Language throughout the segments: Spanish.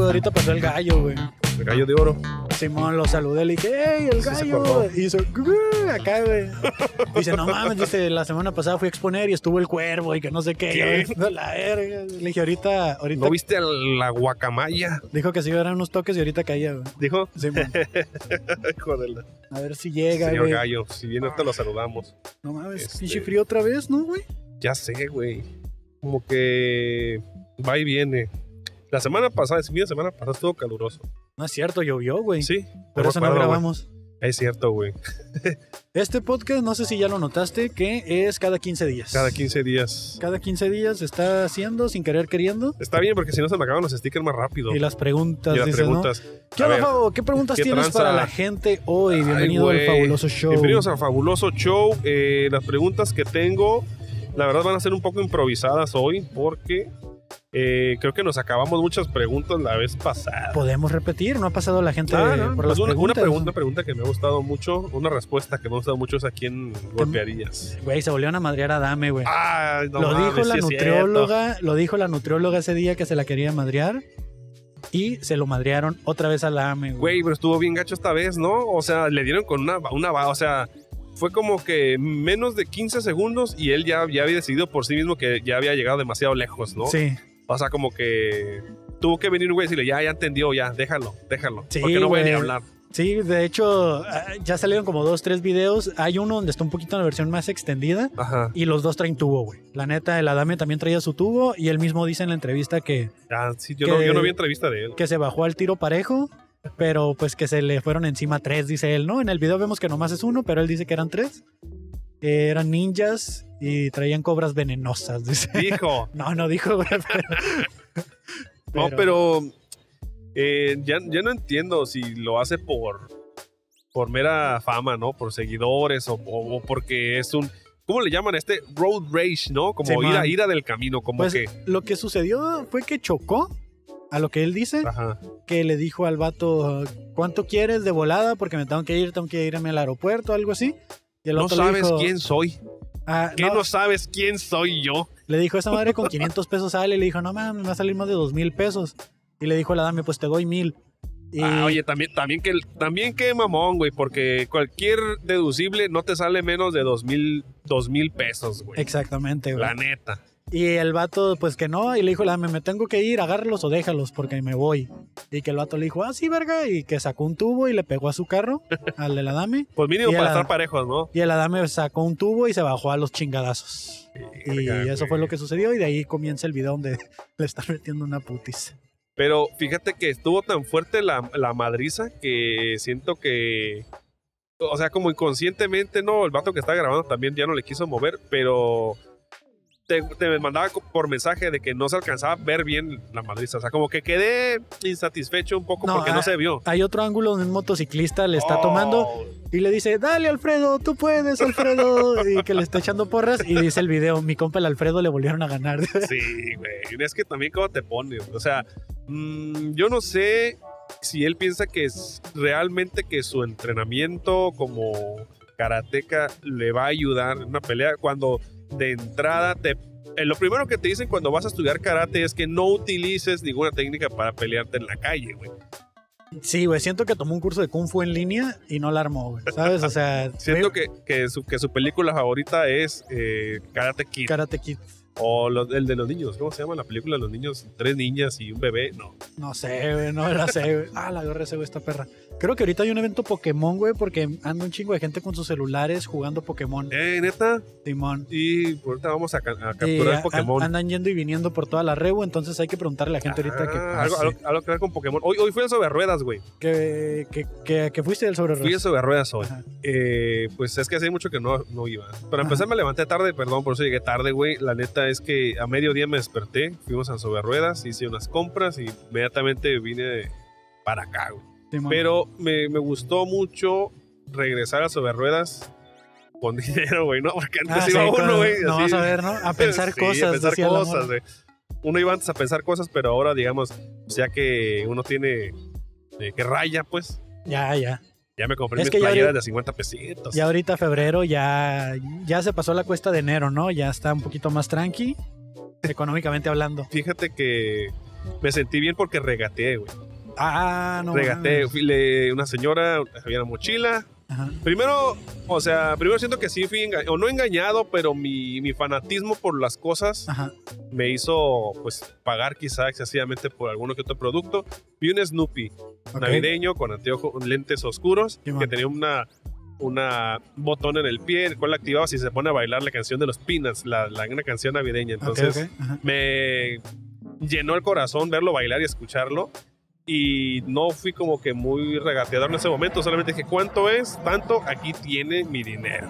ahorita pasó el gallo, güey. El gallo de oro. Simón lo saludé, le dije, ¡Ey, el Sí se gallo! acordó. Y hizo, "Grrr", acá, güey. Dice, no mames, dice, la semana pasada fui a exponer y estuvo el cuervo y que no sé qué. ¿Qué? No, la verga. Le dije, ahorita, ahorita. ¿No viste a la guacamaya? Dijo que sí, eran unos toques y ahorita caía, güey. Dijo. Simón, Hijo del a ver si llega, señor güey. gallo. Si bien ahorita lo saludamos. No mames, Este- pinche frío otra vez, ¿no, güey? Ya sé, güey. Como que va y viene. La semana pasada, el fin de semana pasada estuvo caluroso. No es cierto, llovió, güey. Sí. Por me eso no acuerdo, güey. grabamos. Es cierto, güey. Este podcast, no sé si ya lo notaste, que es cada 15 días. Cada 15 días. Cada 15 días se está haciendo sin querer queriendo. Está bien porque si no se me acaban los stickers más rápido. Y las preguntas, Y las dices, preguntas. ¿no? ¿Qué onda, ver, Fabo? ¿Qué preguntas ¿qué tienes para tranza? la gente hoy? Ay, Bienvenido al güey. fabuloso show. Bienvenidos al fabuloso show. Eh, las preguntas que tengo, la verdad, van a ser un poco improvisadas hoy porque eh, creo que nos acabamos muchas preguntas la vez pasada. Podemos repetir, no ha pasado la gente Ah, no, por pues las una, una preguntas. pregunta, una pregunta que me ha gustado mucho, una respuesta que me ha gustado mucho es a quién golpearías. Güey, se volvieron a madrear a Dame, güey. Ay, Ah, no lo mames, dijo la sí es nutrióloga, lo dijo la nutrióloga ese día que se la quería madrear. Y se lo madrearon otra vez a la Dame, güey. Güey, pero estuvo bien gacho esta vez, ¿no? O sea, le dieron con una, una va- o sea, fue como que menos de 15 segundos y él ya, ya había decidido por sí mismo que ya había llegado demasiado lejos, ¿no? Sí. O sea, como que tuvo que venir un güey y decirle, ya, ya entendió, ya, déjalo, déjalo. Sí, porque no voy a ni güey. hablar. Sí, de hecho, ah, ya salieron como dos, tres videos. Hay uno donde está un poquito la versión más extendida Ajá. y los dos traen tubo, güey. La neta, el Adame también traía su tubo y él mismo dice en la entrevista que, Ah, sí, yo, Que- no, yo no vi entrevista de él. que se bajó al tiro parejo, pero pues que se le fueron encima tres, dice él, ¿no? En el video vemos que nomás es uno, pero él dice que eran tres. Eh, eran ninjas y traían cobras venenosas, dice. Dijo. No, no dijo, güey. pero- No, pero eh, ya, ya no entiendo si lo hace por, por mera fama, ¿no? Por seguidores o, o- o porque es un... ¿Cómo le llaman a este? Road rage, ¿no? Como Simón. ira, ira del camino, como Pues- que... Lo que sucedió fue que chocó a lo que él dice. Ajá. que le dijo al vato, ¿cuánto quieres de volada? Porque me tengo que ir, tengo que irme al aeropuerto, algo así. Y el No otro le sabes dijo, quién soy. "Ah, ¿Qué no". no. sabes quién soy yo? Le dijo, esa madre con 500 pesos sale. Y le dijo, no mames, me va a salir más de 2 mil pesos. Y le dijo la dame, pues te doy mil. Y Ah, oye, también, también, que, también que mamón, güey, porque cualquier deducible no te sale menos de dos mil, dos mil pesos, güey. Exactamente, güey. La neta. Y el vato, pues que no. Y le dijo la dame, me tengo que ir, agárralos o déjalos porque me voy. Y que el vato le dijo, ah, sí, verga. Y que sacó un tubo y le pegó a su carro, al de la dame. Pues mínimo Y para la- estar parejos, ¿no? Y el Adame sacó un tubo y se bajó a los chingadazos. Y Verga, eso güey. fue lo que sucedió y de ahí comienza el video donde le están metiendo una putis. Pero fíjate que estuvo tan fuerte la, la madriza que siento que. O sea, como inconscientemente, no, el vato que está grabando también ya no le quiso mover, pero te, te mandaba co- por mensaje de que no se alcanzaba a ver bien la madriza. O sea, como que quedé insatisfecho un poco No, porque ah, no se vio. Hay otro ángulo donde un motociclista le está tomando Oh, y le dice, dale Alfredo, tú puedes Alfredo, y que le está echando porras y dice el video, mi compa el Alfredo le volvieron a ganar. Sí, güey. Es que también cómo te pones. O sea, mm, yo no sé si él piensa que es realmente que su entrenamiento como karateca le va a ayudar en una pelea cuando de entrada te... eh, lo primero que te dicen cuando vas a estudiar karate es que no utilices ninguna técnica para pelearte en la calle, güey. Sí, güey, siento que tomó un curso de kung fu en línea y no la armó, güey, ¿sabes? O sea, Siento güey, que, que su, que su película favorita es eh, Karate Kid Karate Kid, o lo- el de los niños. ¿Cómo se llama la película de los niños? Tres niñas y un bebé. No. no sé, güey, no la sé, güey. Ah, la gorra ese güey, esta perra. Creo que ahorita hay un evento Pokémon, güey, porque anda un chingo de gente con sus celulares jugando Pokémon, Eh, neta, Simón. Y ahorita vamos a, ca- a Sí, capturar a- Pokémon. a- andan yendo y viniendo por toda la rebu, entonces hay que preguntarle a la gente ahorita que, pues, Ah, algo, algo- algo que ver con Pokémon. Hoy, hoy fui al sobre ruedas, güey. que, que, que- que fuiste del sobre Fui al sobre ruedas hoy. Ajá. Eh, pues es que hace mucho que no, no iba. Para empezar, Ajá. me levanté tarde, perdón, por eso llegué tarde, güey. La neta es que a mediodía me desperté, fuimos al sobre ruedas, hice unas compras y inmediatamente vine para acá, güey. Simón. Pero me, me gustó mucho regresar a sobre ruedas con dinero, güey, ¿no? Porque Ah, antes sí, iba con- uno, güey. No así. vas a ver, ¿no? A pensar Sí, cosas. A pensar decía el amor. cosas, güey. Uno iba antes a pensar cosas, pero ahora, digamos, ya que uno tiene eh, que raya, pues. Ya, ya. Ya me compré Es mis que ya playeras ahorita- de 50 pesitos. Ya ahorita febrero ya, ya se pasó la cuesta de enero, ¿no? Ya está un poquito más tranqui, económicamente hablando. Fíjate que me sentí bien porque regateé, güey. Ah, no. regateé. mames. Fui- le- una señora, había una mochila. Ajá. Primero, o sea, primero siento que sí fui enga- o no engañado, pero mi, mi fanatismo por las cosas Ajá. me hizo pues pagar quizá excesivamente por alguno que otro producto. Vi un Snoopy ok. navideño con anteojos, lentes oscuros, Sí, que man. tenía una una un botón en el pie, el cual activabas y se pone a bailar la canción de los Pinas, la, la- una canción navideña. Ok, Entonces ok, ajá. Ah, me llenó el corazón verlo bailar y escucharlo. Y no fui como que muy regateador en ese momento, solamente dije, ¿cuánto es? Tanto, aquí tiene mi dinero.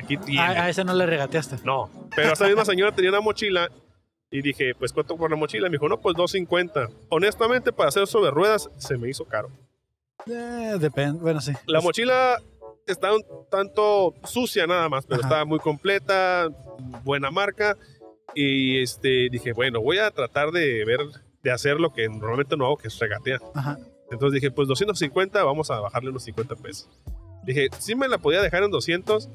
Aquí tiene. Ah, a ese no le regateaste. No, pero esa misma señora tenía una mochila y dije, pues ¿cuánto por la mochila? Me dijo, no, pues 2.50. Honestamente, para hacer sobre ruedas se me hizo caro. Eh, depende. Bueno, sí. La mochila está un tanto sucia nada más, pero Ajá. estaba muy completa, buena marca. Y este, dije, bueno, voy a tratar de ver, de hacer lo que normalmente no hago, que es regatear. Ajá. Entonces dije, pues 250, vamos a bajarle unos 50 pesos. Dije, sí me la podía dejar en 200.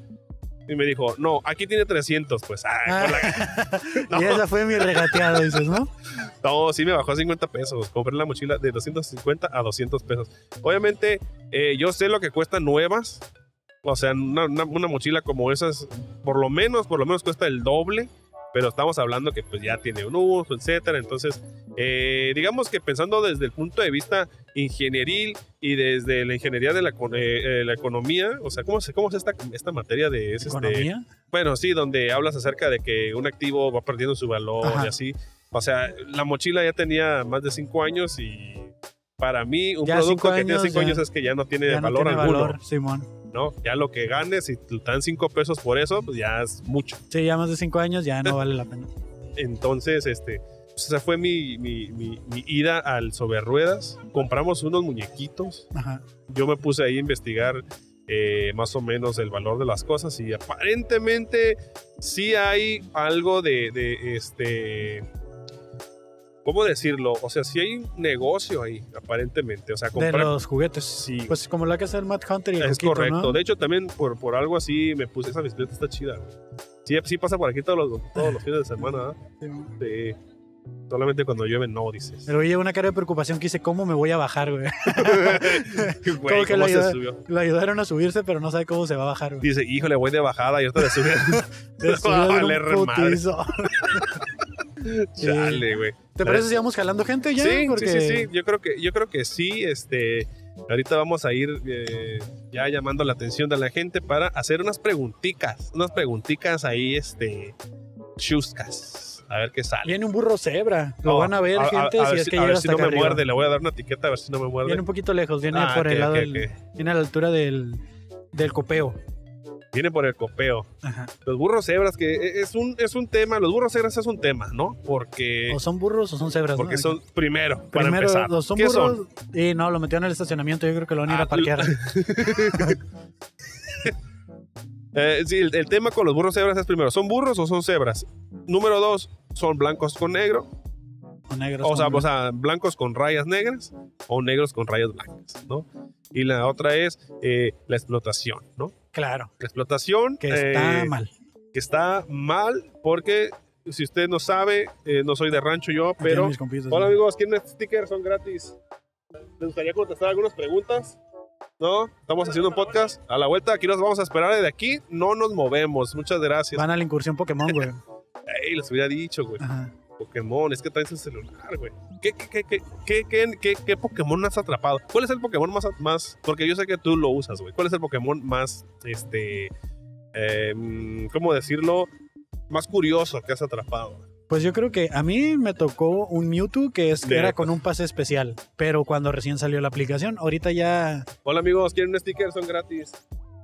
Y me dijo, no, aquí tiene 300. Pues, ah, Ah. con la- No. Y esa fue mi regateada, dices, ¿no? No, sí me bajó 50 pesos. Compré la mochila de 250 a 200 pesos. Obviamente, eh, yo sé lo que cuestan nuevas. O sea, una, una- una mochila como esas, por lo menos, por lo menos cuesta el doble. Pero estamos hablando que pues ya tiene un uso, etcétera. Entonces, eh, digamos que pensando desde el punto de vista ingenieril y desde la ingeniería de la, econ- eh, eh, la economía, o sea, ¿cómo, se- cómo es esta, esta materia de... es, este, Economía. bueno, sí, donde hablas acerca de que un activo va perdiendo su valor Ajá. y así. O sea, la mochila ya tenía más de cinco años y para mí un Ya producto cinco que tiene años, cinco ya- años es que ya no tiene Ya no valor tiene alguno, valor, Simón. ¿no? Ya lo que ganes y te dan cinco pesos por eso, pues ya es mucho. Sí, ya más de cinco años ya no vale la pena. Entonces, este, pues esa fue mi, mi- mi- mi ida al sobre ruedas. Compramos unos muñequitos. Ajá. Yo me puse ahí a investigar eh, más o menos el valor de las cosas y aparentemente sí hay algo de, de, este... ¿Cómo decirlo? O sea, sí hay un negocio ahí, aparentemente. O sea, De comprar... los juguetes. Sí. Pues como lo que hace el Mad Hunter y el es Coquito, correcto. ¿no? De hecho, también por, por algo así me puse esa bicicleta, está chida. güey. Sí, sí pasa por aquí todos los, todos los fines de semana. ¿ah? Simón. Sí. Solamente cuando llueve no, dices. Pero oye, una cara de preocupación que hice, ¿cómo me voy a bajar, güey? Güey, ¿Cómo que ¿cómo la se ayuda? subió? Lo ayudaron a subirse, pero no sabe cómo se va a bajar, güey. Dice, híjole, voy de bajada y ahorita le subí. Se subió va a de un valer re madre. putizo. Sí. Chale, güey. ¿Te parece si vamos jalando gente ya? Eh. Sí, Porque sí, sí, sí. Yo creo que, yo creo que sí. Este, ahorita vamos a ir eh, ya llamando la atención de la gente para hacer unas preguntitas, unas preguntitas ahí, este, chuscas, a ver qué sale. Viene un burro cebra. Lo Oh, van a ver, gente, a si ver es que a llega ver si hasta no acá me arriba. muerde, le voy a dar una etiqueta a ver si no me muerde. Viene un poquito lejos, viene Ah, por ok, el lado ok, del- ok. Viene a la altura del, del copeo. Viene por el copeo. Ajá. Los burros cebras, que e- es un, es un tema, los burros cebras es un tema, ¿no? Porque, O son burros o son cebras, porque ¿no? son, primero, para Primero, empezar, los son ¿qué burros. son? Y no, lo metieron en el estacionamiento. Yo creo que lo van a ir Ah, a parquear. Eh, sí, el, el tema con los burros cebras es primero, ¿son burros o son cebras? Número dos, ¿son blancos con negro? O negros. O sea, pues, hombre. o sea, blancos con rayas negras o negros con rayas blancas, ¿no? Y la otra es eh, la explotación, ¿no? claro, La explotación que está eh, mal. que está mal porque, si usted no sabe, eh, no soy de rancho yo, Aquí en pero... mis compitas, Hola ¿no? amigos, ¿quieren stickers? Son gratis. ¿Les gustaría contestar algunas preguntas? No, estamos haciendo un podcast. A la vuelta, aquí nos vamos a esperar. De aquí no nos movemos. Muchas gracias. Van a la incursión Pokémon, güey. Ey, les hubiera dicho, güey. Ajá. Pokémon, es que traes el celular, güey. ¿Qué, qué, qué, qué, qué, qué, qué- qué Pokémon has atrapado? ¿Cuál es el Pokémon más, más? Porque yo sé que tú lo usas, güey. ¿Cuál es el Pokémon más, este, em, cómo decirlo, más curioso que has atrapado? Pues yo creo que a mí me tocó un Mewtwo que es, De- era con un pase especial, pero cuando recién salió la aplicación, ahorita ya Hola amigos, ¿quieren un sticker? Son gratis.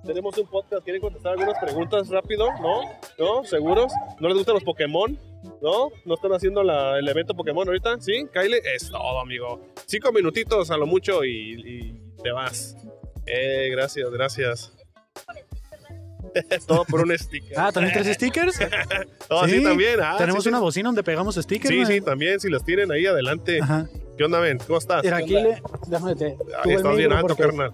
Tenemos un podcast, ¿quieren contestar algunas preguntas rápido? ¿No? ¿No? ¿Seguros? ¿No les gustan los Pokémon? ¿No? ¿No están haciendo la- el evento Pokémon ahorita? ¿Sí? Kyle, es todo, amigo. Cinco minutitos a lo mucho y, y te vas. Eh, gracias, gracias. Es todo por un sticker. Ah, ¿también tres stickers? No, sí, sí, también. Ah, Tenemos sí, sí. una bocina donde pegamos stickers. Sí, güey. sí, también. Si las tienen ahí adelante. Ajá. ¿Qué onda, Ben? ¿Cómo estás? Ah. Mira, ¿Qué aquí onda? le. Déjame te. Ay, tuve el estás bien micro alto, porque- carnal.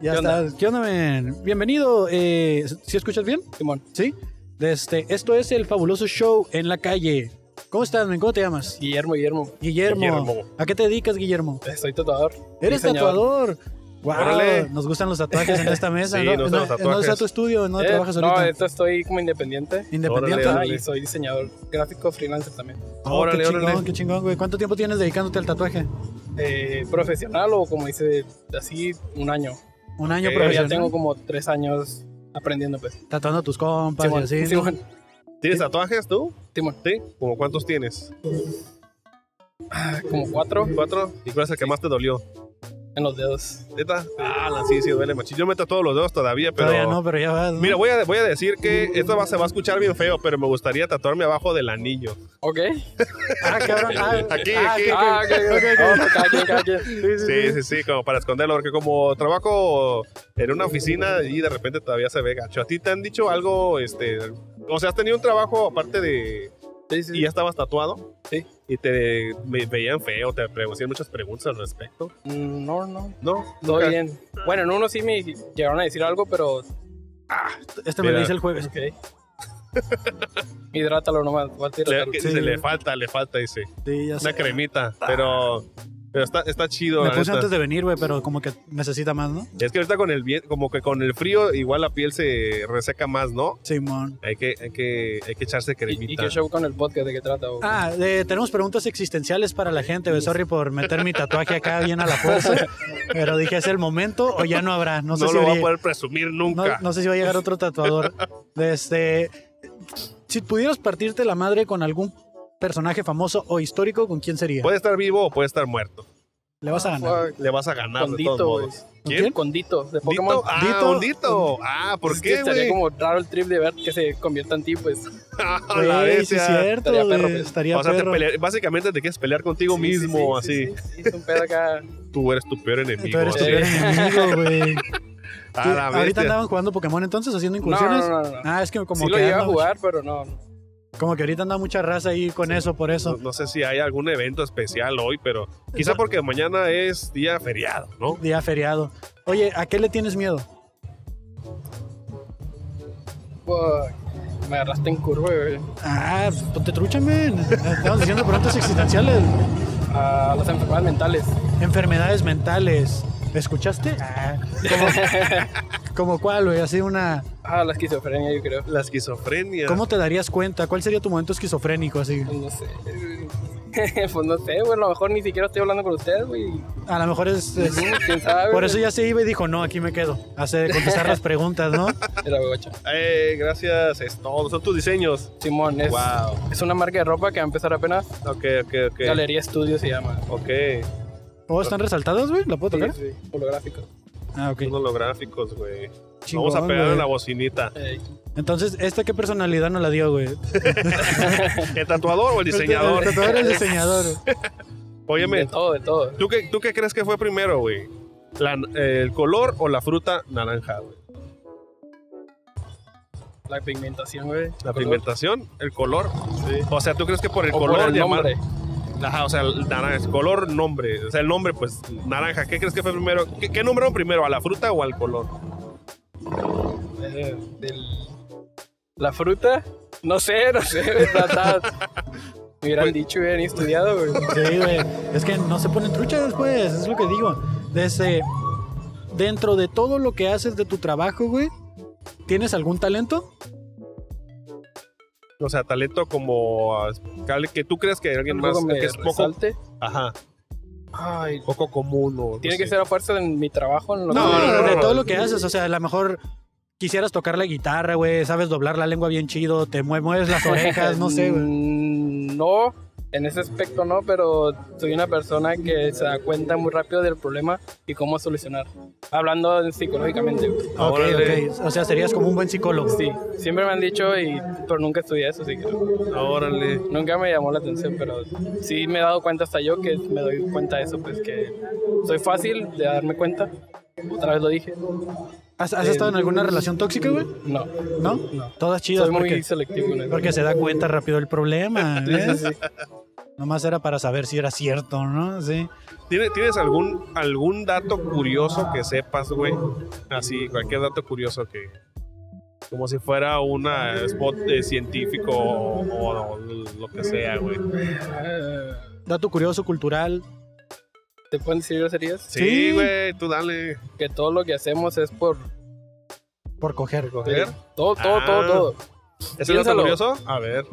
Ya ¿Qué onda? está. ¿Qué onda, men? Bienvenido. Eh, ¿Sí escuchas bien? Simón. Sí. Este, esto es el fabuloso show en la calle. ¿Cómo estás, men? ¿Cómo te llamas? Guillermo, Guillermo. Guillermo. Guillermo. ¿A qué te dedicas, Guillermo? Soy tatuador. Eres Diseñador. tatuador. Wow, Órale. nos gustan los tatuajes en esta mesa. Sí, ¿no? nos ¿En- gustan los en- ¿En dónde tatuajes. está tu estudio? ¿En dónde Eh, trabajas no, ahorita? ahorita estoy como independiente. Independiente. Órale, Ah, órale. y soy diseñador gráfico freelancer también. Oh, Órale, qué chingón, órale. qué chingón, güey. ¿Cuánto tiempo tienes dedicándote al tatuaje? Eh, profesional o como dice así, un año. Un año Eh, Pero ya profesional. tengo como tres años aprendiendo, pues. Tatuando a tus compas Simón, y así. ¿no? Simón, ¿Tienes tatuajes tú? Simón. Sí. ¿Cómo cuántos tienes? como cuatro ¿Cuatro? ¿Y cuál es el que más te dolió? en los dedos. ¿Neta? Ah, la- sí, sí, duele, machín. Yo me todos los dedos todavía, pero. Todavía no, pero ya vas. ¿no? Mira, voy a, voy a decir que esto va, se va a escuchar bien feo, pero me gustaría tatuarme abajo del anillo. Ok. Ah, cabrón. Ah, Aquí, ah, aquí. ok, ok. Ah, ok, ok, ok. No, pues cada quien, cada quien. Sí, sí, sí, como para esconderlo, porque como trabajo en una oficina y de repente todavía se ve gacho. ¿A ti te han dicho algo, este, o sea, has tenido un trabajo aparte de, Sí, sí. y ya estabas tatuado? Sí. Y te me- veían feo, te pre- hacían muchas preguntas al respecto. Mm, No, no. No, Todo nunca. bien. Bueno, en uno sí me llegaron a decir algo, pero. Ok. Este me lo Mira. dice el Pues, jueves. Hidrátalo nomás. falta Le, hidratarlo. que Sí. dice, le falta, le falta, dice. Sí, ya sé. Una cremita, pero, pero está, está chido. Me la puse neta. antes de venir, güey, pero como que necesita más, ¿no? Es que ahorita con el bien, como que con el frío, igual la piel se reseca más, ¿no? Simón. Hay que, hay que, hay que echarse ¿Y, y cremita. qué show con el podcast? ¿De qué trata? o- Ah, eh, tenemos preguntas existenciales para la gente, güey. Sorry por meter mi tatuaje acá bien a la fuerza. Pero dije, ¿es el momento o ya no habrá? No no sé si lo voy a habría- poder presumir No, nunca. no sé si va a llegar otro tatuador. Este, si pudieras partirte la madre con algún personaje famoso o histórico, ¿con quién sería? Pues, Puede estar vivo o puede estar muerto. Le vas a ganar. Fuck. Le vas a ganar Con de todos Dito, modos. güey. ¿Quién? Con Dito, de Pokémon. ¿Dito? Ah, Dito. un Dito. Ah, ¿por Es que qué, Estaría güey? como raro el trip de ver que se convierta en ti, pues. A Güey, la sí es bestia. cierto, Estaría perro, güey, pues. estaría o sea, te perro. pelea- básicamente te quieres pelear contigo Sí, sí, mismo, sí, sí, así. sí, sí, es un pedo acá. Tú eres tu peor enemigo. Tú eres tu así. peor enemigo, güey. A la Ahorita bestia. andaban jugando Pokémon entonces, haciendo No, no, incursiones. no. no, no. Ah, es que como sí lo que llegué a anda- jugar, pero no. como que ahorita anda mucha raza ahí con eso, por No, eso. no sé si hay algún evento especial hoy, pero quizá porque mañana es día feriado, ¿no? Día feriado. Oye, ¿a qué le tienes miedo? Fuck. Me agarraste en curva, güey. Ah, ponte trucha, men. Estamos diciendo preguntas existenciales. A las enfermedades mentales. Enfermedades mentales. ¿Escuchaste? Ah, como, como cuál, güey, así una. Ah, la esquizofrenia, yo creo. La esquizofrenia. ¿Cómo te darías cuenta? ¿Cuál sería tu momento esquizofrénico así? Pues no sé. pues no sé, güey. A lo mejor ni siquiera estoy hablando con ustedes, güey. A lo mejor es. es- ¿Quién sabe? por eso ya se iba y dijo, no, aquí me quedo. Hace contestar las preguntas, ¿no? Era bocha. Eh, gracias, es todo. Son tus diseños. Simón, es, Wow. es una marca de ropa que va a empezar apenas. Ok, ok, ok. Galería Estudio se llama. Ok. ¿O están resaltadas, güey? ¿La puedo tocar? Sí, sí, holográfico. Ah, ok. Son los gráficos, güey. Chingón, Vamos a pegar güey. en la bocinita. Ey. Entonces, ¿esta qué personalidad nos la dio, güey? ¿El tatuador o el diseñador? El tatuador es diseñador. güey. De Óyeme, todo, de todo. ¿tú qué, ¿tú qué crees que fue primero, güey? La- ¿El color o la fruta naranja, güey? La pigmentación, güey. ¿La Color. pigmentación? ¿El color? Sí. O sea, ¿tú crees que por el O por color el llamar- nombre. Ajá, o sea, el naranja, el color, nombre. O sea, el nombre, pues, naranja. ¿Qué crees que fue primero? ¿Qué, qué nombraron primero? ¿A la fruta o al color? Eh, del- La fruta. No sé, no sé. güey, está- está- Me Pues, hubieran dicho, hubieran estudiado, güey. Sí, güey. Es que no se ponen trucha después, es lo que digo. Desde dentro de todo lo que haces de tu trabajo, güey, ¿tienes algún talento? O sea, talento como... ah, cal- Que tú crees que alguien más... Algo me Que es poco... resalte. Ajá. Ay, Poco común o... no tiene que sé. ser a fuerza en mi trabajo. En lo No, que- no, no, de no. todo lo que haces, o sea, a lo mejor quisieras tocar la guitarra, güey, sabes doblar la lengua bien chido, te mue- mueves las orejas, no sé, güey. Mm, No, en ese aspecto no, pero soy una persona que se da cuenta muy rápido del problema y cómo solucionar. Hablando psicológicamente. güey. Ok, Órale. ok. O sea, serías como un buen psicólogo. Sí, siempre me han dicho, y, pero nunca estudié eso, así que Órale. nunca me llamó la atención, pero sí me he dado cuenta hasta yo que me doy cuenta de eso, pues que soy fácil de darme cuenta. Otra vez lo dije. ¿Has, has estado en alguna relación tóxica, güey? No, ¿No? no. Todas chidas, Soy porque, muy selectivo con eso. porque se da cuenta rápido el problema. Sí, ¿eh? sí, sí. Nomás era para saber si era cierto, ¿no? Sí. ¿Tiene- ¿Tienes algún, algún dato curioso que sepas, güey? Así, cualquier dato curioso que, Como si fuera una spot de científico o, o- o lo que sea, güey. Dato curioso cultural. Ah, ¿Te pueden decir groserías? Sí. Sí, güey, tú dale. Que todo lo que hacemos es por. Por coger. Coger. Todo, todo, Ah. todo, todo. ¿Es el dato Piénsalo. curioso? A ver.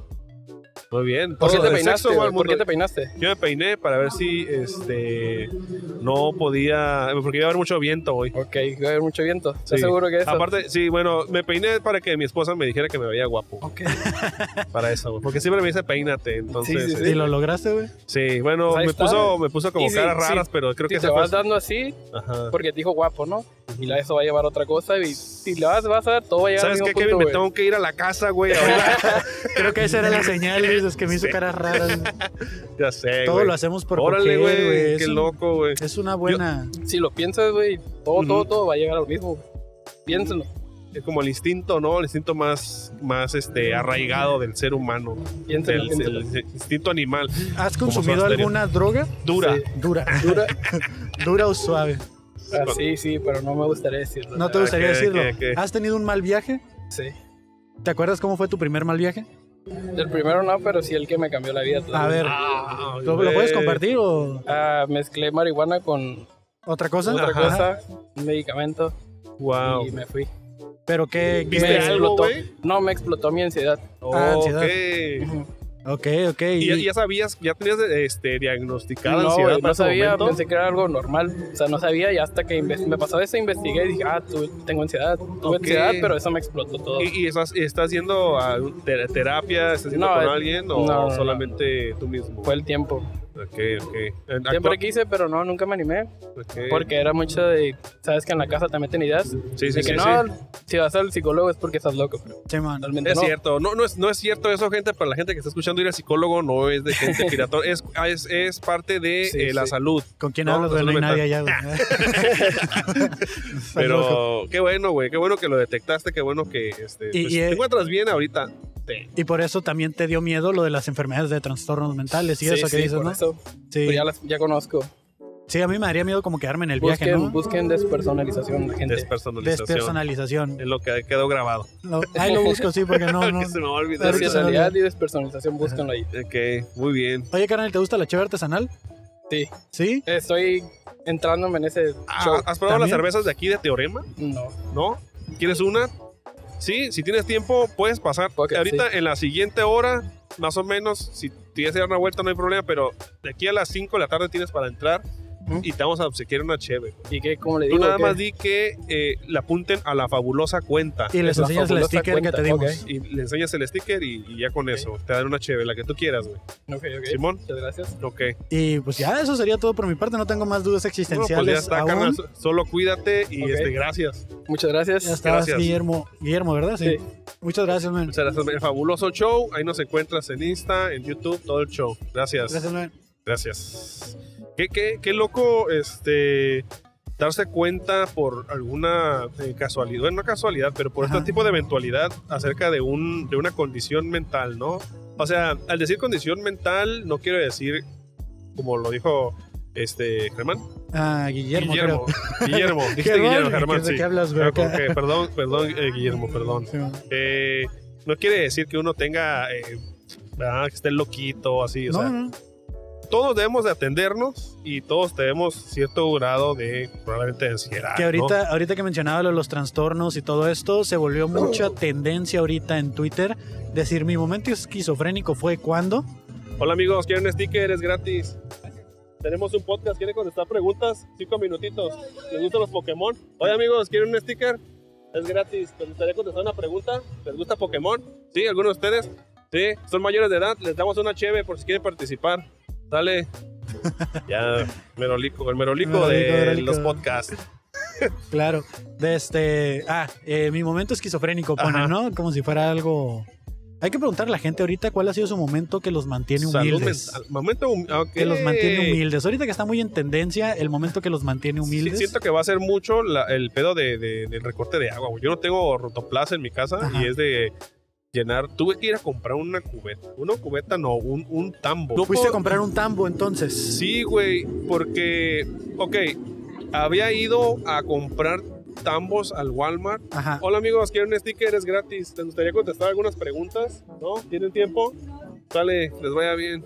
Muy bien. ¿Por qué Todo te de peinaste? sexo, güey? al ¿Por qué mundo- te peinaste? Yo me peiné para ver si este no podía. Porque iba a haber mucho viento hoy. Ok, va a haber mucho viento. ¿Estás Sí. seguro que eso? Aparte, sí, bueno, me peiné para que mi esposa me dijera que me veía guapo. Ok. Para eso, güey. Porque siempre me dice peínate. Entonces, Sí, sí, este, ¿Y lo lograste, güey? Sí, bueno, Pues ahí me está. puso, me puso como Y sí, caras sí. raras, pero creo que Si te esa fue- vas dando así, Ajá. porque te dijo guapo, ¿no? Y la eso va a llevar a otra cosa. Y si la vas, vas a ver, todo va a llegar ¿Sabes al qué, mismo Kevin? punto, Me güey. tengo que ir a la casa, güey. ahora. Creo que esa era la señal, güey, es que me hizo Sí. caras raras. ya sé, Todo güey. lo hacemos por Órale, coger, güey, Es qué un- loco, güey. Es una buena. Si lo piensas, güey, todo, Ujú. todo, todo va a llegar a lo mismo. Piénsalo. Es como el instinto, ¿no? El instinto más, más este, arraigado del ser humano. Piénsalo. Del, piénsalo. del instinto animal. ¿Has Como consumido Soda Stereo. alguna droga? Dura. Sí. Dura. Dura. Dura o suave. Ah, sí, sí, pero no me gustaría decirlo. No te Ah, gustaría ok, decirlo. ok, ok. ¿Has tenido un mal viaje? Sí. ¿Te acuerdas cómo fue tu primer mal viaje? El primero no, pero sí el que me cambió la vida. A ver, Ah, ¿lo, lo güey. puedes compartir o Ah, mezclé marihuana con otra cosa? otra Ajá. cosa, un medicamento Wow. y me fui. Pero qué. Ah, ¿Viste qué- algo, explotó. güey? No, me explotó mi ansiedad. Ah, ansiedad. Ok. Ok, ok. ¿Y ya, ya sabías, ya tenías este, diagnosticada no, ansiedad güey, para no ese sabía, momento? pensé que era algo normal. O sea, no sabía y hasta que inves- me pasó eso, investigué y dije, ah, tu- tengo ansiedad. Ok. Tuve ansiedad, pero eso me explotó todo. ¿Y, y estás, estás yendo a un- te- terapia? ¿Estás yendo No, con eh, alguien o no, no, solamente tú mismo? Fue el tiempo. Ok, ok. En- Siempre actua- quise, pero no, nunca me animé. ok. Porque era mucho de, sabes que en la casa te meten ideas. Sí, sí, de que sí, no, sí. si vas al psicólogo es porque estás loco. Pero Simón. realmente Es no. cierto, no, no, es, no es cierto eso, gente. Para la gente que está escuchando ir al psicólogo, no es de gente piratón, es, es, es parte de Sí, eh, la sí. salud. ¿Con quién No, hablas? güey? No hay salud nadie allá, güey. Está loco. Pero qué bueno, güey, qué bueno que lo detectaste, qué bueno que este, Y- pues, y, te eh, encuentras bien ahorita. Y por eso también te dio miedo lo de las enfermedades de trastornos mentales y Sí, eso que sí, dices, por ¿no? eso. Sí. Pero ya, las- ya conozco. Sí, a mí me daría miedo como quedarme en el Busquen, viaje, ¿no? busquen despersonalización, la gente. Despersonalización. Despersonalización. Es lo que quedó grabado. Lo- ahí lo busco, sí, porque no, no. Que se me va a olvidar. Despersonalización. Personalidad y despersonalización, búsquenlo ahí. Ok, muy bien. Oye, carnal, ¿te gusta la chévere artesanal? Sí. ¿Sí? Estoy entrándome en ese Ah, show. ¿Has probado las ¿También? cervezas de aquí de Teorema? No. ¿No? ¿Quieres una? Sí, si tienes tiempo, puedes pasar. Ok, Ahorita en la siguiente hora, más o menos, si tienes que dar una vuelta, no hay problema, pero de aquí a las 5 de la tarde tienes para entrar Ujú. y te vamos a obsequiar una chévere. ¿Y qué? ¿Cómo le Tú digo? nada ¿Qué? más di que eh, la apunten a la fabulosa cuenta. Y les la enseñas el fabulosa sticker que te cuenta, dimos. ok. Y le enseñas el sticker y, y ya con Ok. eso. Te dan una chévere, la que tú quieras, güey. Ok, ok. Simón, Muchas gracias. ok. Y pues ya, eso sería todo por mi parte. No tengo más dudas No, pues ya existenciales. está, aún. carnal. So- Solo cuídate y Ok. este, gracias. Muchas gracias. Ya estás, Gracias. Guillermo. Guillermo, ¿verdad? Sí. Sí. Muchas gracias, man. Muchas gracias, el fabuloso show. Ahí nos encuentras en Insta, en YouTube, todo el show. Gracias, man. Gracias. Qué, qué, qué loco este darse cuenta por alguna eh, casualidad, bueno, no casualidad, pero por Ajá. este tipo de eventualidad acerca de, un, de una condición mental, ¿no? O sea, al decir condición mental, no quiero decir, como lo dijo este Germán. Ah, Guillermo, Guillermo. Guillermo. creo. Dijiste Guillermo, ¿Qué- Germán, ¿De sí. qué hablas, güey? Ok, ok, perdón, perdón, eh, Guillermo, perdón. Sí, man. Eh, no quiere decir que uno tenga, eh, ¿verdad? que esté loquito, así, o No, sea, no. todos debemos de atendernos y todos tenemos cierto grado de probablemente de ansiedad. Que Ah, ¿no? ahorita, ahorita que mencionaba lo de los trastornos y todo esto, se volvió mucha tendencia ahorita en Twitter decir mi momento esquizofrénico fue cuando. Hola amigos, ¿quieren un sticker? Es gratis. Tenemos un podcast, ¿quieren contestar preguntas? Cinco minutitos. ¿Les gustan los Pokémon? Hola amigos, ¿quieren un sticker? Es gratis. ¿Les gustaría contestar una pregunta? ¿Les gusta Pokémon? ¿Sí? ¿Alguno de ustedes? ¿Sí? ¿Son mayores de edad? Les damos una cheve por si quieren participar. Dale. ya, merolico, el merolico, de Merolico, merolico. los podcasts. Claro. De este. Ah, eh, mi momento esquizofrénico, Ajá. ponen, ¿no? Como si fuera algo. Hay que preguntar a la gente ahorita cuál ha sido su momento que los mantiene Salud humildes. mental. Momento hum- ah, ok. Que los mantiene humildes. Ahorita que está muy en tendencia, el momento que los mantiene humildes. Sí, siento que va a ser mucho la- el pedo de, de- del recorte de agua. güey. Yo no tengo rotoplaza en mi casa Ajá. y es de llenar. Tuve que ir a comprar una cubeta. Una cubeta no, un, un tambo. Tú fuiste a Por- comprar un tambo entonces. Sí, güey, porque, ok, había ido a comprar tambos al Walmart. Ajá. Hola amigos, quieren un sticker, es gratis. ¿Les gustaría contestar algunas preguntas? ¿No? ¿Tienen tiempo? Sale, les vaya bien.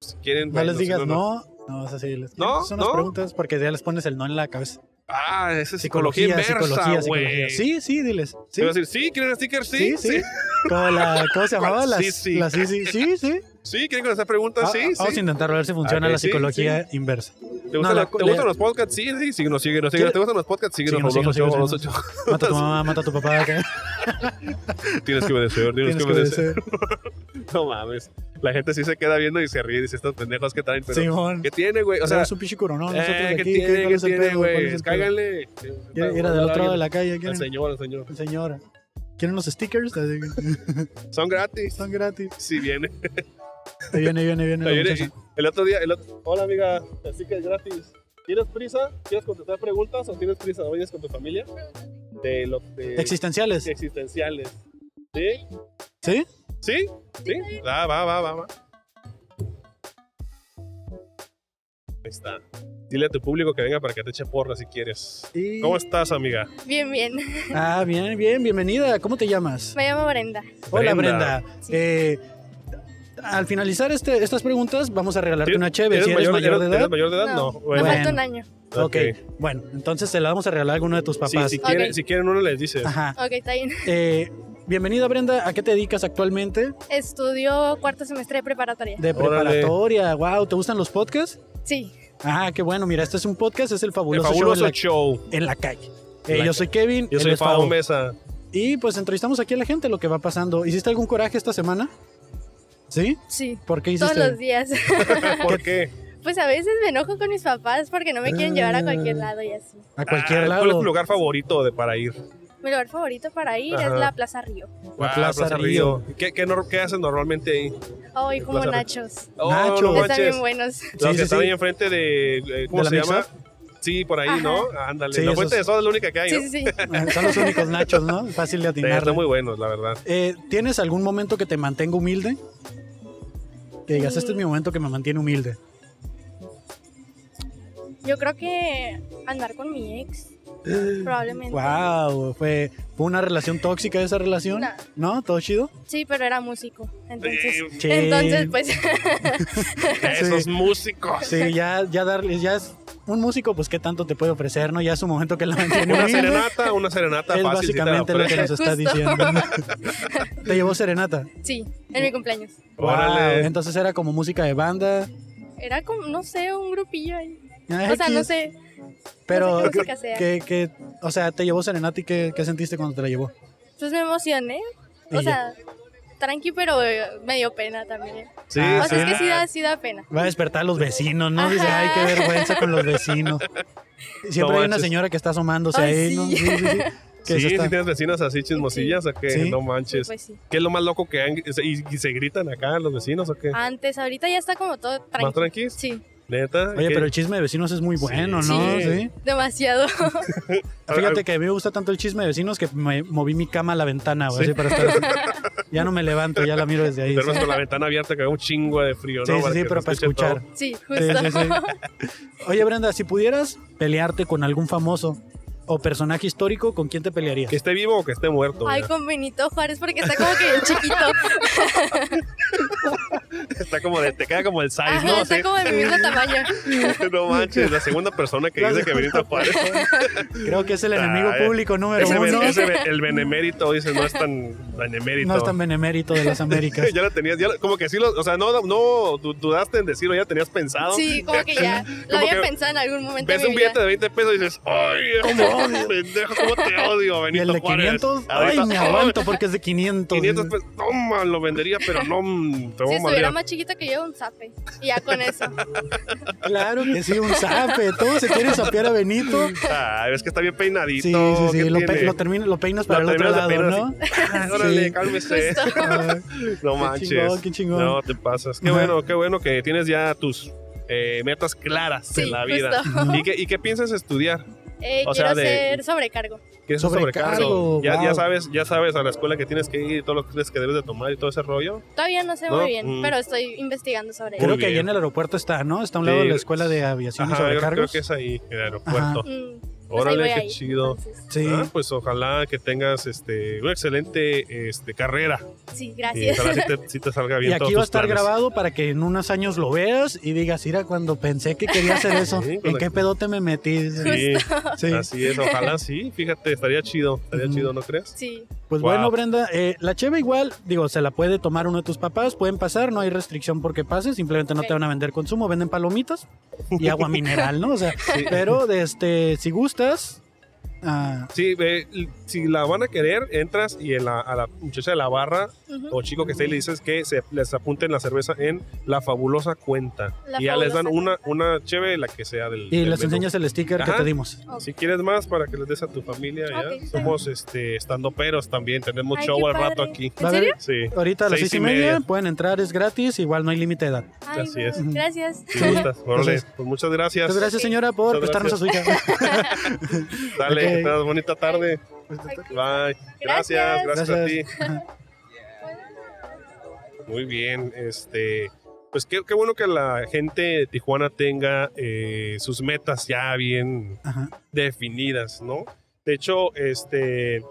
Si quieren, No bueno, les si digas no. No, es así. Les, No, son las no. preguntas porque ya les pones el no en la cabeza. Ah, esa es psicología, psicología, inversa, güey. psicología. Sí, sí, diles. Te Sí, voy a decir, sí, quieren un sticker, sí, sí, sí. Como la, ¿Cómo se llamaba? ¿Cuál? Las, Sí, sí. la sí, sí, sí, sí. Sí, quieren contestar preguntas, Ah, sí, ah, Vamos a sí. intentar ver si funciona Ah, que la sí, psicología inversa. ¿Te, no, gusta la- la- ¿te le- gustan los podcasts? Sí, sí, síguenos, síguenos, síguenos. ¿Te gustan los podcasts? Síguenos, Síguenos, síguenos, los ocho, síguenos, los ocho. Mata a tu mamá, mata a tu papá. que Tienes que obedecer, Tienes tienes, que obedecer. No mames. La gente sí se queda viendo y se ríe y dice, estos pendejos que traen, pero... Simón. ¿Qué tiene, güey? O O sea, sea, su pinche coronón. Nosotros eh, de ¿qué aquí, tiene, ¿cuál qué es el tiene, pedo? ¿Cuál es güey? el pedo? Cáiganle. Quiere ir del otro lado de la calle. Al ¿Quieren? señor, al señor. El señor. ¿Quieren los stickers? Así que Son gratis. Son gratis. Si viene. Ahí viene, ahí viene, ahí viene. la Ahí viene, muchacha. El otro día, el otro... Hola, amiga. Así que es gratis. ¿Tienes prisa? ¿Quieres contestar preguntas o tienes prisa? ¿Oyes con tu familia? De lo de Existenciales. existenciales. ¿Sí? ¿Sí? ¿Sí? ¿Sí? Va, va, va, va, va. Ahí está. Dile a tu público que venga para que te eche porra si quieres. Y- ¿Cómo estás, amiga? Bien, bien. Ah, bien, bien, bienvenida. ¿Cómo te llamas? Me llamo Brenda. Hola, Brenda. Brenda. Eh, al finalizar este, estas preguntas, vamos a regalarte ¿Tien- una cheve. Si eres mayor de eres- eres edad. mayor de edad? No. No. Bueno, Me Bueno. falta un año. Ok. Bueno, entonces te la vamos a regalar a alguno de tus Sí, papás. Ah, si, quieren, Ok. si quieren uno les dices. Ajá. Ok, está bien. Eh, bienvenida, Brenda. ¿A qué te dedicas actualmente? Estudio cuarto semestre de preparatoria. De Órale. preparatoria. Wow, ¿te gustan los podcasts? Sí. Ah, qué bueno. Mira, este es un podcast, es el El fabuloso, fabuloso show en show. la, en la calle. En Eh, la yo soy Kevin. Yo él soy es Fabo. Fabo Mesa. Y pues entrevistamos aquí a la gente lo que va pasando. ¿Hiciste algún coraje esta semana? ¿Sí? Sí. ¿Por qué hiciste? Todos los días. ¿Por qué? Pues a veces me enojo con mis papás porque no me quieren llevar a cualquier lado y así. A cualquier Ah, lado. ¿Cuál es tu lugar favorito de para ir? Mi lugar favorito para ir Ajá. es la Plaza Río. La Ah, Plaza ¿Qué, qué, nor- qué hacen normalmente ahí? Hoy La como Plaza Río. nachos. Oh, Nachos. Está no Están manches. bien buenos. Los Sí, que sí, están sí. ahí enfrente de. eh, ¿Cómo ¿De la se mix llama? Sí, por ahí, Ajá. ¿no? Ándale. Sí, la esos- fuente de soda es la única que hay, Sí, ¿no? sí, sí. Eh, Son los únicos nachos, ¿no? Fácil de Sí, están atinar. ¿eh? muy buenos, la verdad. ¿Tienes algún momento que te mantenga humilde? Que digas, este es mi momento que me mantiene humilde. Yo creo que andar con mi ex. Probablemente. Wow, fue, fue una relación tóxica esa relación. No. ¿No? ¿Todo chido? Sí, pero era músico. Entonces, Sí, Sí. entonces pues Esos músicos. Sí, ya, ya darles, ya es un músico, pues qué tanto te puede ofrecer, ¿no? Ya es un momento que la mantiene Una humilde. serenata, una serenata Es fácil. sí te la básicamente lo que nos está Justo. diciendo. te llevó serenata. sí, en mi cumpleaños. Órale. Wow, entonces era como música de banda. Era como, no sé, un grupillo ahí. Ay, O sea, no qué- sé. Pero, no sé qué música sea. que, que, o sea, te llevó serenata y qué, qué sentiste cuando te la llevó. Pues me emocioné. O Y sea, tranqui, pero eh, me dio pena también. Sí, Ah, O sea, es que sí da, Ah, sí da pena. Va a despertar a los vecinos, ¿no? Dice, ay, qué vergüenza con los vecinos. Siempre No hay una manches. señora que está asomándose Ay, ahí, ¿no? sí. Sí, sí, sí. Que Sí, se si está- tienes vecinas así chismosillas o qué, Sí. no Sí, manches. pues sí. ¿Qué es lo más loco que han y, y se gritan acá los vecinos o qué? Antes, ahorita ya está como todo ¿Más tranqui. tranquis? Sí, Neta. Oye, ¿Qué- pero el chisme de vecinos es muy bueno, ¿no? Sí. Sí. demasiado. a- Fíjate a- que a mí me gusta tanto el chisme de vecinos que me moví mi cama a la ventana, güey, Sí. así para estar así. Ya no me levanto, ya la miro desde ahí. duermes sí. con la ventana abierta que haga un chingo de frío, Sí, ¿no? sí, Para sí, que pero se para escuche escuchar. todo. Sí, Sí, justo. sí, sí. Oye, Brenda, si pudieras pelearte con algún famoso o personaje histórico, ¿con quién te pelearías? Que esté vivo o que esté muerto. Ay, ya. con Benito Juárez, porque está como que bien chiquito. Está como de, te queda como el size, Ajá, ¿no? está Así. como de mi mismo tamaño. no manches, la segunda persona que La dice que Benito Juárez. Creo que es el enemigo Ah, eh. público número Ese, ben- uno. ese ben- el benemérito dice no es tan benemérito. No es tan benemérito de las Américas. ya lo tenías, ya lo- como que sí lo, o sea, no, no du- dudaste en decirlo, ya tenías pensado. Sí, como que ya Como lo había que pensado en algún momento. Ves de un mi vida. billete de 20 pesos y dices, ¡ay, ¿Cómo este odio? pendejo, cómo te odio, Y Benito el de Juárez! 500, ay, Ahorita, me ¡ay, aguanto porque es de Mm, 500. 500 pesos, toma, lo vendería, pero no, mm, te voy Si a estuviera madrear. más chiquito que yo, un zape. Y ya con eso. Claro que sí, un zape. Todo se quiere sapear a Benito. Ah, ves que está bien peinadito. Sí, sí, ¿qué sí. Lo, pe- tiene? lo termina- lo peinas para Lo el otro terminas de lado, ¿no? Ah, Órale, Sí. cálmese. Justo. Ay, No qué manches. chingón, qué chingón. No te pasas. Qué Ajá. bueno, qué bueno que tienes ya tus eh, metas claras Sí, en la vida. justo. Ajá. ¿Y qué, ¿Y qué piensas estudiar? Eh, O quiero sea, de- hacer sobrecargo. ¿Qué es un Sobrecargo, sobrecargo? Ya, wow. ya sabes, ya sabes a la escuela que tienes que ir y todos los clases que debes de tomar y todo ese rollo. Todavía no sé ¿No? muy bien, Mm. pero estoy investigando sobre Creo Muy que ahí bien. en el aeropuerto está, ¿no? Está a un lado Sí. de la escuela de aviación y Ajá, yo creo sobrecargos. que es ahí, en el aeropuerto. ello. Mm, Pues ahí Órale, voy qué ahí, chido. entonces. Sí. Ah, pues ojalá que tengas este, una excelente este, carrera. Sí, Y gracias. ojalá sí te, sí te salga bien Y aquí todos va a tus estar planes. grabado para que en unos años lo veas y digas, mira, cuando pensé que quería hacer eso, Sí, ¿en cuando- qué pedote me metí? Sí, Sí. así es. Ojalá sí. Fíjate, estaría chido. Estaría Ujú. chido, ¿no crees? Sí, Pues Wow. bueno, Brenda, eh, la cheve igual, digo, se la puede tomar uno de tus papás, pueden pasar, no hay restricción porque pases, simplemente no Ok. te van a vender consumo, venden palomitas y agua mineral, ¿no? O sea, pero de este, si gustas, ah, Sí, ve, l- si la van a querer, entras y en la- a la muchacha de la barra ujú, o chico que esté ahí le dices que se les apunten la cerveza en la fabulosa cuenta. La y ya les dan fabulosa una, una chévere, la que sea del. y del les menú. enseñas el sticker que Ajá. te dimos. Si quieres más para que les des a tu familia, ¿ya? Ok, está somos este estando peros también, tenemos Ay, show qué al rato padre. aquí. Va a ¿En haber- serio? Sí. Ahorita a las Seis seis y y media, media. pueden entrar, es gratis, igual no hay límite de edad. Ay, así es. wow, Gracias. Si gustas, órale. Entonces- pues muchas gracias. Muchas gracias, señora, por Muchas prestarnos a su hija. Dale, Ok. que tengas bonita tarde. Pues Bye. Gracias, gracias, a ti. Muy bien, este, pues qué, qué bueno que la gente de Tijuana tenga eh, sus metas ya bien Ajá. definidas, ¿no? De hecho, este,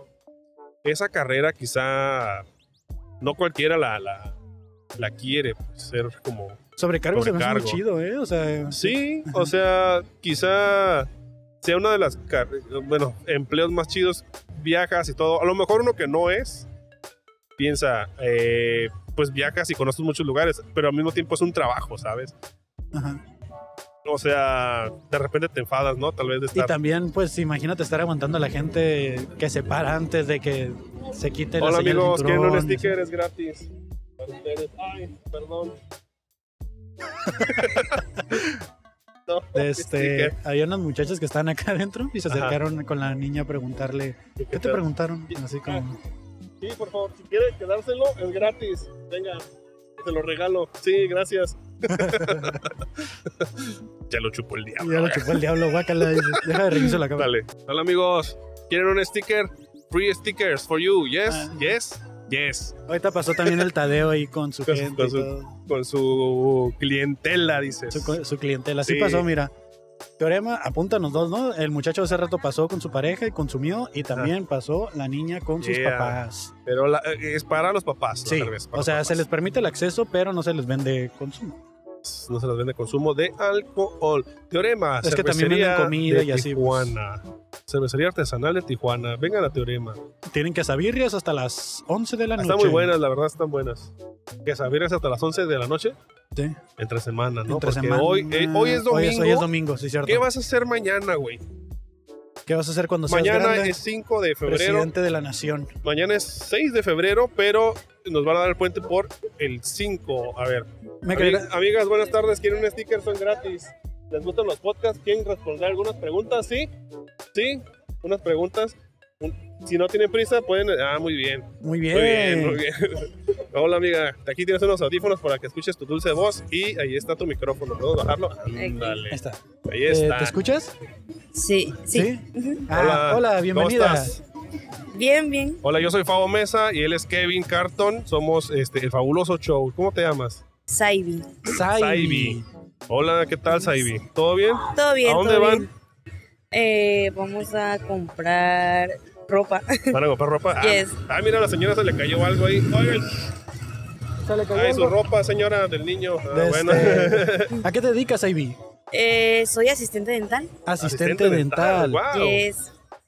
esa carrera quizá no cualquiera la, la, la quiere pues, ser como... Sobrecargo, se me hace muy Sobrecargo. chido, ¿eh? O sea, Sí, o sea, quizá sea una de las, car- bueno, empleos más chidos, viajas y todo. A lo mejor uno que no es, piensa, eh, pues viajas y conoces muchos lugares, pero al mismo tiempo es un trabajo, ¿sabes? ajá. O sea, de repente te enfadas, ¿no? Tal vez Y de estar... también, pues, imagínate estar aguantando a la gente que se para antes de que se quite la Hola señal del amigos, quieren un cinturón. sticker, es gratis. Para ustedes. Ay, perdón. no, Este, sticker. había unas muchachas que estaban acá adentro y se Ajá. acercaron con la niña a preguntarle, ¿qué te preguntaron? Así como, Ah, Sí, por favor, si quiere quedárselo, es gratis. Venga, te lo regalo. Sí, gracias. ya lo chupó el ya diablo. lo chupó el diablo, eh. guácala, dice, deja de reírse la cámara. Dale. Hola amigos, ¿quieren un sticker? Free stickers for you, yes, Ah. yes, yes. Ahorita pasó también el Tadeo ahí con su Con su- gente, con y su- todo, Con su clientela, dices. su, su clientela. Así Sí. pasó, mira. Teorema, apúntanos dos, ¿no? El muchacho hace rato pasó con su pareja y consumió y también pasó la niña con sus Ah. Yeah. papás. Pero la- eh, es para los papás. la Sí, cerveza, para o sea, los se les papás. permite el acceso, pero no se les vende consumo. no se les vende consumo de alcohol. Teorema, Es que también venden cervecería comida de y así, pues. Tijuana. Cervecería artesanal de Tijuana. Vengan a Teorema. Tienen que sabirrias hasta las 11 de la noche. Están muy buenas, la verdad, están buenas. Que se abiertas hasta las 11 de la noche. Sí. Entre semana, ¿no? Entre Porque semana. Hoy, eh, hoy es domingo. Hoy es domingo, sí, cierto. ¿Qué vas a hacer mañana, güey? ¿Qué vas a hacer cuando seas Mañana grande? es 5 de febrero. presidente de la nación. Mañana es 6 de febrero, pero nos van a dar el puente por el 5. A ver. Me Ami- creerá- amigas, buenas tardes. ¿Quieren un sticker? Son gratis. ¿Les gustan los podcasts? ¿Quieren responder algunas preguntas? Sí. Sí. Unas preguntas. Un- Si no tienen prisa, pueden. Ah, muy bien. Muy bien. Muy bien, muy bien. Hola, amiga. Aquí tienes unos audífonos para que escuches tu dulce voz y ahí está tu micrófono. ¿Puedo bajarlo? Ándale. Ahí está. Ahí Eh, está. ¿Te escuchas? Sí, sí. Ah, hola, ¿cómo bienvenida. estás? Bien, bien. Hola, yo soy Fabo Mesa y él es Kevin Carton. Somos este, el fabuloso show. ¿Cómo te llamas? Saibi. Saibi. Saibi. Hola, ¿qué tal, Saibi? ¿Todo bien? Pues, Todo bien. ¿A dónde todo van? bien. Eh, vamos a comprar ropa. ¿Van a comprar ropa? Ah, Yes. Ah, mira, a la señora se le cayó algo ahí. Oigan, Se le cayó ay, su algo. ropa, señora, del niño. Ah, De bueno. este- ¿A qué te dedicas, Saibi? Eh, soy asistente dental. Asistente dental. Wow. Yes.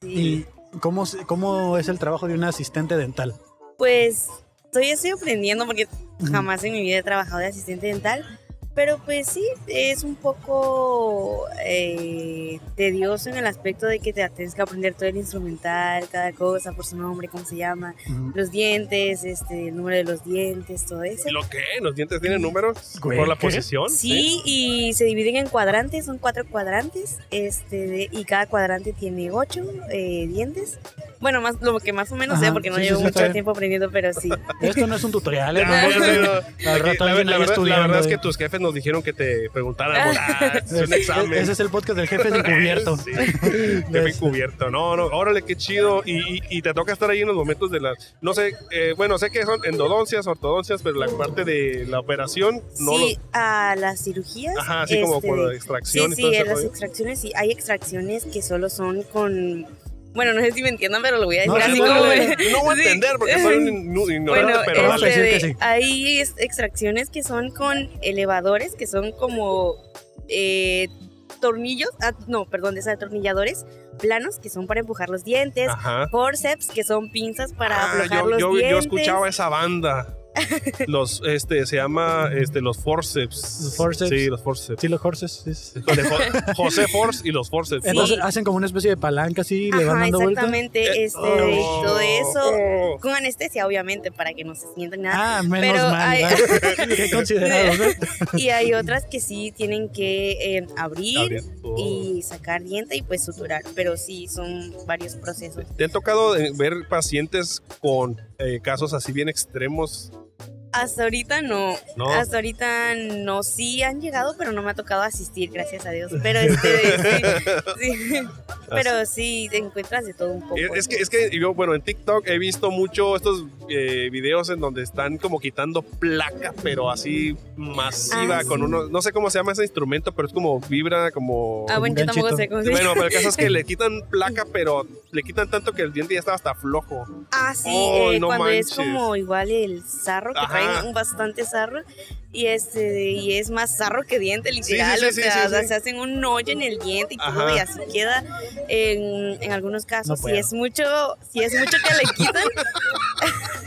¿Y Sí. cómo, se- cómo es el trabajo de un asistente dental? Pues estoy estoy aprendiendo porque jamás en mi vida he trabajado de asistente dental. Pero pues sí, es un poco eh, tedioso en el aspecto de que te tienes que aprender todo el instrumental, cada cosa por su nombre, cómo se llama, Ujú. los dientes, este, el número de los dientes, todo eso. ¿Y lo que? ¿Los dientes tienen números? Güey, ¿Por la ¿qué? posición? Sí, y se dividen en cuadrantes, son cuatro cuadrantes, este, de- y cada cuadrante tiene ocho eh, dientes. Bueno, más, lo que más o menos Ajá, sé, porque no sí, sí, llevo sí, está mucho bien. tiempo aprendiendo, pero sí. Esto no es un tutorial, ¿eh? Ya, ya, ya, ya. Al Aquí, rato la, alguien la ahí verdad, la estudiando, verdad es ¿eh? que tus jefes nos dijeron que te preguntáramos. Ah, es un examen. e-, Ese es este. el podcast del jefe encubierto. Sí, jefe encubierto. No, no, órale, qué chido. Y, y- y te toca estar ahí en los momentos de las. No sé, eh, bueno, sé que son endodoncias, ortodoncias, pero la parte de la operación no Mm. sí, a las cirugías. lo. Ajá, así como este, con la Sí, extracción y todo sí, ese en las rollo. extracciones sí. Hay extracciones que solo son con. Bueno, no sé si me entiendan, pero lo voy a decir No, sí, así dale, como. dale. No voy a Sí. entender porque soy un inu- ignorante, Bueno, pero vamos a dale. este, decir que sí. hay es- extracciones que son con elevadores, que son como eh, tornillos, ah, no, perdón, desatornilladores planos, que son para empujar los dientes, Ajá. forceps, que son pinzas para Ah, aflojar yo, los yo- yo dientes. escuchaba esa banda. Los, este, se llama, este, los forceps. Los forceps. Sí, los forceps. Sí, los horses. sí, sí. Con el fo- José Force y los forceps. ¿no? Entonces hacen como una especie de palanca así, le van Ajá, dando vuelta. exactamente, Eh, este, y Oh. todo eso. Con anestesia, obviamente, para que no se sienta nada. Ah, menos Pero mal. ¿verdad? hay- Qué considerado, ¿no? Y hay otras que sí tienen que eh, abrir Abierto. y sacar diente y pues suturar. Pero sí, son varios procesos. ¿Te han tocado eh, ver pacientes con eh, casos así bien extremos? Hasta ahorita no. ¿No? Hasta ahorita no. Sí han llegado, pero no me ha tocado asistir, gracias a Dios. Pero este, sí, sí. Pero sí, te encuentras de todo un poco. Es, es que, es que yo, bueno, en TikTok he visto mucho estos eh, videos en donde están como quitando placa, pero así masiva, Ah, sí. con uno, no sé cómo se llama ese instrumento, pero es como vibra, como... Ah, bueno, yo tampoco sé cómo se Bueno, pero el caso es que le quitan placa, pero le quitan tanto que el diente ya estaba hasta flojo. Ah, sí, Oh, eh, no cuando manches. es como igual el sarro, que Ajá. traen un bastante sarro, y este y es más sarro que diente, sí, literal, sí, o sí, sea, sí, o sea, sí. se hacen un hoyo en el diente y todo, Ajá. y así queda en, en algunos No casos, si puedo. es mucho, si es mucho que le quitan,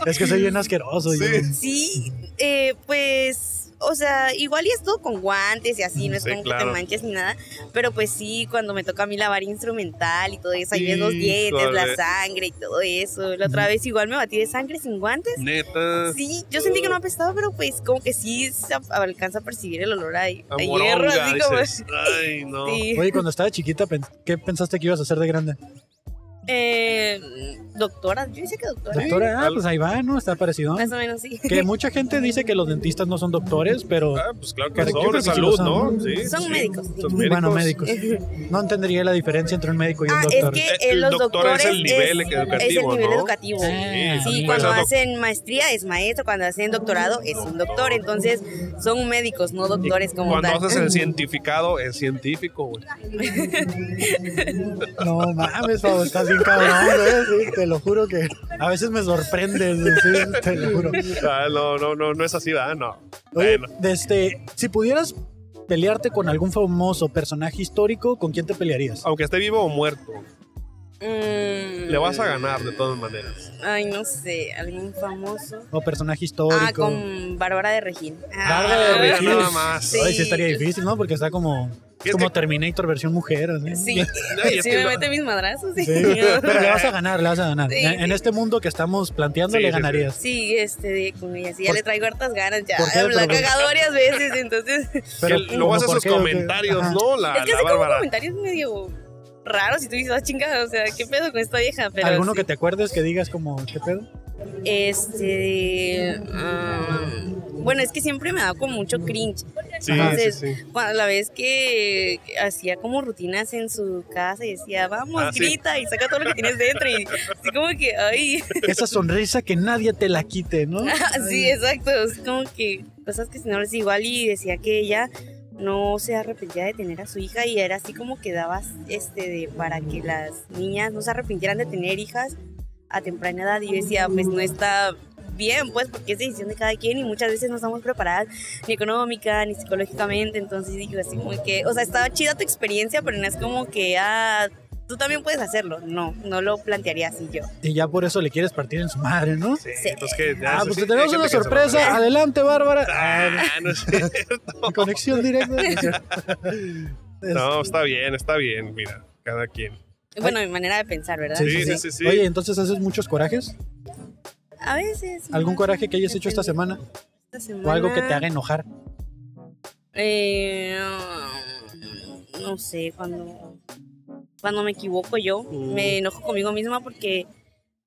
Es que soy bien asqueroso. Sí. yo. sí, eh, pues, o sea, igual y es todo con guantes y así, no es Sí, como que claro. te manches ni nada, pero pues sí, cuando me toca a mí lavar instrumental y todo eso, ahí ves los dientes, Híjole. la sangre y todo eso, la otra vez igual me batí de sangre sin guantes. Neta. Sí, yo sentí que no apestaba, pero pues como que sí se a- alcanza a percibir el olor a, a a hierro, moronga, así como... dices. Ay, no. Sí. Oye, cuando estaba chiquita, pen- ¿qué pensaste que ibas a hacer de grande? Eh, doctora, yo decía que doctora. Doctora, ah, al- pues ahí va, ¿no? Está parecido. Más o menos sí. Que mucha gente dice que los dentistas no son doctores, pero Ah, pues claro que Pero yo son, creo de que sí salud, lo son. ¿no? Sí, Son sí. médicos. Son bueno, médicos. No entendería la diferencia entre un médico y un Ah, es doctor. que Eh, eh, el los doctor es doctores el nivel es, educativo, es el nivel ¿no? educativo. Ah, Sí, Sí, cuando o sea, doc- hacen maestría es maestro, cuando hacen doctorado es un doctor, entonces son médicos, no doctores como Cuando tal. haces el cientificado, es científico, güey. No mames, Fabo, estás bien cabrón, güey, sí, te lo juro que a veces me sorprendes, sí, te lo juro. Ah, no, no, no, no es así, ¿verdad? No. Oye, Bueno. de este, si pudieras pelearte con algún famoso personaje histórico, ¿con quién te pelearías? Aunque esté vivo o muerto, Mm, le vas a ganar de todas maneras. Ay, no sé, algún famoso. O personaje Ah, histórico. con Bárbara de Regín. Bárbara de Ah, mira, Regil. nada más. Sí. Ay, sí estaría difícil, ¿no? Porque está como Es como que- Terminator versión mujer, así. Sí, Ay, es sí que me lo- mete mis madrazos. Sí. Sí, Pero le vas a ganar, le vas a ganar. Sí, en, en sí. este mundo que estamos planteando Sí, le sí, sí. ganarías. Sí, este, de- con ella sí, ya ¿Por- le traigo hartas ganas, ya por qué le la he preguntas? cagado varias veces, entonces... Es que Pero, luego hace ¿por sus qué? ¿O qué? comentarios, Ajá. ¿no? La, que hace la como Bárbara. comentarios medio raros y tú dices, ah, chinga, o sea, ¿qué pedo con esta vieja? Pero ¿Alguno sí. que te acuerdes que digas como, qué pedo? Este... ah, bueno, es que siempre me ha dado como mucho cringe. Sí, sí, Entonces, sí. Cuando la vez que hacía como rutinas en su casa y decía, vamos, Ah, sí. grita y saca todo lo que tienes dentro. Y así como que, ay, Esa sonrisa que nadie te la quite, ¿no? sí, exacto. Es como que cosas que si no les igual y decía que ella no se arrepentía de tener a su hija y era así como que dabas este de- para que las niñas no se arrepintieran de tener hijas a temprana edad y yo decía pues no está bien pues porque es decisión de cada quien y muchas veces no estamos preparadas ni económica ni psicológicamente entonces digo así como que o sea estaba chida tu experiencia pero no es como que ah, tú también puedes hacerlo no no lo plantearía así yo Y ya por eso le quieres partir en su madre, ¿no? Sí, Sí. pues que ya, Ah, eso pues sí, te tenemos hay una gente que se sorpresa. va a- Adelante, Bárbara. Ah, no sé. Ah, Conexión directa. No, está bien, está bien, mira, cada quien. bueno mi manera de pensar verdad Sí, sí, sí, sí. Oye, entonces haces muchos corajes. a veces ¿Algún ¿no? coraje que hayas hecho esta semana? Esta ¿O algo que te semana, haga enojar? eh, um, Mm. no sé, cuando, cuando me equivoco yo, me enojo conmigo misma porque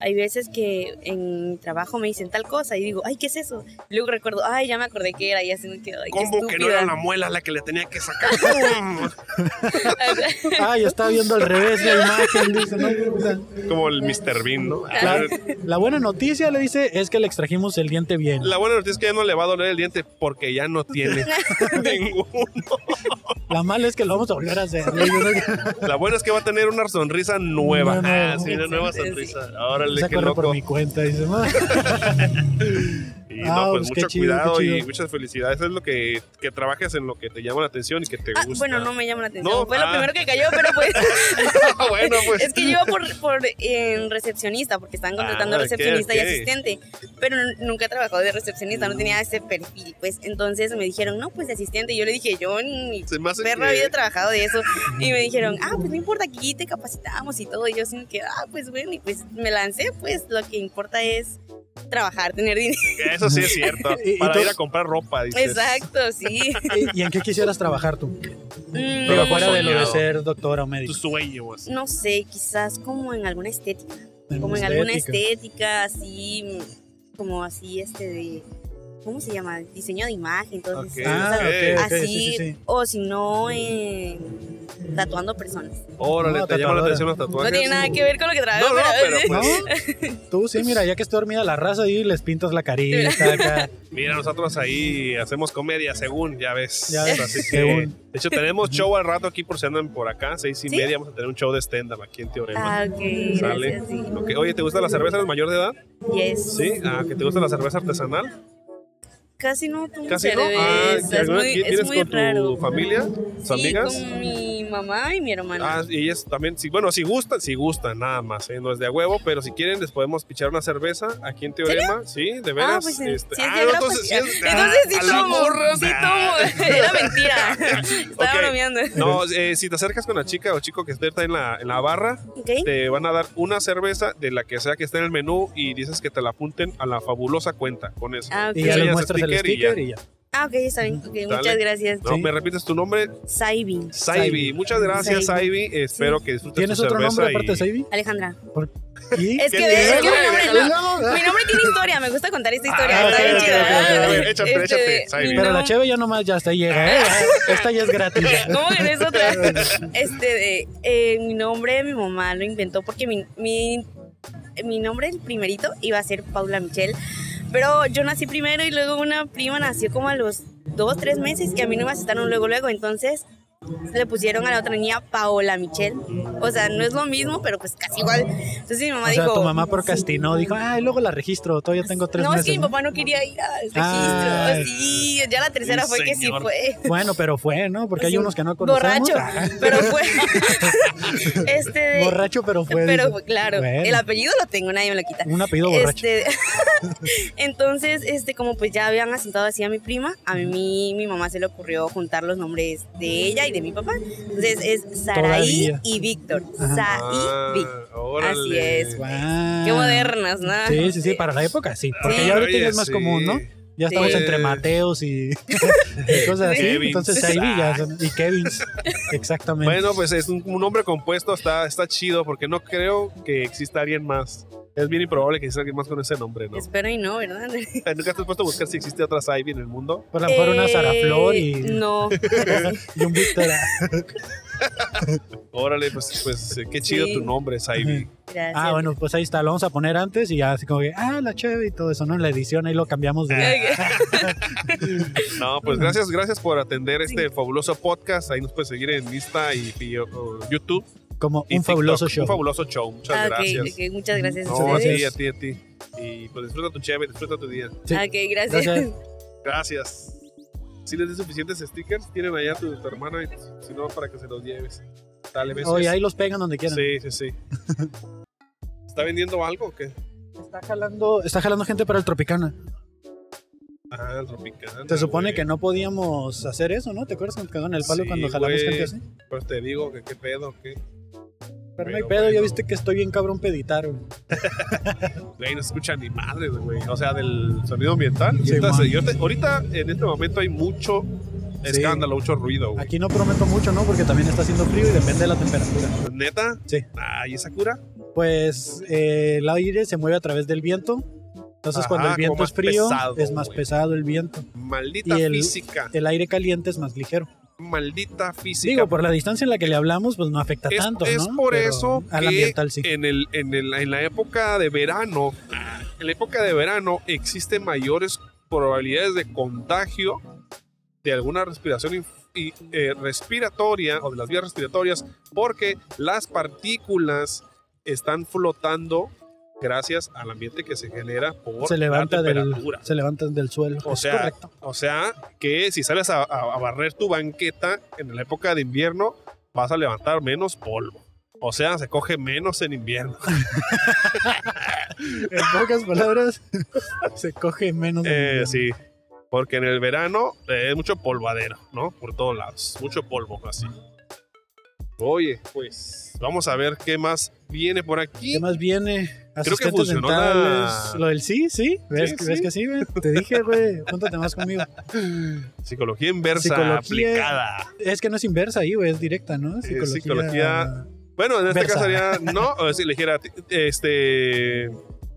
Hay veces que en mi trabajo me dicen tal cosa y digo, ay, ¿qué es eso? Y luego recuerdo, ay, ya me acordé que era y así me quedo. ay, qué ¿Cómo que no era la muela la que le tenía que sacar? ¡Pum! estúpida". Ah, ya estaba viendo al revés la imagen. dice, ¿no? O sea, Como el Mr. Bean, ¿no? Ah, la, la buena noticia le dice es que le extrajimos el diente bien. La buena noticia es que ya no le va a doler el diente porque ya no tiene ninguno. La mala es que lo vamos a volver a hacer. Le digo, ¿no? La buena es que va a tener una sonrisa nueva. Nueva. Ah, sí, una nueva Sí. sonrisa. Se Órale, qué corre por loco. mi cuenta. Dice, "Ma". Y Ah, no, pues pues, qué mucho chido, cuidado qué y chido. muchas felicidades. Es lo que, que trabajes en lo que te llama la atención y que te Ah, gusta. bueno, no me llama la atención. No, Fue ah. lo primero que cayó, pero pues. Ah, bueno, pues. Es que yo iba por, por en recepcionista, porque estaban contratando Ah, ok, recepcionista ok. y asistente. Pero n- nunca he trabajado de recepcionista, no tenía ese perfil. Pues entonces me dijeron, no, pues de asistente. Y yo le dije, yo ni Se me hace perra que- había trabajado de eso. Y me dijeron, ah, pues no importa, aquí te capacitamos y todo. Y yo así me quedé, ah, pues bueno, y pues me lancé, pues lo que importa es trabajar, tener dinero. Eso sí es cierto. Y- y Para tú- ir a comprar ropa, dices. Exacto, sí. ¿Y en qué quisieras trabajar tú? Mm, Pero Pero fuera de lo de soñado. ser doctora o Tu médico. sueño, así. no sé, quizás como en alguna estética. Pues, como en Estética. alguna estética así mm, como así este de cómo se llama diseño de imagen todo eso, Ok. Ah, o sea, ok, ok, así sí, sí, sí. o si no en- tatuando personas Órale, No, te llama la tatuadora. atención los no tatuajes. tiene nada que ver con lo que trabajo No, no, pero ¿No? pues, Tú sí, mira, ya que estoy dormida la raza ahí, les pintas la carita acá. mira, nosotros ahí hacemos comedia según, ya ves. Ya ves, Así que, según. de hecho, tenemos show al rato aquí por si andan por acá, seis y ¿Sí? media, vamos a tener un show de stand-up aquí en Teorema. ah ok Sale. gracias sí Ok, Oye, ¿te gusta la cerveza? ¿Eres mayor de edad? yes Sí. Ah, ¿que te gusta la cerveza artesanal? casi no tomo Casi no. Ah, cerveza ¿que es alguna- muy, ¿Vienes es muy con raro tu familia? ¿Tus sí amigas? con mi mamá y mi hermana Ah, y ellas también, sí, bueno, si gustan, si gustan, nada más, ¿eh? no es de a huevo, pero si quieren les podemos pichar una cerveza aquí en Teorema, sí, de veras. Ah, pues eh, este- si es Ah, de no, grapa, entonces sí. sí es- Entonces sí ah, a la tomo, morra. sí Ah. tomo. Era mentira. Estaba Ok. bromeando. No, eh, si te acercas con la chica o chico que esté ahorita en la, en la barra, ¿Ok? te van a dar una cerveza de la que sea que esté en el menú y dices que te la apunten a la fabulosa cuenta con eso. Ah, ok. Y ya Sí, le ya muestras el sticker y ya. sticker y ya. Ah, ok, está bien. Ok, muchas gracias. No, pues. Sí. me repites tu nombre, Saibin. Saibi. Saibi. Muchas gracias, Saibi. Saibi. Espero que disfrutes ¿Tienes tu otro pues, cerveza. nombre aparte de Savy? Alejandra. ¿Y? Es que, tiene? es que Güey, mi, nombre, déjalo. no, mi nombre tiene historia. Me gusta contar esta historia. Ah, está ok, bien ok, chida. ok, ok, a ver, ¿verdad? Este, échate, échate, Saibin. mi Pero la nombre- cheve ya nomás ya hasta ahí llega, ¿eh? Esta ya es gratis. ¿Cómo que no es otra? Este, de- eh, mi nombre, mi mamá lo inventó porque mi, mi, mi nombre, el primerito, iba a ser Paula Michelle. Pero yo nací primero y luego una prima nació como a los dos, tres meses y a mí no me aceptaron luego, luego. Entonces le pusieron a la otra niña Paola Michelle. O sea, no es lo mismo, pero pues casi igual. Entonces mi mamá O sea, dijo... tu mamá procrastinó, dijo, ay, luego la registro, todavía tengo tres no, meses. es que mi papá no quería ir al registro. Ah. sí, ya la tercera Sí, fue que sí señor. fue. Bueno, pero fue, ¿no? Porque hay Sí, unos que no conocemos. Borracho, Ah, pero fue. este. de- borracho, pero fue. pero dice. claro, Bueno, el apellido lo tengo, nadie me lo quita. un apellido borracho. Este, entonces, este, como pues ya habían asentado así a mi prima, a mí mi mamá se le ocurrió juntar los nombres de ella y de mi papá. Entonces es Saraí Todavía. y Víctor. Ajá. Saí, Víctor. Ah, órale. Así es. Guau. Qué modernas, ¿no? Sí, sí, sí, para la época, sí. Porque Sí. ya ahorita Oye, ya es más sí. común, ¿no? Ya estamos Sí. entre Mateos y y cosas así. Kevins. Entonces ahí ya son- y Kevins. Exactamente. Bueno, pues es un, un nombre compuesto, está, está chido, porque no creo que exista alguien más. Es bien improbable que exista alguien más con ese nombre, ¿no? Espero y no, ¿verdad? ¿Nunca te has puesto a buscar si existe otra Ivy en el mundo? Por a lo mejor una Sara Flor y, Eh, No, y un Víctor. ah, Órale, pues, pues eh, qué chido Sí. tu nombre, Ivy. gracias. Ah, bueno, pues ahí está. Lo vamos a poner antes y ya así como que, ah, la cheve y todo eso, ¿no? En la edición ahí lo cambiamos de. No, pues gracias, gracias por atender este fabuloso podcast. Ahí nos puedes seguir en Insta y, y, oh, YouTube. Como y un fabuloso TikTok. show. Un fabuloso show, muchas Ah, ok, gracias. ok, muchas gracias a No, a ustedes. ti, a ti, a ti. Y pues disfruta tu chévere, disfruta tu día. Sí. Ah, ok, gracias. Gracias. Gracias. Si les di suficientes stickers, tienen allá tu, tu hermana, y si no, para que se los lleves. Dale besos. Oye, ahí los pegan donde quieran. Pues, Sí, sí, sí. ¿Está vendiendo algo o qué? Está jalando, está jalando gente para el Tropicana. Ah, Tropicana. Se supone güey. que no podíamos hacer eso, ¿no? ¿Te acuerdas que nos cagaron el palo Sí, cuando jalamos güey. gente así? Pues te digo que qué pedo, qué. Pero no hay Pero pedo, bueno. ya viste que estoy bien cabrón peditar, güey. Güey, no se escucha ni madre, güey. O sea, del sonido ambiental. Y Sí, ahorita, man. y ahorita- ahorita, en este momento, hay mucho Sí. escándalo, mucho ruido, güey. Aquí no prometo mucho, ¿no? Porque también está haciendo frío y depende de la temperatura. ¿Neta? Sí. Ah, ¿y esa cura? pues eh, el aire se mueve a través del viento. Entonces, Ajá, cuando el como viento más es frío, pesado, es más güey. pesado el viento. Maldita Y el- física. El aire caliente es más ligero. Maldita física. Digo, por la distancia en la que le hablamos, pues no afecta Es- tanto. es ¿no? por Pero eso Al que ambiental sí. en, el, en, el- en la época de verano, en la época de verano existen mayores probabilidades de contagio de alguna respiración inf- y, eh, respiratoria o de las vías respiratorias porque las partículas están flotando gracias al ambiente que se genera por se levanta la del, temperatura. se levantan del suelo. O Es sea, correcto. O sea, que si sales a, a- a barrer tu banqueta en la época de invierno, vas a levantar menos polvo. O sea, se coge menos en invierno. En pocas palabras, se coge menos. del Eh, invierno. sí. Porque en el verano eh, es mucho polvadero, ¿no? Por todos lados. Mucho polvo, así. Oye, pues vamos a ver qué más viene por aquí. ¿Qué más viene? Creo que Asistentes funcionó dentales. la- Lo del sí, sí. ¿Ves, Sí, que- ves sí. que sí, güey? Te dije, güey. Júntate más conmigo. Psicología inversa Psicología- aplicada. Es que no es inversa ahí, güey. Es directa, ¿no? Psicología. Eh, psicología- Bueno, en este Versa. caso sería. No, o si le dijera. Este.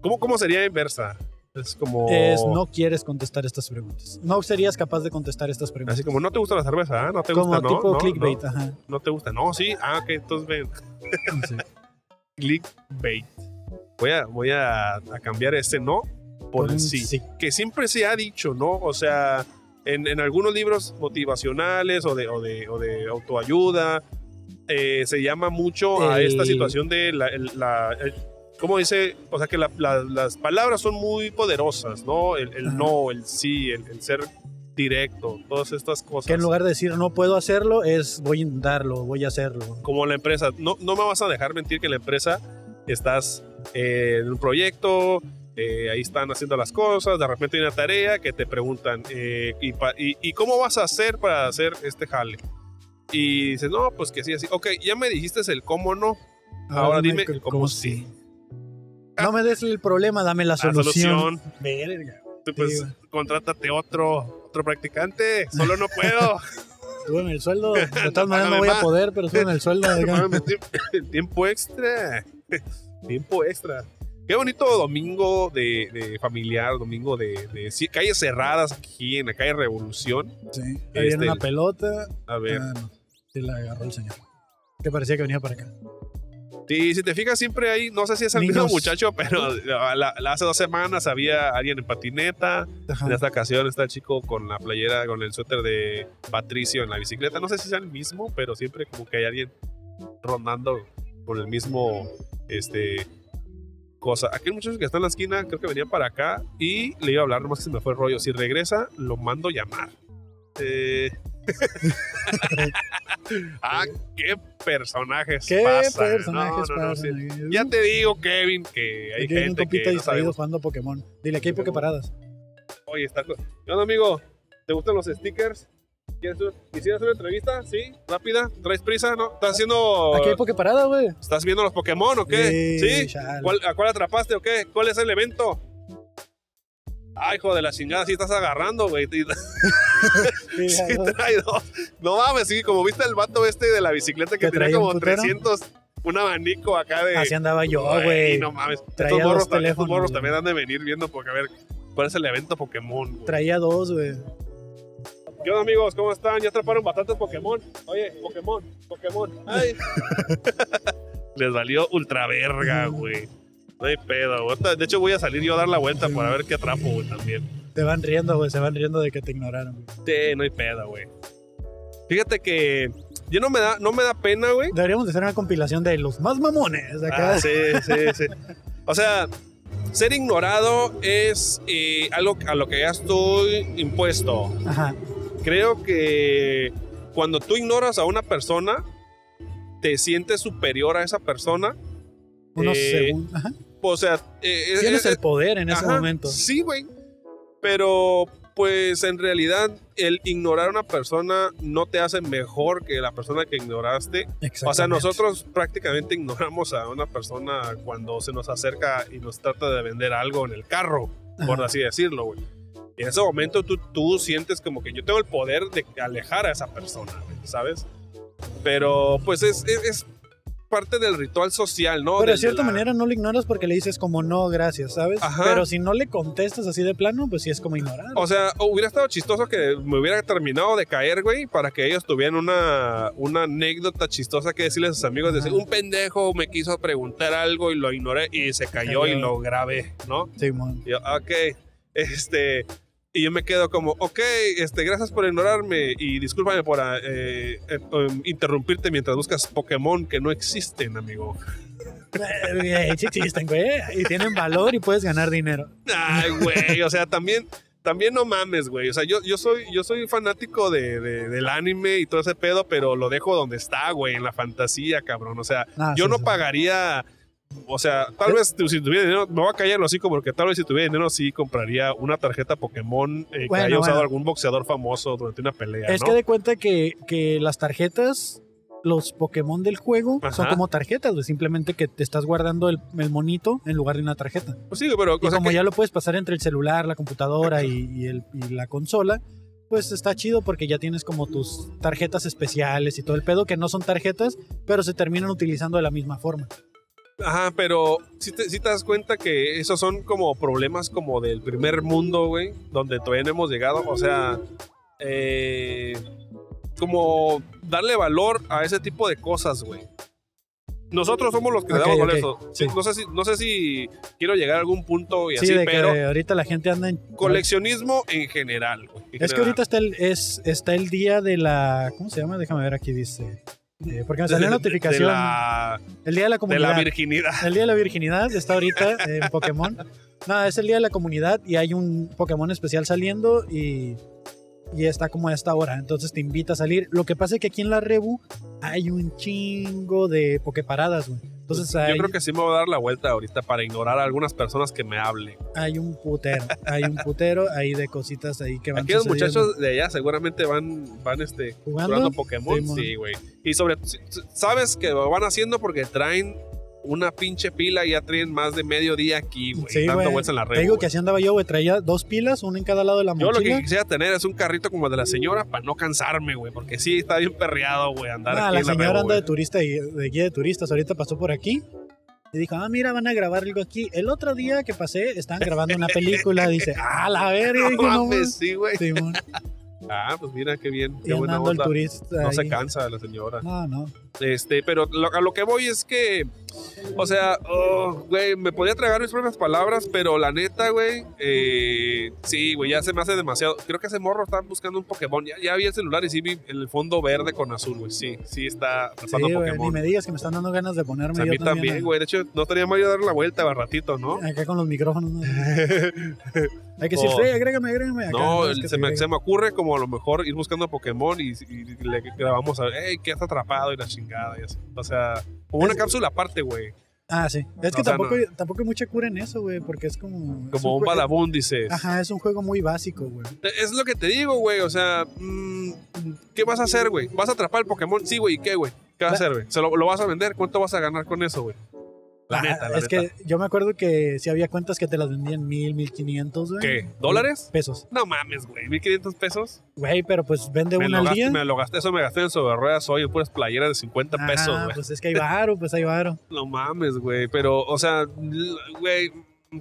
¿Cómo, cómo sería inversa? Es como. Es no quieres contestar estas preguntas. No serías capaz de contestar estas preguntas. Así como no te gusta la cerveza, ¿ah? no te Como gusta, no, tipo no, clickbait, No, ajá. no te gusta, no, sí, ah, ok, entonces ven, Sí. clickbait. Voy a, voy a, a cambiar este no por Un el sí. que siempre se ha dicho, ¿no? O sea, en, en algunos libros motivacionales o de, o de, o de autoayuda, eh, se llama mucho a El- esta situación de la... el- la- el- ¿Cómo dice? O sea, que la- la- las palabras son muy poderosas, ¿no? El, el Ajá. no, el sí, el, el ser directo, todas estas cosas. Que en lugar de decir no puedo hacerlo, es voy a intentarlo, voy a hacerlo. como la empresa. No, no me vas a dejar mentir que en la empresa estás eh, en un proyecto, eh, ahí están haciendo las cosas, de repente hay una tarea que te preguntan, eh, y, pa- y- y cómo vas a hacer para hacer este jale? Y dices, no, pues que sí, así. Ok, ya me dijiste el cómo no. Ahora dime c- cómo sí. Ah, No me des el problema, dame la La solución. solución. Verga. Tú, Pues Sí. contrátate otro, otro practicante. Solo no puedo. Súbeme el sueldo. De todas maneras no No, págame voy a más. poder, pero súbeme el sueldo. verga. Mames, tie- Este, tiempo extra. tiempo extra. Qué bonito domingo de, de familiar, domingo de, de ci- calles cerradas aquí en la calle Revolución. Sí. Ahí viene Este- una pelota. A ver. Ah, no. Sí, la agarró el señor. Que parecía que venía para acá. Sí, si te fijas, siempre hay, no sé si es el mismo Niños. muchacho, pero la- la- hace dos semanas había alguien en patineta. Ajá. En esta ocasión está el chico con la playera, con el suéter de Patricio en la bicicleta. No sé si sea el mismo, pero siempre como que hay alguien rondando con el mismo, este, cosa. Aquel muchacho que está en la esquina, creo que venía para acá y le iba a hablar, nomás que se me fue el rollo. Si regresa, lo mando llamar. Eh. ah, qué personajes ¿Qué pasan. personajes No, no, no, sí. pasan? ahí? Ya te digo, Kevin, que hay Aquí viene un gente compita que no distraído sabemos jugando Pokémon. Dile, aquí hay Poképaradas. Oye, está. co- ¿Qué onda, amigo? ¿Te gustan los stickers? ¿Quieres un- ¿Quisieras una entrevista? ¿Sí? ¿Rápida? ¿Traes prisa? ¿No? ¿Estás haciendo. Aquí hay Poképarada, güey. ¿Estás viendo los Pokémon o qué? ¿Sí? chale. ¿Cuál- ¿A cuál atrapaste o qué? ¿Cuál es el evento? Ay, hijo de la chingada, sí estás agarrando, güey. Sí, Sí, ajá. trae dos. No mames, sí, como viste el vato este de la bicicleta que ¿Que tenía traía un como putero? 300, un abanico acá de. Así andaba yo, Ay, güey. No mames. Traía Estos dos morros, también, estos teléfonos, morros güey. también han de venir viendo, porque a ver, ¿cuál es el evento Pokémon? güey? Traía dos, güey. ¿Qué onda amigos? ¿Cómo están? Ya atraparon bastantes Pokémon. Oye, Pokémon, Pokémon. Ay. Les valió ultra verga, güey. No hay pedo, güey. Ahorita, De hecho, voy a salir yo a dar la vuelta para ver qué atrapo, güey, también. Te van riendo, güey. Se van riendo de que te ignoraron. güey. Sí, no hay pedo, güey. Fíjate que yo no me da, no me da pena, güey. Deberíamos de hacer una compilación de los más mamones de acá. Ah, sí, sí, sí. O sea, ser ignorado es eh, algo a lo que ya estoy impuesto. Ajá. creo que cuando tú ignoras a una persona, te sientes superior a esa persona. Unos Eh, segundos. Ajá. O sea, eh, eh, Tienes eh, el poder en ese ajá, momento. Sí, güey. Pero, pues en realidad, el ignorar a una persona no te hace mejor que la persona que ignoraste. O sea, Exactamente. nosotros prácticamente ignoramos a una persona cuando se nos acerca y nos trata de vender algo en el carro, por Ajá. así decirlo, güey. Y en ese momento tú, tú sientes como que yo tengo el poder de alejar a esa persona, güey, ¿sabes? Pero pues es, es, es parte del ritual social, ¿no? Pero Del- de cierta la- manera no lo ignoras porque le dices como no, gracias, ¿sabes? Ajá. Pero si no le contestas así de plano, pues sí es como ignorar. O sea, hubiera estado chistoso que me hubiera terminado de caer, güey, para que ellos tuvieran una, una anécdota chistosa que decirle a sus amigos. Decir, Ajá. un pendejo me quiso preguntar algo y lo ignoré y se cayó y Cayó. lo grabé, ¿no? Simón. Y yo, ok, este... Y yo me quedo como, ok, este, gracias por ignorarme y discúlpame por ah, eh, eh, um, interrumpirte mientras buscas Pokémon que no existen, amigo. Eh, sí existen, güey. Y tienen valor y puedes ganar dinero. Ay, güey, o sea, también, también no mames, güey. O sea, yo, yo soy, yo soy fanático de, de- del anime y todo ese pedo, pero lo dejo donde está, güey, en la fantasía, cabrón. O sea, Ah, yo sí, no sí. pagaría. O sea, tal ¿Eh? vez tu- si tuviera dinero, me voy a callar los hocico porque tal vez si tuviera dinero sí compraría una tarjeta Pokémon eh, que Bueno, haya usado bueno. algún boxeador famoso durante una pelea, Es ¿no? que de cuenta que, que las tarjetas, los Pokémon del juego, son Ajá. como tarjetas, güey. Simplemente que te estás guardando el, el monito en lugar de una tarjeta. Pues sí, pero o Y sea, como que- ya lo puedes pasar entre el celular, la computadora y, y el- y la consola, pues está chido porque ya tienes como tus tarjetas especiales y todo el pedo que no son tarjetas, pero se terminan utilizando de la misma forma. Ajá, pero si te, sí te das cuenta que esos son como problemas como del primer mundo, güey, donde todavía no hemos llegado. O sea, eh, como darle valor a ese tipo de cosas, güey. Nosotros somos los que le Ok, damos valor a ok, eso. sí. No, sé si, no sé si quiero llegar a algún punto y Sí, así, de que pero ahorita la gente anda en... coleccionismo en general, güey. en Es que general. ahorita está el, es, está el día de la... ¿Cómo se llama? Déjame ver aquí, dice. Eh, porque me salió De- de- notificación. De la, el día de la de comunidad. la virginidad. El Día de la Virginidad está ahorita en Pokémon. No, es el Día de la Comunidad y hay un Pokémon especial saliendo y, y está como a esta hora. Entonces te invita a salir. Lo que pasa es que aquí en la Rebu hay un chingo de Poképaradas, güey. Entonces hay, Pues, Yo creo que sí me voy a dar la vuelta ahorita para ignorar a algunas personas que me hablen. hay un putero. Hay un putero ahí de cositas ahí que van Aquí los sucediendo. muchachos de allá seguramente van, van este, jugando. jugando Pokémon. Simón. Sí, güey. Y sobre, si- si- sabes que lo van haciendo porque traen una pinche pila y ya traen más de medio día aquí, güey. Sí, dando güey. vueltas en la red. Te digo que así andaba yo, güey. Traía dos pilas, una en cada lado de la yo mochila. lo que quisiera tener es un carrito como el de la señora para no cansarme, güey. Porque sí, está bien perreado, güey, andar Ah, aquí la en la señora Rebo, anda de güey. turista y de guía de turistas. Ahorita pasó por aquí y dijo: Ah, mira, van a grabar algo aquí. El otro día que pasé, estaban grabando una película. Dice: Ah, la verga. dije, No No, mames, sí, güey. mames". Simón. Ah, pues mira qué bien, Y qué buena andando el onda. turista. No se ahí. cansa la señora. No, no. Este, pero lo- a lo que voy es que, o sea, oh, güey, me podía tragar mis propias palabras, pero la neta, güey, eh, sí, güey, ya se me hace demasiado. Creo que ese morro está buscando un Pokémon. Ya, ya vi el celular y sí vi el fondo verde con azul, güey. Sí, sí está Sí, atrapando güey, ni Pokémón. me digas que me están dando ganas de ponerme. O sea, a yo mí también, ¿no? Ah, güey. De hecho, no estaría mal yo dar la vuelta al ratito, ¿no? Acá con los micrófonos. ¿no? Hay que decir: Oh. "Ey, agrégame, agrégame. Acá, No, es que se me, agregue. se me ocurre como a lo mejor ir buscando Pokémon y, y le grabamos a ver, hey, que está atrapado y la chingada y así. O sea, como una Es- cápsula aparte, güey. Ah, sí. Es No, que o sea, tampoco, no. hay- tampoco hay mucha cura en eso, güey, porque es como. es Como un jue- balabún, dices. Ajá, es un juego muy básico, güey. Es lo que te digo, güey. O sea, mm, ¿qué vas a hacer, güey? ¿Vas a atrapar el Pokémon? Sí, güey. ¿Y qué, güey? ¿Qué vas a hacer, güey? ¿Se lo, lo vas a vender? ¿Cuánto vas a ganar con eso, güey? La Ah, neta, la es neta. que yo me acuerdo que si había cuentas que te las vendían mil, mil quinientos, güey. ¿Qué? ¿Dólares? Pesos. No mames, güey. ¿1500 pesos? Güey, pero pues vende Me una lo, al gasté, día. me lo gasté. Eso me gasté en sobre ruedas hoy en puras playeras de 50 Ajá, pesos, güey. pues es que hay varo, pues hay varo. No mames, güey. Pero, o sea, l- güey.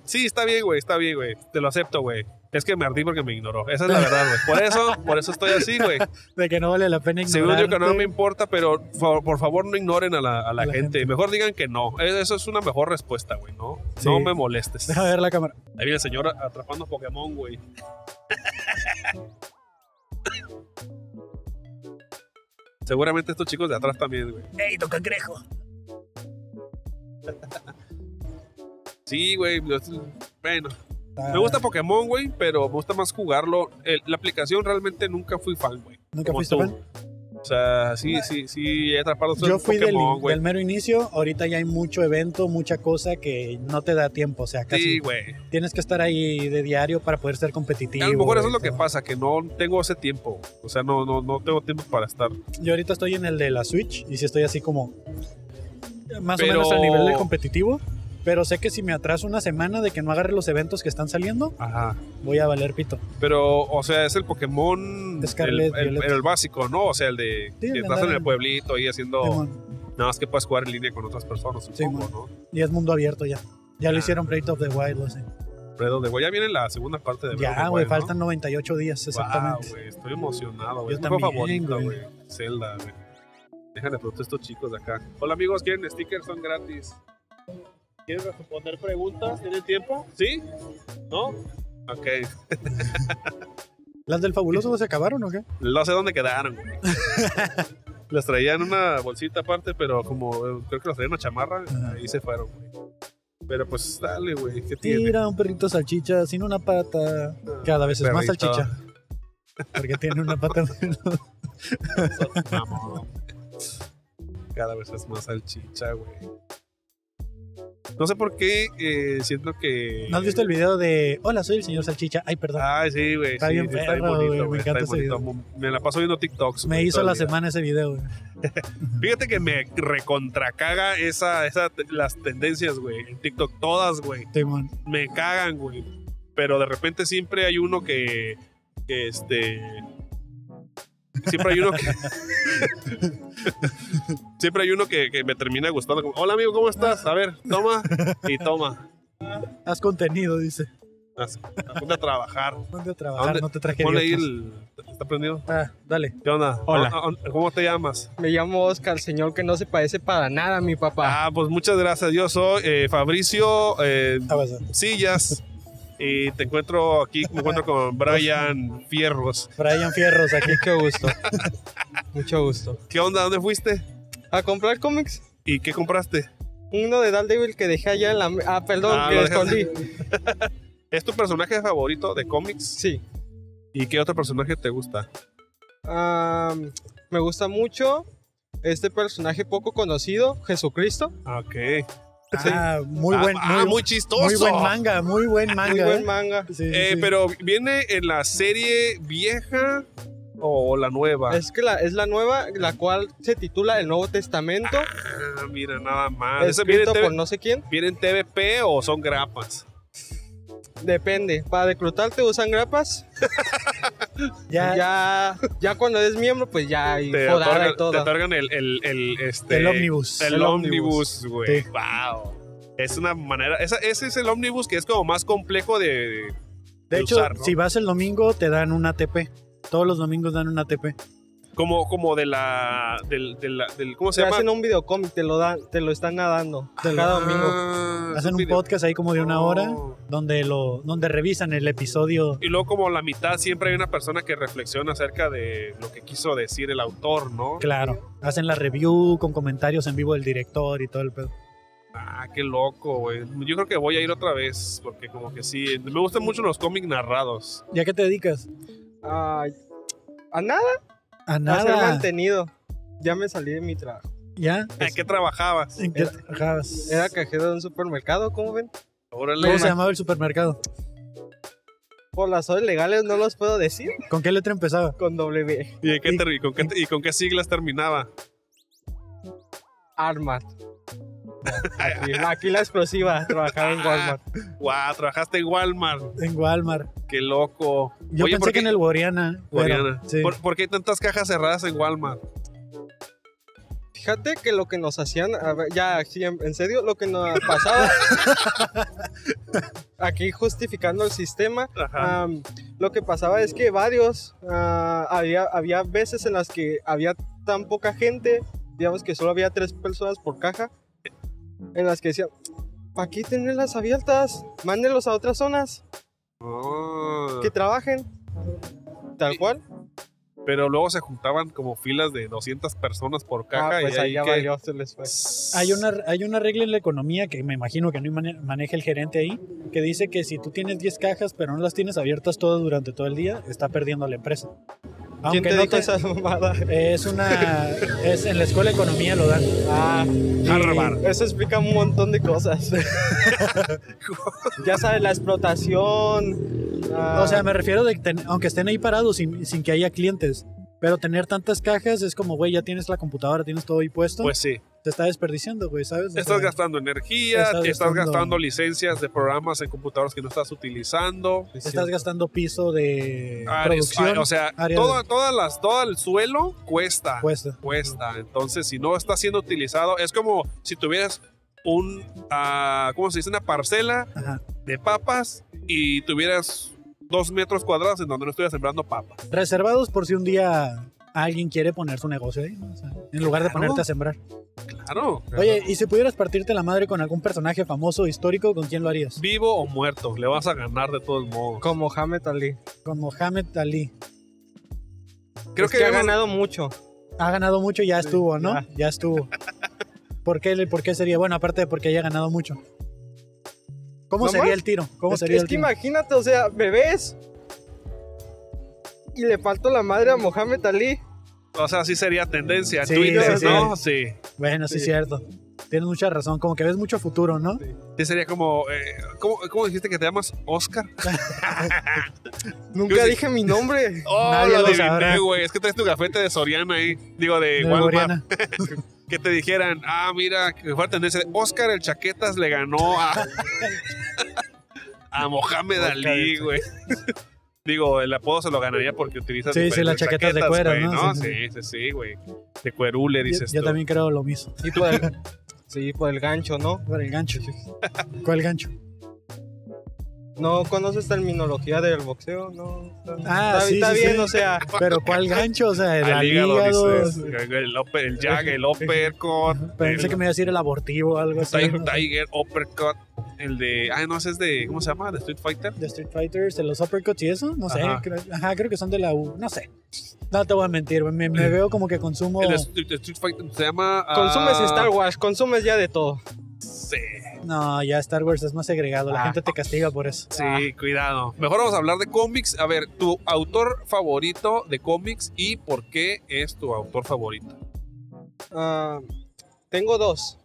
Sí, está bien, güey. Está bien, güey. Te lo acepto, güey. Es que me ardí porque me ignoró. Esa es la verdad, güey. Por eso, por eso estoy así, güey. De que no vale la pena Según ignorar. yo que no me importa, pero por, por favor no ignoren a la, a la A la gente. gente. Mejor digan que no. E- Eso es una mejor respuesta, güey, ¿no? Sí. No me molestes. Deja ver la cámara. Ahí viene el señor atrapando Pokémon, güey. Seguramente estos chicos de atrás también, güey. ¡Ey, tu cangrejo! Sí, güey. lo- Bueno, Ah, me gusta Pokémón, güey, pero me gusta más jugarlo. El- la aplicación realmente nunca fui fan, güey. Nunca como fuiste tú. fan. O sea, sí, sí, sí, he atrapado Yo fui del, Pokémon, güey. del mero inicio. Ahorita ya hay mucho evento, mucha cosa que no te da tiempo. O sea, Sí, casi güey. tienes que estar ahí de diario para poder ser competitivo. A lo mejor eso y es lo que todo. pasa, que no tengo ese tiempo. O sea, no, no, no tengo tiempo para estar. Yo ahorita estoy en el de la Switch y si estoy así como más Pero- o menos al nivel del competitivo, pero sé que si me atraso una semana de que no agarre los eventos que están saliendo, Ajá. voy a valer pito. Pero, o sea, es el Pokémon. Scarlet el, el- Violet. el básico, ¿no? O sea, el de. Sí, que el de estás en andar el en- pueblito ahí haciendo. Simón. Nada más que puedes jugar en línea con otras personas, supongo, man. ¿no? Y es mundo abierto ya. Ya lo Ah. hicieron Breath of the Wild, lo sé. Pero de güey, ya viene la segunda parte de Breath of Ya, the güey, Wild, ¿no? faltan 98 días exactamente. Wow, güey, estoy emocionado, güey. Yo Es mi juego también, favorito, güey. güey. Zelda, güey. Déjale preguntar a estos chicos de acá. Hola amigos, ¿quieren stickers? Son gratis. ¿Quieres responder preguntas? ¿Tienen tiempo? ¿Sí? ¿No? Ok. ¿Las del fabuloso se acabaron o qué? No sé dónde quedaron, güey. Las traían en una bolsita aparte, pero como eh, creo que las traían en una chamarra, Ajá. ahí se fueron, güey. Pero pues dale, güey. ¿Qué tiene? Tira un perrito salchicha sin una pata. Cada vez es más Perrito. salchicha. Porque tiene una pata. Mamón. Cada vez es más salchicha, güey. No sé por qué eh, siento que. ¿No has visto el video de Hola, soy el señor salchicha? Ay, perdón. Ay, sí, güey. Está sí, bien sí, está bien perro, bonito, güey, me güey, está encanta bien ese bonito. Me la paso viendo TikToks. Me güey, hizo todo la el día. semana ese video, güey. Fíjate que me recontracaga esa, esa, las tendencias, güey. En TikTok, todas, güey. Timón. me cagan, güey. Pero de repente siempre hay uno que, que, este. Siempre hay uno que. siempre hay uno que, que me termina gustando. como, Hola amigo, ¿cómo estás? A ver, toma y toma. Haz contenido, dice. Haz- Ponte a trabajar. ¿Dónde ¿A trabajar? dónde? No te traje Ponle ahí dietas. el. ¿Está prendido? Ah, dale. ¿Qué onda? Hola. ¿A- a- a- ¿Cómo te llamas? Me llamo Oscar, señor que no se parece para nada a mi papá. Ah, pues muchas gracias. Yo soy eh, Fabricio eh, Ah, vas a- Sillas. Y te encuentro aquí, me encuentro con Brian Fierros. Brian Fierros aquí. Mucho gusto. Mucho gusto. ¿Qué onda? ¿Dónde fuiste? ¿A comprar cómics? ¿Y qué compraste? Uno de Daredevil que dejé allá en la... me- Ah, perdón, Ah, que lo escondí. ¿Es tu personaje favorito de cómics? Sí. ¿Y qué otro personaje te gusta? Ah, me gusta mucho este personaje poco conocido, Jesucristo. Ok. Ah, muy ah, buen, ah, muy, muy chistoso. muy buen manga, muy buen manga. Muy ¿eh? buen manga. Sí, sí, Eh, sí. Pero viene en la serie vieja o la nueva. Es que la, es la nueva, la cual se titula El Nuevo Testamento, Ah, mira, nada más. ¿Eso viene, en escrito TV por no sé quién. viene en TVP o son grapas? Depende. Para reclutarte usan grapas. ya, Ya, ya, cuando eres miembro, pues ya hay Te jodada otorgan, y todo. te otorgan el, el, el, este, el ómnibus. El El ómnibus, güey. Sí. Wow. Es una manera. esa- ese es el ómnibus que es como más complejo de. De de hecho, usar, ¿no? si vas el domingo, te dan un ATP. Todos los domingos dan un Ah, ATP. Como, como de la. Del, de la- del, ¿Cómo se Te llama? hacen un videocómic, te lo dan, te lo están nadando Te lo- cada domingo. Ah, Hacen es un video. podcast ahí como de una hora Oh. donde lo donde revisan el episodio. Y luego como la mitad siempre hay una persona que reflexiona acerca de lo que quiso decir el autor, ¿no? Claro, hacen la review con comentarios en vivo del director y todo el pedo. Ah, qué loco, güey. Yo creo que voy a ir otra vez porque como que sí, me gustan mucho los cómics narrados. ¿Ya qué te dedicas? Ay, a nada, A a ser nada. mantenido. Ya me salí de mi trabajo. ¿Ya? ¿En Ah, qué trabajabas? ¿En qué trabajabas? Era cajero de un supermercado, ¿cómo ven? Órale. ¿Cómo se llamaba el supermercado? Por las horas legales no los puedo decir. ¿Con qué letra empezaba? Con W. ¿Y, en qué ter- y con qué, y con qué siglas terminaba? Armat. Aquí, aquí la explosiva. Trabajaba en Walmart. Guau, trabajaste en Walmart. En Walmart. Qué loco. Yo Oye, pensé ¿por que qué- en el Guadiana. pero- Guadiana, sí. ¿Por, por qué hay tantas cajas cerradas en Walmart? Fíjate que lo que nos hacían. a ver, ya, sí, en, en serio, lo que nos pasaba. aquí justificando el sistema. Ah. Ajá. am, lo que pasaba es que varios. ah, había, había veces en las que había tan poca gente. Digamos que solo había tres personas por caja. En las que decían. ¿Para qué tenerlas abiertas? Mándenlos a otras zonas. Oh. que trabajen. Tal cual. Pero luego se juntaban como filas de 200 personas por Ah, caja pues y ahí ahí ya que- valió, se les fue. pues. Hay una, hay una regla en la economía que me imagino que no mane- maneja el gerente ahí, que dice que si tú tienes 10 cajas pero no las tienes abiertas todas durante todo el día, está perdiendo la empresa. ¿Quién Aunque te no dijo te- esa mamada? Es una... es en la escuela de economía lo dan. Ah, Harvard. eso explica un montón de cosas. ya sabes, la explotación. ah, O sea, me refiero de que ten- aunque estén ahí parados sin, sin que haya clientes, pero tener tantas cajas es como, güey, ya tienes la computadora, tienes todo ahí puesto. Pues sí. te está desperdiciando, güey, ¿sabes? O Estás sea, gastando energía, estás estás, gastando- gastando licencias de programas en computadoras que no estás utilizando. Estás gastando piso de Ah, Áreas- producción. o sea, áreas todo, de- todas las, todo el suelo cuesta. cuesta. cuesta. Entonces, si no está siendo utilizado, es como si tuvieras un, ah, ¿cómo se dice? Una parcela Ajá. de papas y tuvieras dos metros cuadrados en donde no estuvieras sembrando papas. Reservados por si un día alguien quiere poner su negocio ahí, ¿no? O sea, en lugar de Claro. ponerte a sembrar. Claro. Oye, y si pudieras partirte la madre con algún personaje famoso histórico, ¿con quién lo harías? Vivo o muerto, le vas a ganar de todos modos. Como Hamed Ali. Con Mohamed Ali. Creo Es que, ha hemos- ganado mucho. Ha ganado mucho, ya estuvo, ¿no? ya. Ya estuvo. ¿Por qué, ¿Por qué sería? Bueno, aparte de porque haya ganado mucho. ¿Cómo ¿No sería más? el tiro? ¿Cómo es sería es el que tiro? imagínate, o sea, bebés. Y le faltó la madre a Mohamed Ali. o sea, sí sería tendencia en Sí, Twitter, sí, ¿no? Sí. Bueno, sí, Sí. cierto. Tienes mucha razón, como que ves mucho futuro, ¿no? Sí sería como, eh, ¿cómo, cómo dijiste que te llamas? Oscar. Nunca Yo sí. dije mi nombre. Oh, Nadie lo lo sabrá. adiviné, güey. Es que traes tu gafete de Soriana ahí. Digo, de De Walmart. Oriana. que te dijeran, ah, mira, que fue tendencia. Oscar el Chaquetas le ganó a, a Mohamed Oscar Ali, el güey. Digo, el apodo se lo ganaría porque utiliza Sí, sí, las chaquetas de cuero, ¿no? Sí, Sí, sí, sí, güey. De cuerule, Yo, dices yo tú. también creo lo mismo. Sí por, el, sí, por el gancho, ¿no? Por el gancho. ¿Cuál gancho? No conoces terminología del boxeo, ¿no. Ah, está, sí, está sí, bien, sí. o sea, Pero ¿cuál gancho? O sea, el Al al hígado, hígado. dices. El, upper- el jag, el uppercut. Pensé el que me iba a decir el abortivo o algo así. Ti- ¿no? Tiger, uppercut. El de. Ah, no, ese es de. ¿Cómo se llama? ¿De Street Fighter? de Street Fighters, de los uppercuts y eso, no sé, Ajá. creo, ajá, creo que son de la U, no sé. No te voy a mentir, me, me veo como que consumo, El de Street- de Street Fighter se llama. ah, consumes Star Wars, consumes ya de todo. Sí. no, ya Star Wars es más segregado, la Ah. gente te castiga por eso. Sí, cuidado. Mejor vamos a hablar de cómics. A ver, tu autor favorito de cómics y por qué es tu autor favorito. Ah, tengo dos.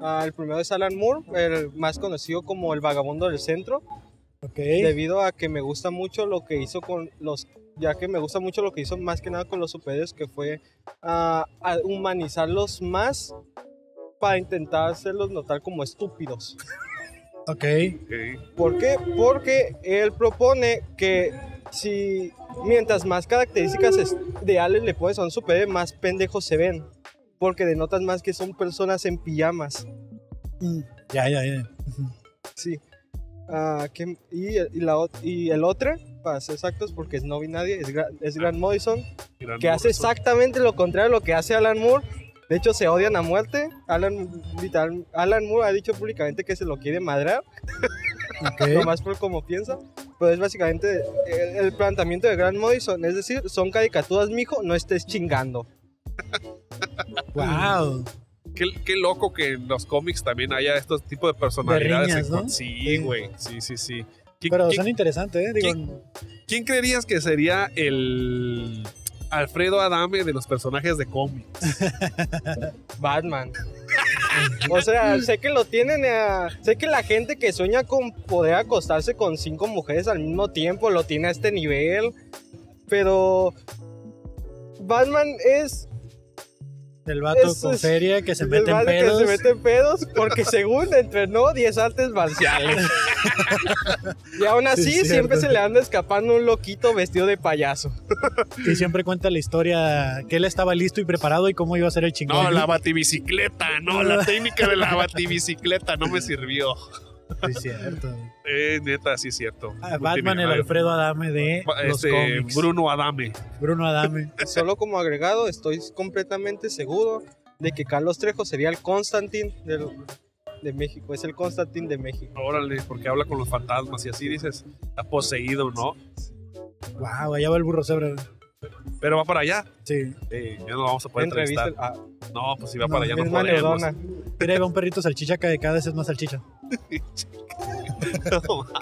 Ah, el primero es Alan Moore, el más conocido como el vagabundo del centro, Ok, debido a que me gusta mucho lo que hizo con los, ya que me gusta mucho lo que hizo más que nada con los superhéroes, que fue ah, a humanizarlos más para intentar hacerlos notar como estúpidos. ok, ¿Por qué? Porque él propone que si mientras más características es- de Alex le pones a un superhéroe, más pendejos se ven. Porque denotan más que son personas en pijamas. Mm, ya, ya, ya. Ujú. Sí. Ah, ¿qué- y, y la ot- y el otro, para ser exactos, porque es no vi nadie, es, Gra- es Grant Morrison, Gran que hace Morrison. exactamente lo contrario a lo que hace Alan Moore. De hecho, se odian a muerte. Alan, literal- Alan Moore ha dicho públicamente que se lo quiere madrar. ok, nomás por cómo piensa. Pero es básicamente el, el planteamiento de Grant Morrison. Es decir, son caricaturas, mijo, no estés chingando. wow, Qué, qué loco que en los cómics también haya estos tipos de personalidades. De riñas, en- ¿no? Sí, Sí. güey. Sí, sí, sí. ¿Qui- pero qui- son interesantes, ¿eh? Digo, ¿Quién creerías que sería el Alfredo Adame de los personajes de cómic? Batman. o sea, sé que lo tienen. a- sé que la gente que sueña con poder acostarse con cinco mujeres al mismo tiempo lo tiene a este nivel. Pero. Batman es el vato Eso con es- feria que se el mete en vale que pedos, se mete en pedos porque según entrenó 10 artes marciales. y aún Sí, así es siempre cierto. se le anda escapando un loquito vestido de payaso. y siempre cuenta la historia que él estaba listo y preparado y cómo iba a ser el chingón. No, la batibicicleta. No, la técnica de la batibicicleta no me sirvió. Sí, cierto. Eh, neta, sí es cierto. Ah, Batman, el Alfredo Adame de Ba- los este, cómics. Bruno Adame. Bruno Adame. Solo como agregado, estoy completamente seguro de que Carlos Trejo sería el Constantín del- de México. Es el Constantín de México. Órale, porque habla con los fantasmas y así dices, está poseído, ¿no? Wow, allá va el burro cebra. güey. Pero va para allá. Sí. Eh, ya no lo vamos a poder Entrevista. entrevistar. Ah, No, pues si va No, para allá no misma podemos. neurona. Mira, ahí va un perrito salchicha que cada vez es más salchicha. Ah.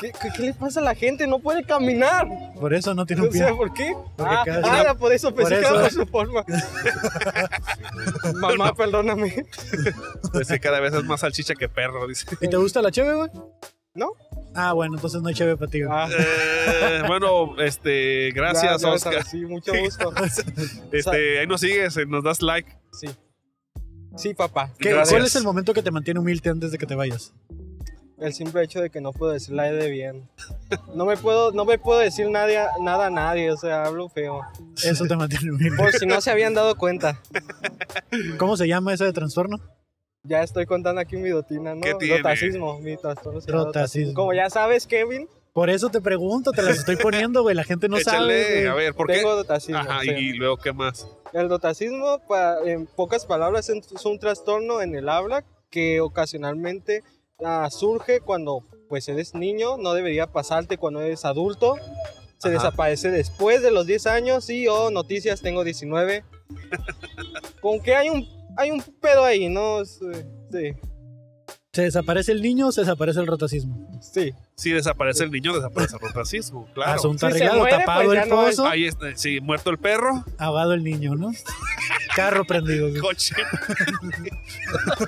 ¿Qué, qué, qué le pasa a la gente? No puede caminar. Por eso no tiene un O sea, pie. ¿por qué? Porque Ah, cada- ah, era por eso pensé Por que era por eso. su forma. Mamá, perdóname. Pues sí, cada vez es más salchicha que perro, dice. ¿Y te gusta la cheve, güey? No. Ah, bueno, entonces no hay cheve para ti, güey. Ah, Eh, bueno, este, ya- gracias, ya Oscar. sabes, Sí, mucho gusto. Este, ahí nos sigues, eh, nos das like. Sí. Sí, papá. ¿Qué- Gracias. ¿Cuál es el momento que te mantiene humilde antes de que te vayas? El simple hecho de que no puedo decir la E de bien. No me puedo, no me puedo decir nadie, nada a nadie, o sea, hablo feo. Eso te mantiene humilde. Por si no se habían dado cuenta, ¿Cómo se llama ese de trastorno? ya estoy contando aquí mi dotina, ¿no? ¿Qué tiene? Rotacismo, mi trastorno. se llama Rotacismo. Como ya sabes, Kevin, Por eso te pregunto, te las estoy poniendo, güey. La gente no Échale, sabe. a güey. ver, ¿por qué? tengo dotacismo. Ajá, sí. y luego, ¿qué más? El dotacismo, pa- en pocas palabras, es un trastorno en el habla que ocasionalmente ah, surge cuando pues eres niño, no debería pasarte cuando eres adulto. Se Ajá. desaparece después de los 10 años y, oh, noticias, tengo 19. Con que hay un, hay un pedo ahí, ¿no? eh, Sí, sí, Se desaparece el niño, se desaparece el rotacismo. sí. Si desaparece el niño, desaparece el racismo, claro. Asunto Si se arreglado, muere, tapado pues ya el no es- pozo, Ahí está, sí, muerto el perro, ahogado el niño, ¿no? Carro prendido. güey. coche.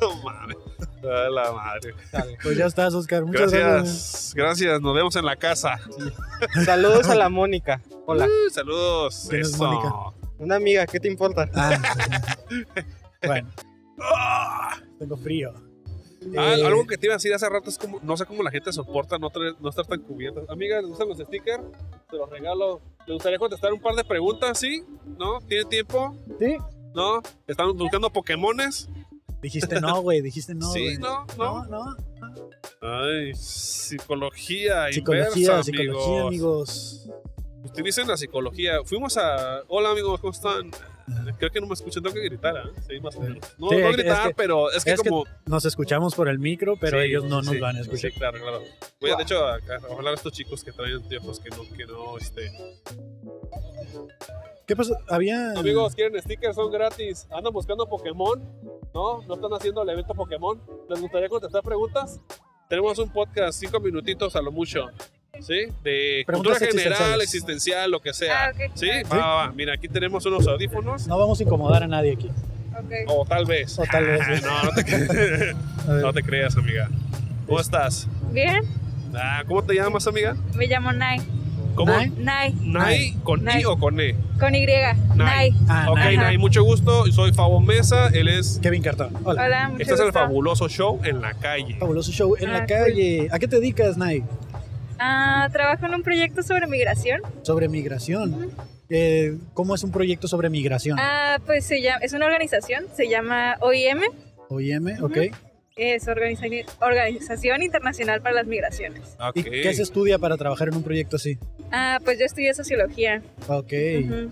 no mames. A la madre. Dale. Pues ya estás, Oscar. Muchas gracias. güey. Gracias, gracias. Nos vemos en la casa. Saludos a la Mónica. Hola. Uh, saludos. ¿Quién es Eso. Mónica? Una amiga, ¿qué te importa? Ah, sí, sí. bueno, Ah, tengo frío. ah, Eh, algo que te iba a decir hace rato es como, no sé cómo la gente soporta no, tener- no estar tan cubierta. Amiga, ¿le gustan los stickers? Te los regalo. ¿Le gustaría contestar un par de preguntas? ¿Sí? ¿No? ¿Tiene tiempo? Sí. ¿No? ¿Están buscando Pokémones? Dijiste no, güey. Dijiste no. sí, güey. no, no. No, no. Ay, psicología, Psicología, inversa, psicología, amigos. amigos. Utilicen la psicología. Fuimos a. Hola, amigos, ¿cómo están? Creo que no me escuchan, tengo que gritar. ¿ah? Sí, más o menos. No, Sí, no es que- gritar, es que- pero es que es que- como. Nos escuchamos por el micro, pero Sí, ellos no nos sí, van a escuchar. Sí, claro, claro. Voy a, de hecho, a, a hablar a estos chicos que traen anteojos que no, que no, este. ¿Qué pasó? Había. Amigos, ¿quieren stickers? Son gratis. ¿Andan buscando Pokémon? ¿No? ¿No están haciendo el evento Pokémon? ¿Les gustaría contestar preguntas? Tenemos un podcast, cinco minutitos a lo mucho. ¿Sí? De cultura Preguntas general, existenciales. existencial, lo que sea. Ah, ok. ¿Sí? Va, va, va. Mira, aquí tenemos unos audífonos. No vamos a incomodar a nadie aquí. Ok. O tal vez. O tal vez. Ah, no, no te, cre- A ver, Este. no te creas, amiga. ¿Cómo estás? Bien, Ah, ¿Cómo te llamas, amiga? me llamo Nay. ¿Cómo? Nay. Nay, Nay, ¿con I Nay. o con E? con Y. Nay. Ah, Ok, Nay. Nay, mucho gusto. Soy Fabo Mesa. Él es. Kevin Cartón. Hola. Hola, mucho Estás en el gusto. fabuloso show en la calle. Fabuloso show en la Ah, calle. ¿A qué te dedicas, Nay? Ah, trabajo en un proyecto sobre migración. Sobre migración. Eh, ¿Cómo es un proyecto sobre migración? Ah, pues se llama, es una organización, se llama OIM, OIM, ok. es Organiza- Organización Internacional para las Migraciones. Ok. ¿Y qué se estudia para trabajar en un proyecto así? Ah, pues yo estudié sociología. Ok. Ujú.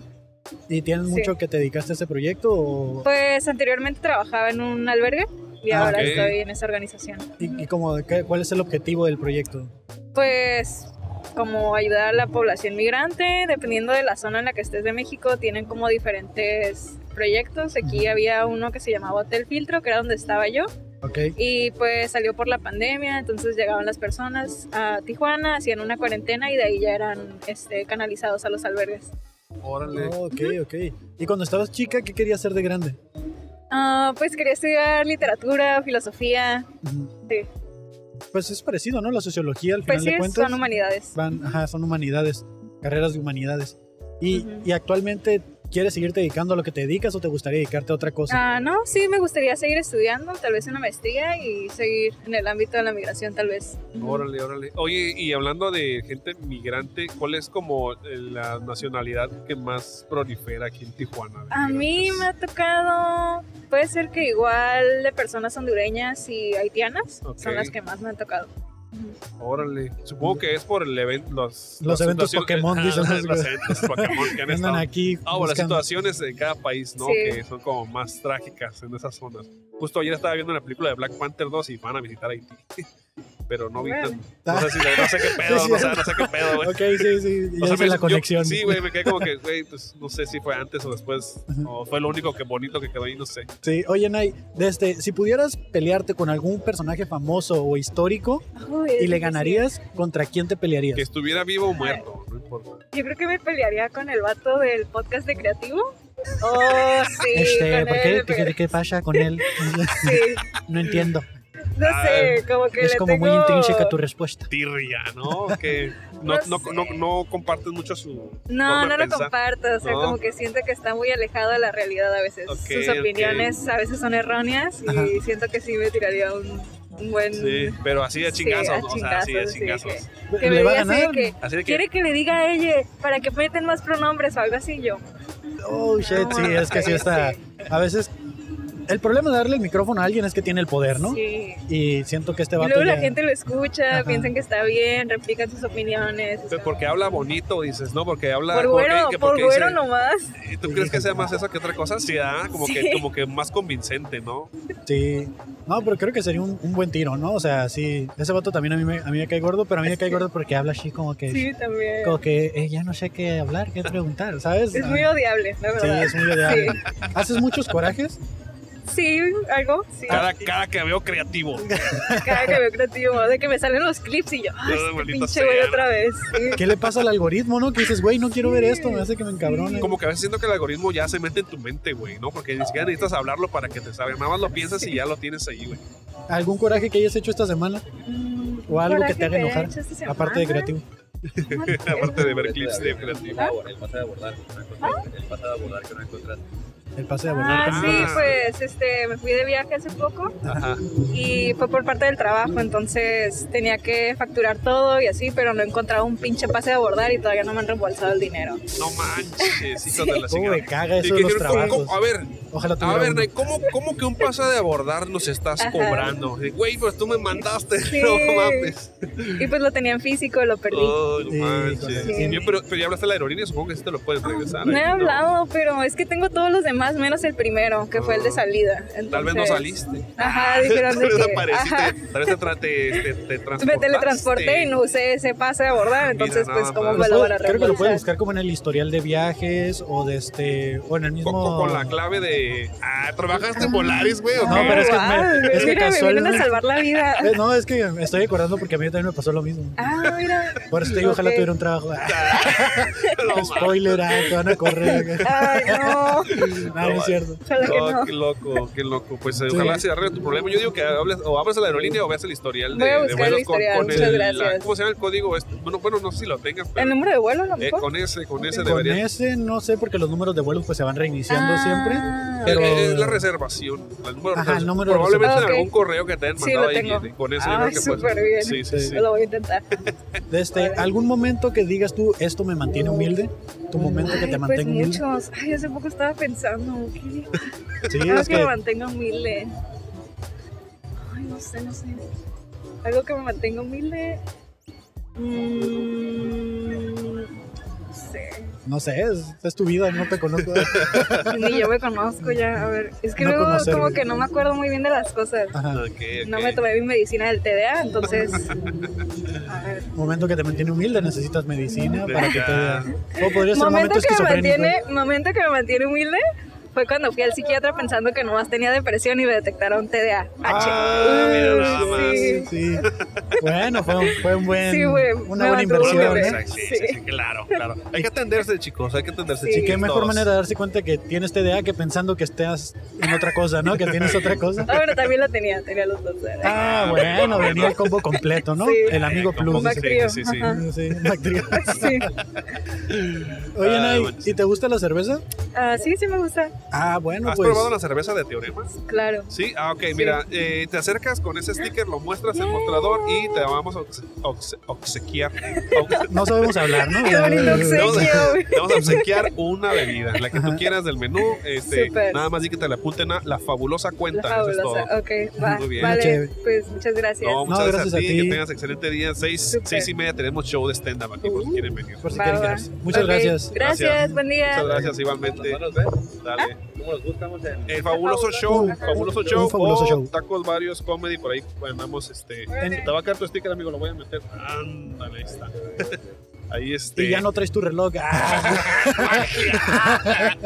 ¿Y tienes Sí. mucho que te dedicaste a ese proyecto? o- Pues anteriormente trabajaba en un albergue y Ah, ahora ok. estoy en esa organización. ¿Y, y como de qué- cuál es el objetivo del proyecto? Pues como ayudar a la población migrante, dependiendo de la zona en la que estés de México, tienen como diferentes proyectos. Aquí había uno que se llamaba Hotel Filtro, que era donde estaba yo, Ok. y pues salió por la pandemia, entonces llegaban las personas a Tijuana, hacían una cuarentena y de ahí ya eran este, canalizados a los albergues. Ah. Órale. Oh, ok, ok. ¿Y cuando estabas chica, qué querías ser de grande? Ah, pues quería estudiar literatura, filosofía, Ujú. Sí. Pues es parecido, ¿no? La sociología, al final pues sí, de es- cuentas. son humanidades. van, ajá, son humanidades, carreras de humanidades. Y, Ujú. y actualmente quieres seguirte dedicando a lo que te dedicas o te gustaría dedicarte a otra cosa? Ah, no, sí, me gustaría seguir estudiando, tal vez una maestría y seguir en el ámbito de la migración, tal vez. Órale, órale. Oye, y hablando de gente migrante, ¿cuál es como eh, la nacionalidad que más prolifera aquí en Tijuana? de A mí me migrantes? ha tocado, puede ser que igual de personas hondureñas y haitianas Ok. son las que más me han tocado. Órale. Supongo que es por el evento. Los, Los las eventos situaciones- Pokémon, Ah, dicen Los, esos, güey. eventos Pokémon que han Andan estado. aquí. Ah, bueno, las buscando. situaciones de cada país, ¿no? Sí. Que son como más trágicas en esas zonas. Justo ayer estaba viendo la película de Black Panther 2 y van a visitar Haití. Pero no vi. tan- Órale. No sé, si, no sé qué pedo, Sí, no, sé, no sé qué pedo, güey. Ok, sí, sí, ya O sea, hice me- la yo- conexión. sí, güey, me quedé como que, güey, pues no sé si fue antes o después, Ajá. o fue lo único que bonito que quedó ahí, no sé. Sí, oye, Nay, desde, si pudieras pelearte con algún personaje famoso o histórico Uy, y le sí. ganarías, ¿contra quién te pelearías? Que estuviera vivo o muerto, no importa. Yo creo que me pelearía con el vato del podcast de Creativo. Oh, sí. Este, con ¿por qué? él, ¿Qué, qué- qué pasa con él? sí. no entiendo. No Ah, sé, como que Es le como muy tengo- intrínseca tu respuesta. tirria, ¿no? Que no, no, No no, sé. no compartes mucho su... forma No, de no lo pensar. comparto, o sea, No. como que siento que está muy alejado de la realidad a veces. Ok, Sus ok. opiniones a veces son erróneas y Ajá. siento que sí me tiraría un, un buen... Sí, pero así de Sí, chingazos, a ¿no? o sea, así de chingazos, sí, chingazos. Que me ¿Le va a diga así de ganar? que, Así de que, quiere que le diga a ella para que meten más pronombres o algo así yo. Oh, shit, no, sí, es que sí sí, está. sí. A veces, el problema de darle el micrófono a alguien es que tiene el poder, ¿no? Sí. Y siento que este Y vato luego la ya- gente lo escucha, Ajá. piensan que está bien, replican sus opiniones. o pues, sea, porque habla bonito, dices, ¿no? Porque habla... por porque- güero, que por porque güero dice- nomás. ¿Y ¿Tú crees que sea más eso que otra cosa? Sí, ah, como, Que, Sí. como que más convincente, ¿no? Sí. No, pero creo que sería un, un buen tiro, ¿no? O sea, sí, ese vato también a mí, me, a mí me cae gordo, pero a mí me cae gordo porque habla así como que... Sí, también. Como que eh, ya no sé qué hablar, qué preguntar, ¿sabes? Ah, Es muy odiable, la Sí, verdad. es muy odiable. ¿Haces muchos corajes? Sí, algo, sí. Cada, cada que veo creativo. Cada que veo creativo, de que me salen los clips y yo, Yo ay, de este maldita pinche sea, güey ¿no? otra vez. Sí. ¿Qué le pasa al algoritmo, no? Que dices, güey, no quiero ver esto, me hace que me encabrone. Como que a veces siento que el algoritmo ya se mete en tu mente, güey, ¿no? Porque ni siquiera necesitas hablarlo para que te salga. Nada más lo piensas y ya lo tienes ahí, güey. ¿Algún coraje que hayas hecho esta semana? Mm, O algo que te coraje haga haya enojar, hecho esta semana. Aparte de creativo. No me acuerdo. Aparte de ver clips de creativo. abordar, el pase de abordar, que no encontraste, el pase de abordar que no encontraste. El pase de abordar. Ah, también. sí, pues este, me fui de viaje hace poco Ajá. y fue por parte del trabajo, entonces tenía que facturar todo y así, pero no encontraba un pinche pase de abordar y todavía no me han reembolsado el dinero. No manches, hijos de ¿Cómo la chingada. me caga Y eso de que los dijeron, ¿cómo- trabajos? cómo- a ver, Ojalá tuviera a ver, uno. Nay, ¿cómo, cómo que un pase de abordar nos estás Ajá. cobrando? Y, Güey, pero tú me mandaste, Sí. no mames. Y pues lo tenía en físico, lo perdí. Oh, no Sí, manches. sí. Yo, pero, pero ya hablaste de la aerolínea, supongo que sí te lo puedes regresar. Ah, No ¿eh? he hablado, pero es que tengo todos los demás menos el primero, que fue el de salida. Ah, Tal vez no entonces- saliste. Ajá, dijeron Tal de vez que, apareciste, ajá, tal vez te, tra- te- te- te me transportaste. Ah, teletransporté y no usé ese pase de abordar, entonces Mira, pues nada como más. me Pues, lo van a creo que lo puedes reembolsar. buscar como en el historial de viajes o de este o en el mismo Con, con- con la clave de. Ah, trabajaste en Volaris, güey. o No, qué? pero es que Guau, me- es que mira, me vienen casualmente- a salvar la vida. Eh, no, es que me estoy acordando porque a mí también me pasó lo mismo. Ah, mira. Por eso te digo, ojalá Ok. tuviera un trabajo. Ah, No, mames. spoiler, ah, te van a correr. Ay, no. No, no es cierto. Ojalá que Oh, no. qué loco, qué loco. Pues eh, Sí. ojalá se arregle tu problema. Yo digo que hables, o abres a la aerolínea o veas el historial de, Voy a de buscar el vuelos con, historial, con muchas el, gracias. la- ¿Cómo se llama el código? este? Bueno, bueno, no sé si lo tengas, ¿El pero número de vuelo a lo eh, mejor? con ese, con ese Con debería. ese no sé porque los números de vuelos pues se van reiniciando siempre. Ah, pero- Eh, Es la reservación. el número Ajá, de el reservación. número de Probablemente en reservación. algún correo que te hayan Sí, mandado lo tengo. ahí. Con ese yo Ay, creo que puedes. súper bien. Sí, sí, sí. Lo voy a intentar. De este, algún momento que digas tú, esto me mantiene humilde, tu momento que Ay, te pues mantenga humilde. muchos. Ay, hace poco estaba pensando. ¿qué? Sí, Algo es que me que mantenga humilde. Ay, no sé, no sé. Algo que me mantenga humilde. Mm, no sé. no sé, es, es tu vida, no te conozco. Ni yo me conozco ya. A ver, es que No luego conocer, Ah, como güey. que no me acuerdo muy bien de las cosas. Ajá. Ok, ok. No me tomé mi medicina del TDA, entonces. A ver. Momento que te mantiene humilde, necesitas medicina Ya. para que te O podría ser un Momento momento que, me esquizofrénico. mantiene, momento que me mantiene humilde fue cuando fui al psiquiatra pensando que nomás tenía depresión y me detectaron TDA. H. Ah, mira nada Uy, más. sí. Sí. Bueno, fue un, fue un buen, Sí, güey, una me buena mantuvo inversión. Bueno, ¿eh? humilde. Sí, exacto, sí, sí, sí. sí, claro, claro. Hay que atenderse, chicos, hay que atenderse. Sí. Y qué chiquitos. mejor manera de darse cuenta que tienes TDA que pensando que estás en otra cosa, ¿no? Que tienes otra cosa. Ah, bueno, también la tenía, tenía los dos. Ah, bueno, venía el combo completo, ¿no? Sí. El amigo Como plus. Con dice. Bactrio. sí, sí. ajá. Sí, Bactrio. Sí. Oye, Ah, Nay, bueno. ¿y te gusta la cerveza? Ah, sí, sí me gusta, Ah, bueno, ¿Has pues. probado la cerveza de Teorema? claro. Sí, ah, ok, mira, eh, te acercas con ese sticker, lo muestras en el mostrador y te vamos a obse- obse- obsequiar. Obse- No sabemos hablar, ¿no? Qué bonito obsequio, güey. te vamos a obsequiar una bebida, la que tú quieras del menú. Este, Súper. nada más di que te la apunten a la fabulosa La cuenta. Eso es todo. fabulosa. Ok, va. Muy bien. Vale, Chévere. pues muchas gracias. No, muchas gracias, a ti. Que tengas excelente día. Seis, Súper. seis y media tenemos show de stand-up aquí por si quieren venir. Por si Va, quieren va. quedarse. Muchas Ok, gracias. Gracias, Gracias. buen día. Muchas gracias igualmente. ¿Cómo nos ves? Dale. ¿Cómo nos buscamos en El fabuloso Fabuloso. show, Ajá. fabuloso Un show, fabuloso o show. tacos varios comedy por ahí andamos este. En- Te va a caer tu sticker, amigo, lo voy a meter. Ándale, ahí está. Ahí este. Y ya no traes tu reloj. Ah.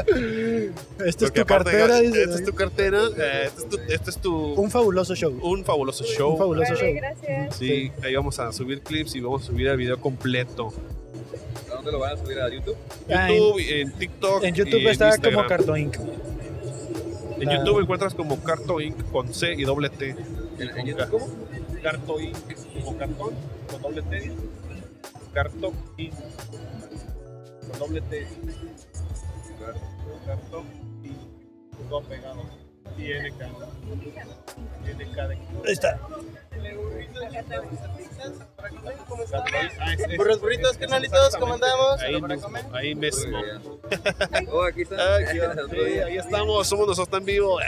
Esta es tu porque aparte, cartera. dice. Esta es tu cartera. eh, Este es tu. Este es tu Un fabuloso show. un fabuloso show. Un fabuloso Vale, show. gracias. Sí, ahí vamos a subir clips y vamos a subir el video completo. ¿A dónde lo van a subir a YouTube? Ah, YouTube, en, TikTok. en, en YouTube y en está como ah. Instagram. Cartoon Inc. En YouTube encuentras como Carto Inc. con C y doble T. en, en YouTube, ¿cómo? Cartoin, como cartón, con doble T. Cartón, con doble T. Cartón, y todo pegado. Y NK. NK de Ahí está. Cartoin. Por los burritos, carnalitos, ¿cómo andamos? Ahí mismo, ahí mismo. Oh, aquí están. Aquí, Aquí el otro sí, día. ahí estamos, somos nosotros tan vivos.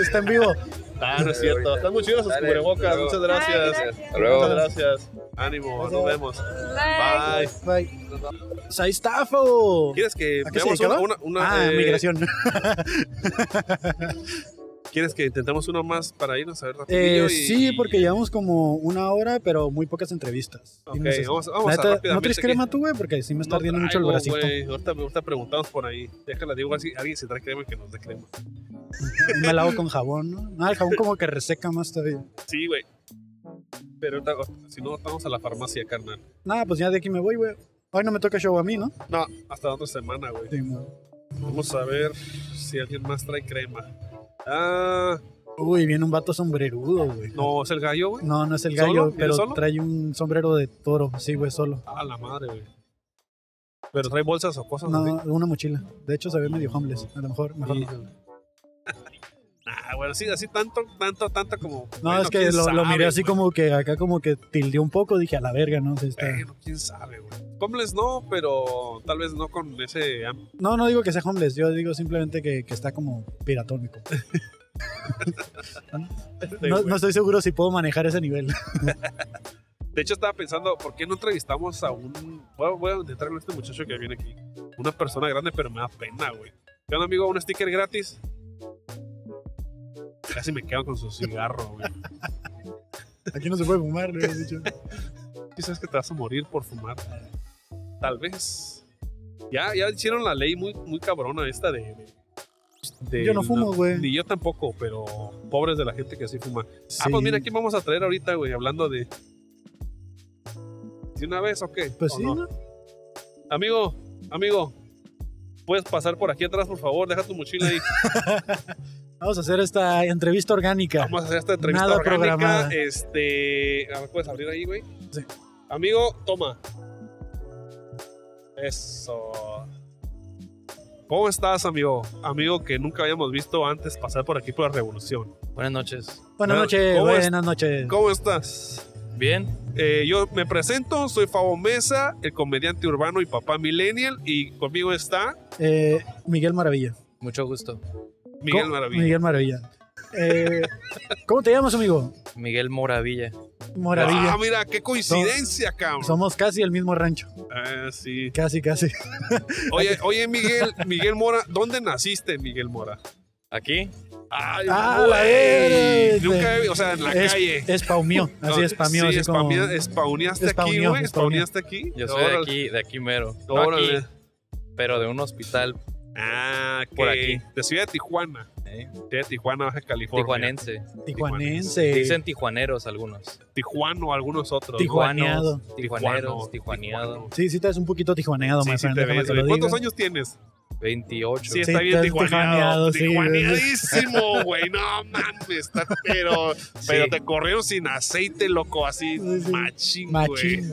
Está en vivo. Ah, no es cierto. Están muy chidos sus Dale, cubrebocas. luego. Muchas gracias. Ay, Hasta luego. Muchas gracias. Ánimo, nos vemos. Bye. Bye. Bye. Pues Ahí está, fo. ¿Quieres que ¿A qué se veamos una, dedicaba? una, una, Ah, eh, migración. ¿Quieres que intentemos uno más para irnos a ver rapidillo? Eh, y- sí, porque llevamos como una hora, pero muy pocas entrevistas. Ok, Innecesarias. vamos, La vamos a neta, ¿No rápidamente traes aquí. crema tú, güey? Porque sí me está No ardiendo mucho el traigo, bracito. güey. Ahorita, ahorita preguntamos por ahí. Déjala, digo, a ver si alguien se trae crema que nos dé crema. Me lavo con jabón, ¿no? Ah, el jabón como que reseca más todavía. Sí, güey. Pero ahorita- si no, estamos a la farmacia, carnal. Nada, pues ya de aquí me voy, güey. Hoy no me toca show a mí, ¿no? No, hasta la otra semana, güey. Sí, mo- Vamos a ver si alguien más trae crema. Ah, Uy, viene un vato sombrerudo, güey. no, es el gallo, güey. No, no es el ¿Solo? gallo, ¿Viene pero solo? trae un sombrero de toro. Sí, güey, solo. A Ah, la madre, güey. Pero trae bolsas o cosas así. No, una mochila. De hecho, se ve medio homeless. A lo mejor, mejor no. Híjole. Ah, bueno, sí, así tanto, tanto, tanto como. No, bueno, es que quién lo, lo sabe, miré así güey. como que acá como que tildeó un poco. Dije, a la verga, ¿no? Sí, está- Bueno, quién sabe, güey. Homeless no, pero tal vez no con ese. am- No, no digo que sea homeless. Yo digo simplemente que, que está como piratónico. De, No, güey. no estoy seguro si puedo manejar ese nivel. De hecho, estaba pensando, ¿por qué no entrevistamos a un. Voy a, voy a intentar con este muchacho que viene aquí. Una persona grande, pero me da pena, güey. ¿Qué onda, amigo? ¿Un sticker gratis? Casi me quedo con su cigarro, güey. Aquí no se puede fumar, le he dicho. Sí sabes que te vas a morir por fumar. Tal vez. Ya, ya hicieron la ley muy, muy cabrona esta de. de- de- Yo no fumo, güey. Ni yo tampoco, pero pobres de la gente que sí fuma. Ah, pues mira, aquí vamos a traer ahorita, güey, hablando de. ¿De una vez o qué? Pues ¿O sí, no? ¿no? Amigo, amigo, puedes pasar por aquí atrás, por favor, deja tu mochila ahí. Vamos a hacer esta entrevista orgánica. Vamos a hacer esta entrevista Nada orgánica. programada. Este, a ver, puedes abrir ahí, güey. Sí. Amigo, toma. Eso. ¿Cómo estás, amigo? Amigo que nunca habíamos visto antes pasar por aquí por la revolución. Buenas noches. Buenas Bueno, noches, ¿cómo es- buenas noches. ¿Cómo estás? Bien, Eh, yo me presento, soy Fabo Mesa, el comediante urbano y papá millennial, y conmigo está Eh, Miguel Maravilla. mucho gusto. Miguel ¿Cómo- Maravilla. Miguel Maravilla. Eh, ¿Cómo te llamas, amigo? Miguel Moravilla. Maravilla. Ah, mira, qué coincidencia, cabrón. Somos casi el mismo rancho. Ah, sí. Casi, casi. Oye, oye, Miguel, Miguel Mora, ¿dónde naciste, Miguel Mora? Aquí, Ay, Ah, la güey. verde. Nunca he- o sea, en la es, calle. Es paumió. Así No, es paumió. sí, así como... spamea- spawneaste aquí, Spawneó, güey. spawneó. Spawneaste aquí. yo soy de Órale, aquí, de aquí mero. No órale. aquí, pero de un hospital Ah, Por por aquí. aquí. De Ciudad de Tijuana. ¿eh? Ciudad de Tijuana, Baja California. tijuanense. Tijuanense. Dicen tijuaneros algunos. Tijuano, algunos otros. Tiju- Tijuaneado. Tijuanos, Tijuaneros, tijuaneado. Sí, sí, te ves un poquito tijuaneado, Sí, más sí o menos, te déjame ves, te güey. lo ¿Cuántos digo. años tienes? 28. Sí, Sí, está bien estás tijuaneado. tijuaneado, sí, Tijuaneadísimo, güey. No mames, está, pero, pero Sí. te corrieron sin aceite, loco, así Sí, sí. machín, güey. Machín.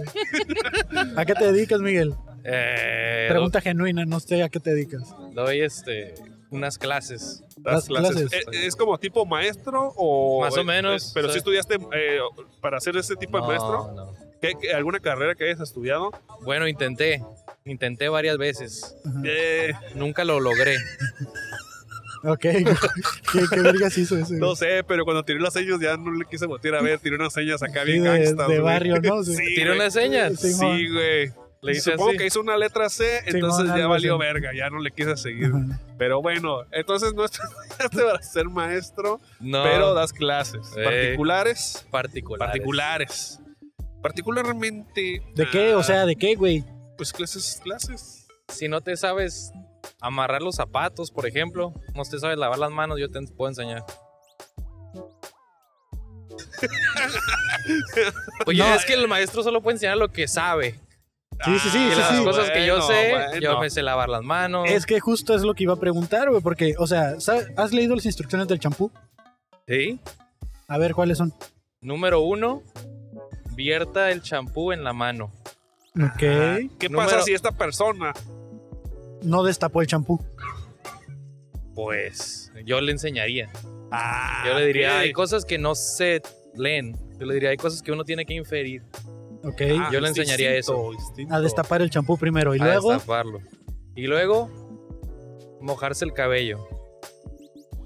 ¿A qué te dedicas, Miguel? Eh, Pregunta genuina, no sé a qué te dedicas. do- doy este, unas clases. Las Las clases. clases. Eh, ¿Es como tipo maestro o...? Más o eh, menos, eh, Pero si sí. estudiaste eh, para hacer ese tipo de No, maestro, no. ¿Qué- qué- ¿alguna carrera que hayas estudiado? Bueno, intenté. Intenté varias veces. Ajá. Eh, Nunca lo logré. Ok. ¿Qué, qué vergas hizo ese? no sé, pero cuando tiré las señas ya no le quise voltear a ver, tiré unas señas acá Sí, bien de, gangsta, de güey. barrio, ¿no? Sí. Sí, Tiré güey. unas señas. Sí, Sí, güey. Le hice Supongo así. que hizo una letra C, entonces Simón, ya algo valió así. verga, ya no le quise seguir. Ajá. Pero bueno, entonces no estudiaste para ser maestro, No, pero das clases Eh. particulares. particulares. Particulares. Particularmente. ¿De qué? O ah, sea, ¿de qué, güey? Pues clases, clases. Si no te sabes amarrar los zapatos, por ejemplo, no te sabes lavar las manos, yo te puedo enseñar. Pues ya No, es que el maestro solo puede enseñar lo que sabe. Sí, sí, sí, Y sí, las sí. cosas que yo bueno, sé, yo bueno. me sé lavar las manos. Es que justo es lo que iba a preguntar, güey, porque, o sea, ¿sa- ¿has leído las instrucciones del champú? Sí, A ver, ¿cuáles son? Número uno, vierta el champú en la mano. Ok. Ah, ¿Qué Número- pasa si esta persona? No destapó el champú. Pues yo le enseñaría. Ah, Yo le diría, ok. hay cosas que no se leen. Yo le diría, hay cosas que uno tiene que inferir. Ok. Ah, yo le es enseñaría distinto, distinto. a destapar el champú primero y a luego. destaparlo. Y luego, mojarse el cabello.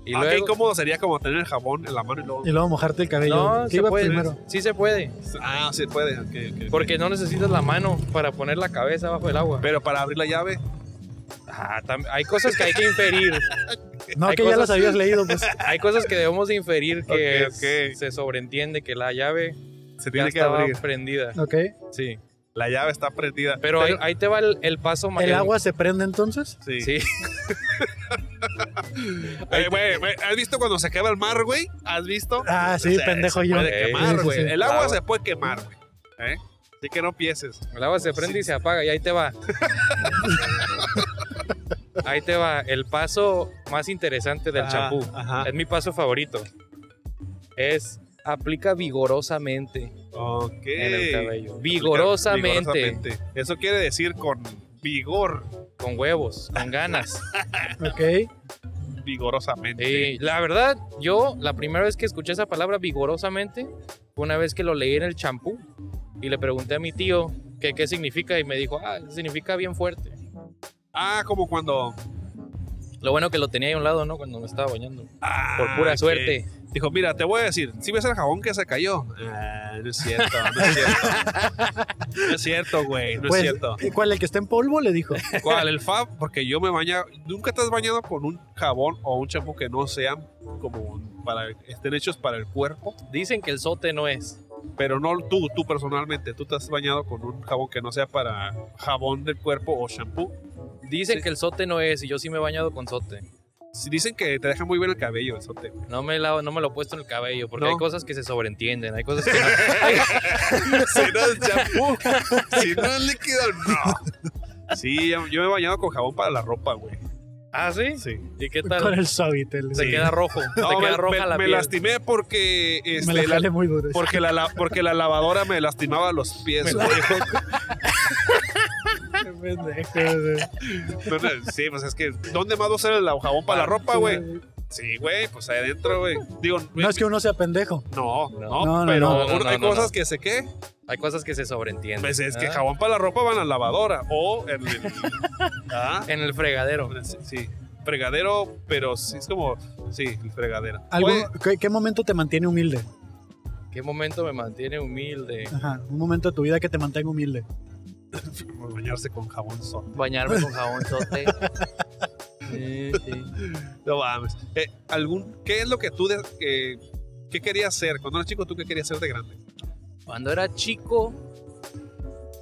Y Ah, qué luego... incómodo sería como tener el jabón en la mano y luego. Y luego mojarte el cabello. No, ¿Qué se iba puede. primero? Sí se puede. Ah, se puede. ok, ok, ok. Porque no necesitas la mano para poner la cabeza bajo el agua. Pero para abrir la llave. Ah, tam- hay cosas que hay que inferir. No, Hay que ya cosas- las habías leído, pues. Hay cosas que debemos de inferir que Ok, es- ok. se sobreentiende que la llave Se ya tiene que estaba abrir. prendida. Ok. Sí. La llave está prendida. Pero, ahí, ahí te va el, el paso más. ¿El agua se prende entonces? Sí. Sí. Eh, güey, güey, ¿Has visto cuando se quema el mar, güey? ¿Has visto? Ah, sí, Se- pendejo se yo. Puede Sí, quemar, sí, sí, güey. sí. Ah, El agua Agua. se puede quemar, güey. ¿Eh? Así que no empieces. El agua se prende y se apaga y ahí te va. ahí te va el paso más interesante del Ah, Ajá, champú. Ajá. Es mi paso favorito. Es aplica vigorosamente Ok. en el cabello. Aplica- Vigorosamente. vigorosamente. Eso quiere decir con vigor. Con huevos, con ganas. Ok. Vigorosamente. Sí, la verdad, yo la primera vez que escuché esa palabra vigorosamente fue una vez que lo leí en el champú y le pregunté a mi tío que qué significa y me dijo, ah, significa bien fuerte. Ah, como cuando. Lo bueno que lo tenía ahí a un lado, ¿no? Cuando me estaba bañando. Ah, Por pura ok. suerte. Dijo, mira, te voy a decir, si ves el jabón que se cayó? Ah, no es cierto, no es cierto. no es cierto, güey, no Pues, es cierto. ¿y ¿Cuál? ¿El que está en polvo? Le dijo. ¿Cuál? El Fab, porque yo me baño. Nunca te has bañado con un jabón o un champú que no sean como para. estén hechos para el cuerpo. Dicen que el sote no es. Pero no tú, tú personalmente, tú te has bañado con un jabón que no sea para jabón del cuerpo o shampoo. Dicen Sí. que el sote no es y yo sí me he bañado con sote. Si dicen que te deja muy bien el cabello, el sote. güey. No me, la- no me lo he puesto en el cabello porque No. hay cosas que se sobreentienden, hay cosas que no. si no es champú, si no es líquido, no. Sí, yo yo me he bañado con jabón para la ropa, güey. ¿Ah, sí? Sí. ¿Y qué Con tal? el suavitel. Se Sí. queda rojo, se No, queda me, roja me- la me piel. lastimé porque Me este, la la- jale muy duro. porque la, la- porque la lavadora me lastimaba los pies. güey. Qué pendejo, güey. Entonces, sí, pues es que ¿dónde más va a usar el jabón para la ropa, güey? Sí, güey, pues ahí adentro, güey. Digo, No es que uno sea pendejo. no, no, No, no, pero no. uno- No, no, hay no, cosas no. que se que Hay cosas que se sobreentienden. pues es que Ah. jabón para la ropa van a la lavadora o en el, ah, En el fregadero. sí, sí, fregadero, pero sí es como sí, el fregadero. ¿Algo, Oye, ¿qué, qué momento te mantiene humilde? ¿Qué momento me mantiene humilde? Ajá. Un momento de tu vida que te mantenga humilde. bañarse con jabón sol. Bañarme con jabón sote. Sí, sí. No mames. Eh, algún ¿qué es lo que tú de- que- qué querías ser? Cuando eras chico tú qué querías ser de grande? Cuando era chico,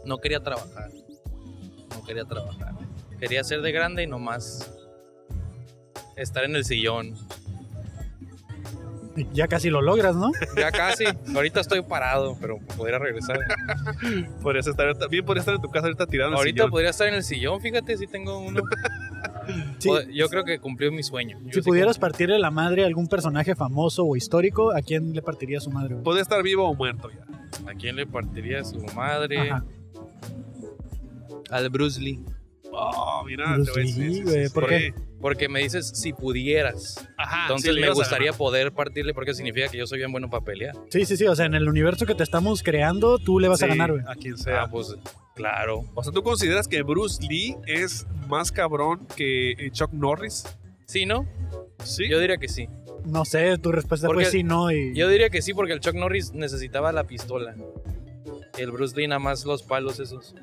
no quería trabajar. No quería trabajar. Quería ser de grande y nomás estar en el sillón. Y Ya casi lo logras, ¿no? Ya casi. Ahorita estoy parado, pero podría regresar. Podrías estar ahorita- bien podrías estar en tu casa ahorita tirando Ahorita pues podría estar en el sillón, fíjate si tengo uno. Sí. Pod- Yo creo que cumplió mi sueño. Yo Si sí pudieras partirle la madre a algún personaje famoso o histórico, ¿a quién le partiría su madre? güey? Podría estar vivo o muerto ya. cum- ¿A quién le partiría su madre? Ajá. Al Bruce Lee. Oh, mira, Bruce te voy a decir, Lee, sí, sí, güey, sí, ¿por sí. qué? Porque me dices, si pudieras. Ajá, Entonces Ah, sí, le me ibas a gustaría ganar. poder partirle porque significa que yo soy bien bueno para pelear. Sí, sí, sí. O sea, en el universo que te estamos creando, tú le vas a Sí, ganar, güey. A quien sea. Ah, pues claro. O sea, ¿tú consideras que Bruce Lee es más cabrón que eh, Chuck Norris? ¿Sí, no? Sí. Yo diría que sí. No sé, tu respuesta fue Porque sí, no. Y... Yo diría que sí porque el Chuck Norris necesitaba la pistola. El Bruce Lee nada más los palos esos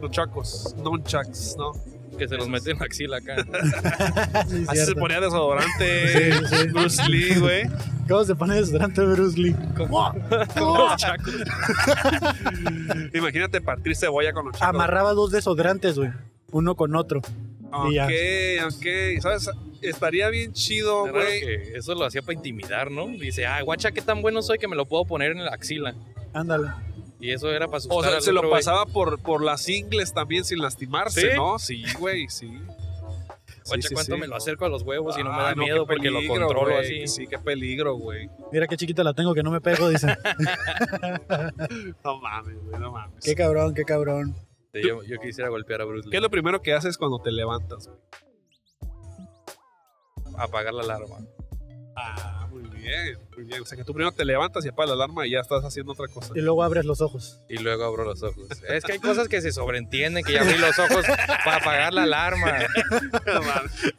Los chacos, no chucks, ¿no? que se los meten en la axila acá. Sí, Así se cierto. ponía desodorante Bruce Lee, güey. ¿Cómo se pone desodorante Bruce Lee? Con los chacos. Imagínate partir cebolla con los chacos. Amarraba dos desodorantes, güey. Uno con otro. y ya. Ok, ok. ¿Sabes? Estaría bien chido, Qué raro güey. que eso lo hacía para intimidar, ¿no? Dice, ah, guacha, qué tan bueno soy que me lo puedo poner en la axila. Ándale. Y eso era para asustar O sea, al se lo otro güey. pasaba por, por las ingles también sin lastimarse, ¿Sí? ¿no? Sí, güey, sí. Guacha, sí, cuánto sí. me lo acerco a los huevos y no me Ah, da qué miedo porque lo peligro, controlo güey. así. Sí, qué peligro, güey. Mira qué chiquita la tengo que no me pego, dice. No mames, güey, no mames. qué ¿Qué, cabrón, qué cabrón. Sí, Yo, yo quisiera golpear a Bruce es Lee. lo primero que haces cuando te levantas, güey? Apagar la alarma. Ah, muy bien, muy bien. O sea que tú primero te levantas y apagas la alarma y ya estás haciendo otra cosa. Y luego abres los ojos. Y luego abro los ojos. Es que hay cosas que se sobreentienden, que ya abrí los ojos para apagar la alarma. No mames.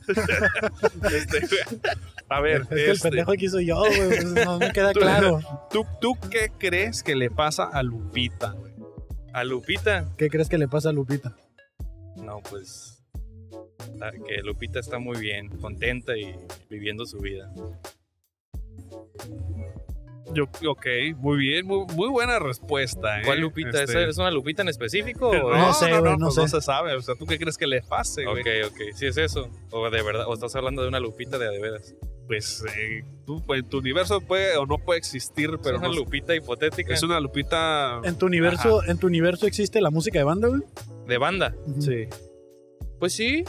Este, güey. a ver, Es que el este, pendejo aquí soy yo, güey. pues, no me queda Tú- claro. ¿tú, ¿tú qué crees que le pasa a Lupita, güey? A Lupita. ¿Qué crees que le pasa a Lupita? No, pues. la- Que Lupita está muy bien, contenta y viviendo su vida. Yo, ok, muy bien, muy, muy buena respuesta. ¿eh? ¿Cuál Lupita? Este, ¿Esa ¿Es una Lupita en específico? No, o No no, sé, no, güey, no pues sé. no se sabe. O sea, ¿tú qué crees que le pase, güey? Ok, ok, sí es eso. O de verdad, o estás hablando de una lupita de a de veras. Pues eh, tú, pues, en tu universo puede o no puede existir, Pero pero es una no- lupita hipotética es una lupita. ¿En tu universo, en tu universo existe la música de banda, güey? de banda. Ujú. Sí. Pues sí,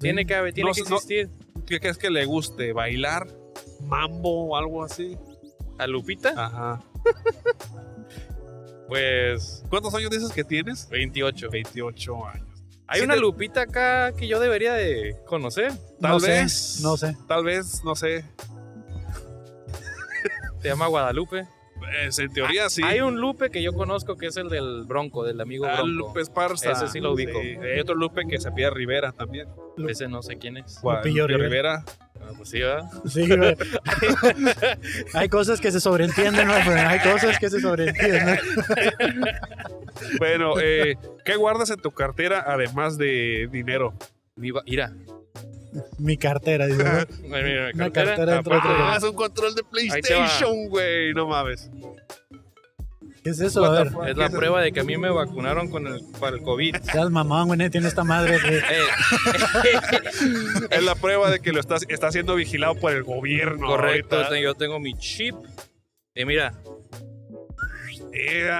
tiene que haber, tiene No, que no- existir. ¿Qué crees que le guste? ¿Bailar? ¿Mambo o algo así? ¿A Lupita? Ajá. Pues ¿Cuántos años dices que tienes? 28. 28 años. Hay Ah, Sí una te- lupita acá que yo debería de conocer. Tal no vez. sé, no sé. Tal vez, no sé. Se llama Guadalupe. Pues, en teoría sí. Hay un Lupe que yo conozco que es el del Bronco, del amigo Ah, Bronco. Lupe Esparza. Ese sí lo ubico. Hay otro Lupe que se pide Rivera también. Ese no sé quién es. Lupillo Guadalupe Rivera. Rivera. Ah, pues sí, ¿verdad? Sí, güey. hay cosas que se sobreentienden, güey, pero hay cosas que se sobreentienden. Bueno, eh, ¿qué guardas en tu cartera además de dinero? Mi ba- Mira, Mi cartera, dice. güey. mira, mira, Una cartera. cartera dentro de otra. Ah, cartera. es un control de Ahí te va. PlayStation, güey. No mames. ¿Qué es eso? A ver, Es la prueba de que a mí me vacunaron con el, para el COVID. seas mamón, güey, nadie tiene esta madre, güey. Eh, Es la prueba de que lo estás, está siendo vigilado por el gobierno. Correcto, ahorita. te- yo tengo mi chip. Y mira, Ea,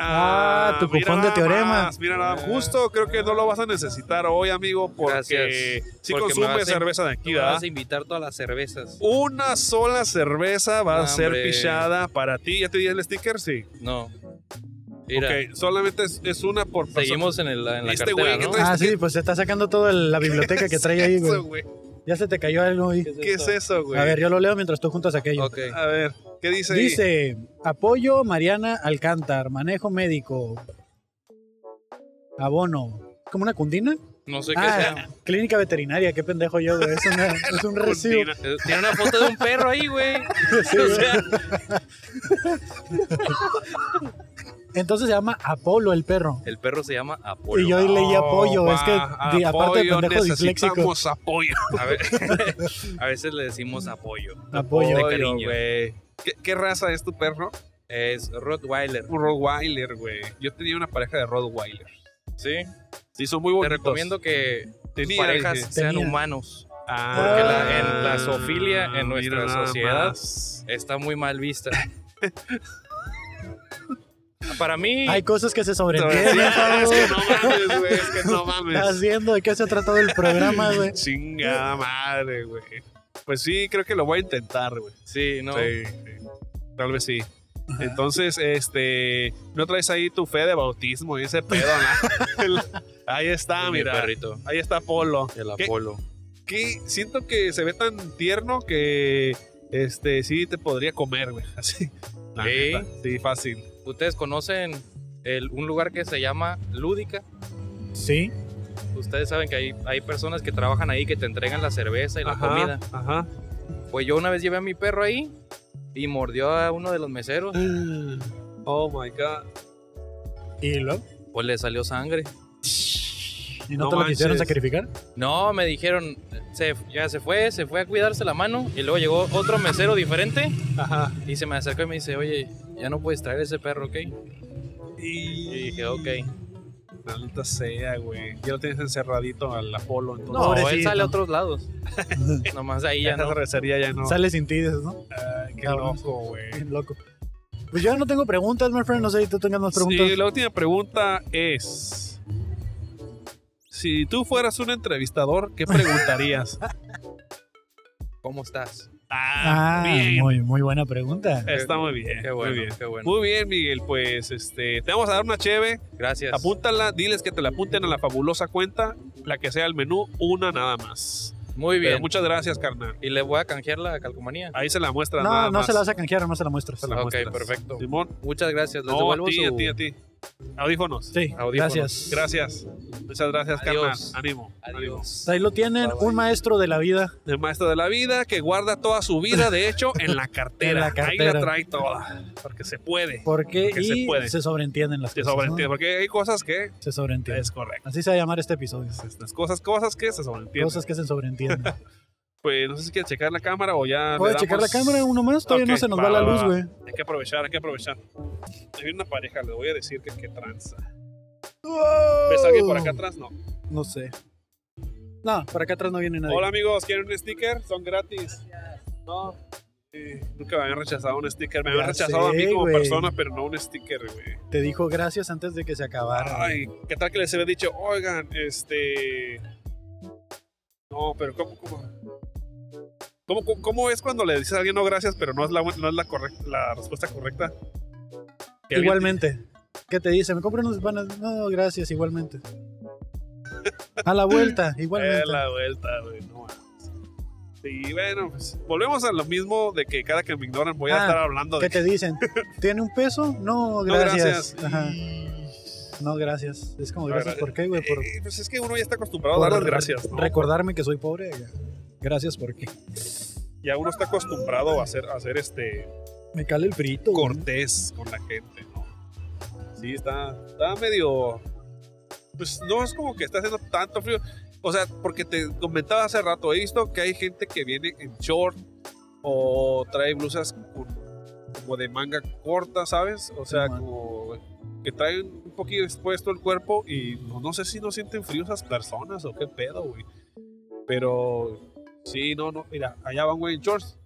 Ah, tu mira cupón de nada teorema. más, mira, nada, justo creo que no lo vas a necesitar hoy, amigo, porque Gracias. si Porque me consumes vas a- cerveza de tú aquí, me ¿verdad? vas a invitar todas las cervezas. Una sola cerveza va a ser Hombre. pichada para ti. ¿Ya te di el sticker? Sí. No. Mira, Ok, solamente es, es una por persona. seguimos en, el, en la Este cartera, güey que ¿no? traes- Ah, sí, pues está sacando toda la biblioteca que trae ahí, Eso, güey. güey. Ya se te cayó algo ahí. ¿Qué es eso, güey? A ver, yo lo leo mientras tú juntas aquello. Ok. A ver, ¿qué dice? ahí? Dice, apoyo Mariana Alcántar, manejo médico, abono. ¿Como una cundina? No sé qué Ah, clínica veterinaria, qué pendejo yo, güey. Es, una- es un recibo. Cundina. sea. Eh, Tiene una foto de un perro ahí, güey. Sí, O güey. sea, Entonces se llama Apolo el perro. el perro se llama Apolo. Y yo leí apoyo, Oh, es que va, di- aparte de apoyo, pendejo disléxico. necesitamos apoyo. A, ve- a veces le decimos apoyo. Apoyo. De cariño. güey. ¿Qué, ¿Qué raza es tu perro? Es Rottweiler. Un Rottweiler, güey. Yo tenía una pareja de Rottweiler. Sí. Sí, son muy Te bonitos. recomiendo que tus Tenía, parejas dije. sean Tenía. humanos. Ah, Porque la- en la zoofilia, en mira nuestra nada sociedad, más. Está muy mal vista. Para mí, Hay cosas que se Sí, sobreentienden. es cabrón. que no mames, güey. Es que no Estás mames. viendo de qué se ha tratado el programa, güey. Chingada madre, güey. Pues sí, creo que lo voy a intentar, güey. sí, no. Sí, sí. Tal vez sí. Entonces, este, no traes ahí tu fe de bautismo y ese pedo, ¿no? Ahí está, Es mi mira. perrito. Ahí está Polo. El ¿Qué? Apolo. que siento que se ve tan tierno que este sí te podría comer, güey. Así. La Sí. neta, sí, fácil. ¿Ustedes conocen el- un lugar que se llama Lúdica? Sí. Ustedes saben que hay, hay personas que trabajan ahí que te entregan la cerveza y la Ajá, comida. Ajá. Pues yo una vez llevé a mi perro ahí y mordió a uno de los meseros. Oh my god. Y luego. Pues le salió sangre. ¿Y no, No te lo quisieron manches. sacrificar? No, me dijeron, se, ya se fue, se fue a cuidarse la mano y luego llegó otro mesero diferente Ajá. y se me acercó y me dice, oye, ya no puedes traer ese perro, ¿ok? Y, Y dije, ok. Maldita sea, güey. Ya lo tienes encerradito al Apolo. Entonces, No, él Pobrecito. sale a otros lados. Nomás ahí ya ya no. no. cervecería ya no. Sale sin ti, dices, ¿no? Ay, qué Cabrón. loco, güey. Bien loco. Pues yo no tengo preguntas, my friend. No sé si tú tengas más preguntas. Sí, la última pregunta es. Si tú fueras un entrevistador, ¿qué preguntarías? ¿Cómo estás? Ah, Ah, bien. muy, muy buena pregunta. Está muy bien. Qué bueno, muy bien. qué bueno. Muy bien, Miguel. Pues este, te vamos a dar una cheve. Gracias. Apúntala, diles que te la apunten a la fabulosa cuenta, la que sea el menú, una nada más. Muy Pero bien. muchas gracias, carnal. ¿Y le voy a canjear la calcomanía? Ahí se la muestra No, nada no más. se la vas a canjear, no se la muestras. Se la Ok, muestras. perfecto. Simón, Muchas gracias. Les no, a devuelvo ti, su... a ti, a ti. Audífonos. Sí, Audífonos. gracias. Gracias. Muchas gracias, Adiós. carnal. Ánimo. ánimo. Adiós. Ahí lo tienen, Bye, bye. un maestro de la vida. El maestro de la vida que guarda toda su vida, de hecho, en la En cartera. la Ahí cartera. la trae toda. Porque se puede. Porque, Porque se y puede. se, sobreentienden las Se cosas. ¿no? sobreentiende. Porque hay cosas que Se sobreentienden. es correcto. Así se va a llamar este episodio. Las cosas, cosas que se sobreentienden. Cosas que se sobreentienden. Pues no sé si quieres checar la cámara o ya. Voy le a checar la damos- cámara uno más, todavía no Ok, se nos va, va, la va, luz, va. güey. Hay que aprovechar, hay que aprovechar. Hay una pareja, le voy a decir que qué tranza. ¿Ves a alguien por Oh. acá atrás? No. No sé. No, por acá atrás no viene nadie. Hola amigos, ¿quieren un sticker? Son gratis. No. Sí, Nunca me habían rechazado un sticker. Me habían Ya rechazado a sé, mí como güey. persona, pero no un sticker, güey. Te dijo gracias antes de que se acabara. güey. Ay, ¿qué tal que les había dicho? Oigan, este. No, pero ¿cómo, cómo? ¿Cómo, cómo, cómo es cuando le dices a alguien no gracias, pero no es la, buen- no es la, correc- la respuesta correcta? Que alguien- Igualmente. ¿Qué te dice? ¿Me compro unos panas? No, gracias, igualmente. A la vuelta, Eh, igualmente. la vuelta, güey, no mames. Sí, bueno, pues volvemos a lo mismo de que cada que me ignoran voy a Ah, estar hablando de ¿Qué te dicen? ¿Tiene un peso? No, gracias. gracias. Ajá. No, gracias. Es como, No, gracias, gracias. ¿por qué, güey? Por, Eh, pues es que uno ya está acostumbrado a por dar las gracias, ¿no? Recordarme que soy pobre. Gracias porque Ya uno está acostumbrado a ser, a ser este me cala el frito. güey. cortés con la gente, ¿no? Sí, está, está medio. Pues no es como que está haciendo tanto frío. O sea, porque te comentaba hace rato, he visto que hay gente que viene en short o trae blusas con- como de manga corta, ¿sabes? O sea, Simón. como que traen un poquito expuesto el cuerpo y no, no sé si no sienten frío esas personas o qué pedo, güey. Pero sí, no, no, mira, allá van, güey, en shorts.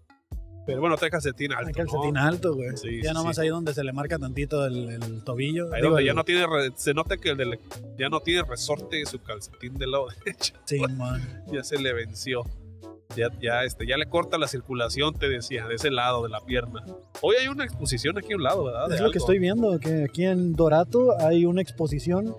Pero bueno, trae calcetín alto. Hay ¿no? calcetín alto, güey. Sí, ya sí, nomás sí. ahí donde se le marca tantito el, el tobillo. Ahí Digo, donde ya el- no tiene, re- se nota que el del- ya no tiene resorte su calcetín del lado derecho, Sí, man. ya se le venció. Ya, ya, este, ya le corta la circulación, te decía, de ese lado de la pierna. Hoy hay una exposición aquí a un lado, ¿verdad? De Es lo que algo. estoy viendo, que aquí en Dorato hay una exposición.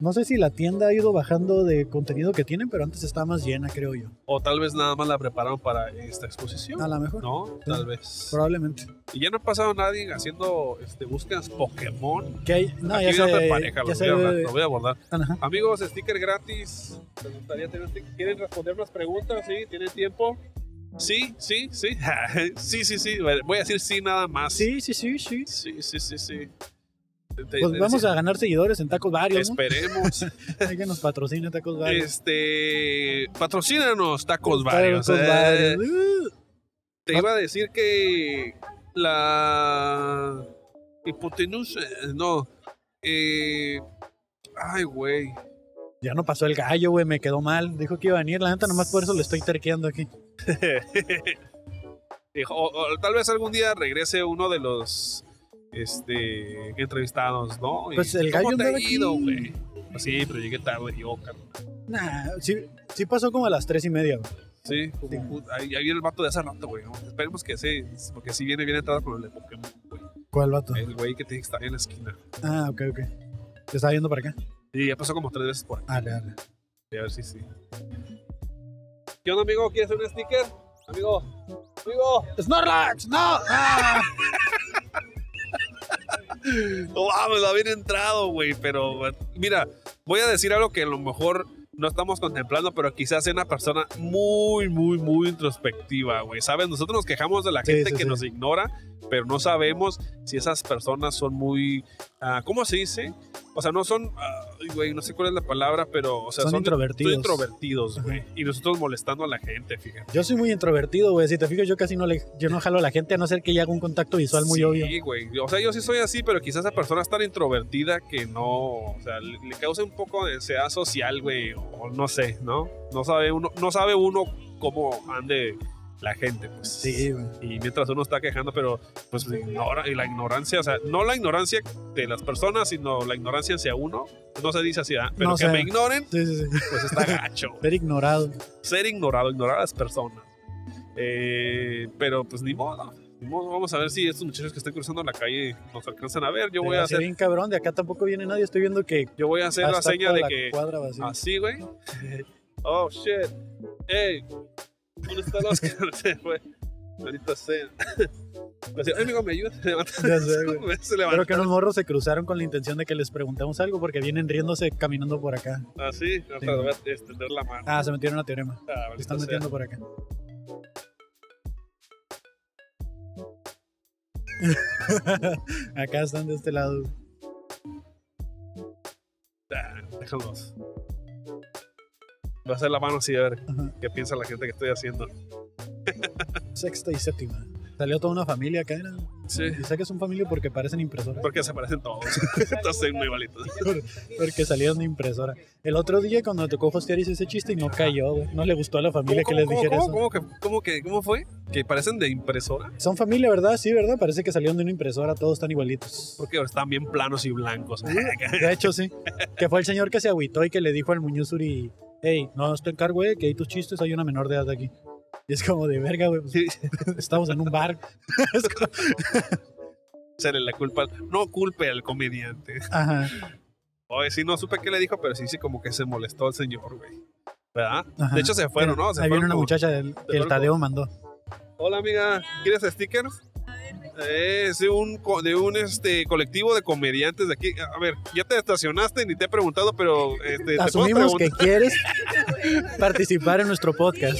No sé si la tienda ha ido bajando de contenido que tienen, pero antes estaba más llena, creo yo. O tal vez nada más la prepararon para esta exposición. A lo mejor. No, tal vez. Probablemente. Y ya no ha pasado nadie haciendo este, búsquedas Pokémon. Que hay, no, aquí Ah, ya viene otra se, pareja, ya lo se voy, a abordar, ve- lo voy a abordar. Ajá. Amigos, sticker gratis. Me gustaría tener sticker. ¿Quieren responder unas preguntas? ¿Sí? ¿Tienen tiempo? Sí, sí, sí. sí, sí, sí. Voy a decir sí nada más. Sí, sí, sí, sí. Sí, sí, sí, sí. Pues vamos a ganar seguidores en Tacos Varios, ¿no? Esperemos. Hay que nos patrocine Tacos Varios. este. Patrocínanos, tacos varios. Tacos Varios. Eh, Uh, Te iba a decir que. La. Hipotenusa. eh, No. Eh, ay, güey. Ya no pasó el gallo, güey, me quedó mal. Dijo que iba a venir, la neta, nomás por eso le estoy terqueando aquí. Dijo, eh, o- o tal vez algún día regrese uno de los este, entrevistados, ¿no? Y, Pues el gallo ¿Cómo te andaba ha ido, aquí". güey? Pues sí, pero llegué tarde yo, carnal. Nah, sí, sí pasó como a las tres y media, güey. Sí, como Sí. put- ahí, ahí viene el vato de hace rato, güey. ¿no? Esperemos que sí, porque si viene bien entrada con el de Pokémon, güey. ¿Cuál vato? El güey que te dije que estaba en la esquina. Ah, ok, ok. Te estaba viendo para acá. Y ya pasó como tres veces por aquí. Ale, ale. A ver si sí. ¿Qué onda, amigo? ¿Quieres un sticker? Amigo, amigo. ¡Snorlax! ¡No! ¡Ah! No mames, va bien entrado, güey. Pero mira, voy a decir algo que a lo mejor no estamos contemplando, pero quizás sea una persona muy, muy, muy introspectiva, güey. ¿Sabes? Nosotros nos quejamos de la Sí, gente sí, que sí. nos ignora, pero no sabemos si esas personas son muy. ah, ¿Cómo se dice? O sea, no son. ah, ay, güey, no sé cuál es la palabra, pero. O sea, Son introvertidos. son introvertidos, güey. Ajá. Y nosotros molestando a la gente, fíjate. Yo soy muy introvertido, güey. Si te fijas, yo casi no le, yo no jalo a la gente a no ser que ya haga un contacto visual muy sí, obvio. güey. O sea, yo sí soy así, pero quizás esa persona es tan introvertida que no. O sea, le, le causa un poco de ansiedad social, güey. O no sé, ¿no? No sabe uno, no sabe uno cómo ande la gente, pues. Sí, güey. Y mientras uno está quejando, pero pues la ignora, y la ignorancia, o sea, no la ignorancia de las personas, sino la ignorancia hacia uno. No se dice así, ¿ah? pero No que sé. me ignoren, Sí, sí, sí. pues está gacho. güey. Ser ignorado. Ser ignorado, ignorar a las personas. Eh, pero pues ni modo. Ni modo. Vamos a ver si estos muchachos que están cruzando la calle nos alcanzan a ver. Yo voy a Así hacer, bien cabrón, de acá tampoco viene nadie. Estoy viendo que yo voy a hacer la hasta seña toda de la que. Ah, cuadra vacía. Así, güey. Oh, shit. Hey, ¿dónde está el Oscar? Se fue. Ahorita sea. Le decía, "Ay, amigo, me ayuda. Se levanta. Ya sé, güey. Se Pero levanta. que los morros se cruzaron con la intención de que les preguntemos algo porque vienen riéndose caminando por acá. Así. Ahorita le voy a extender la mano. Ah, se metieron a teorema. Ah, Se ahorita están sea. metiendo por acá. acá están de este lado. Déjalos. Voy a hacer la mano así a ver Ajá. qué piensa la gente que estoy haciendo. Sexta y séptima. Salió toda una familia acá. ¿no? Sí. Y sé que son familia porque parecen impresoras. Porque se parecen todos. Entonces muy igualitos. Porque salieron de impresora. El otro día cuando me tocó hostear hice ese chiste y no cayó, güey. No le gustó a la familia que les dijera cómo, eso. cómo que- cómo que- cómo fue? ¿Que parecen de impresora? Son familia, ¿verdad? Sí, ¿verdad? Parece que salieron de una impresora, todos están igualitos. Porque están bien planos y blancos. De hecho, sí. Que fue el señor que se agüitó y que le dijo al Muñuzuri, hey, no te encargo, güey, eh, que hay tus chistes, hay una menor de edad aquí. Y es como de verga, güey. pues, Sí. Estamos en un bar. Es como- Serle la culpa. al- No culpe al comediante. Ajá, Oye, sí, no supe qué le dijo, pero sí, sí, como que se molestó el señor, güey. ¿Verdad? ajá. De hecho, se fueron, ¿no? Se Ahí fueron viene una como- muchacha del- que fueron el Tadeo mandó. Hola amiga, ¿quieres stickers? Es de un, co- de un este, colectivo de comediantes de aquí. A ver, ya te estacionaste ni te he preguntado, pero este, te puedo Asumimos que preguntar. quieres participar en nuestro podcast.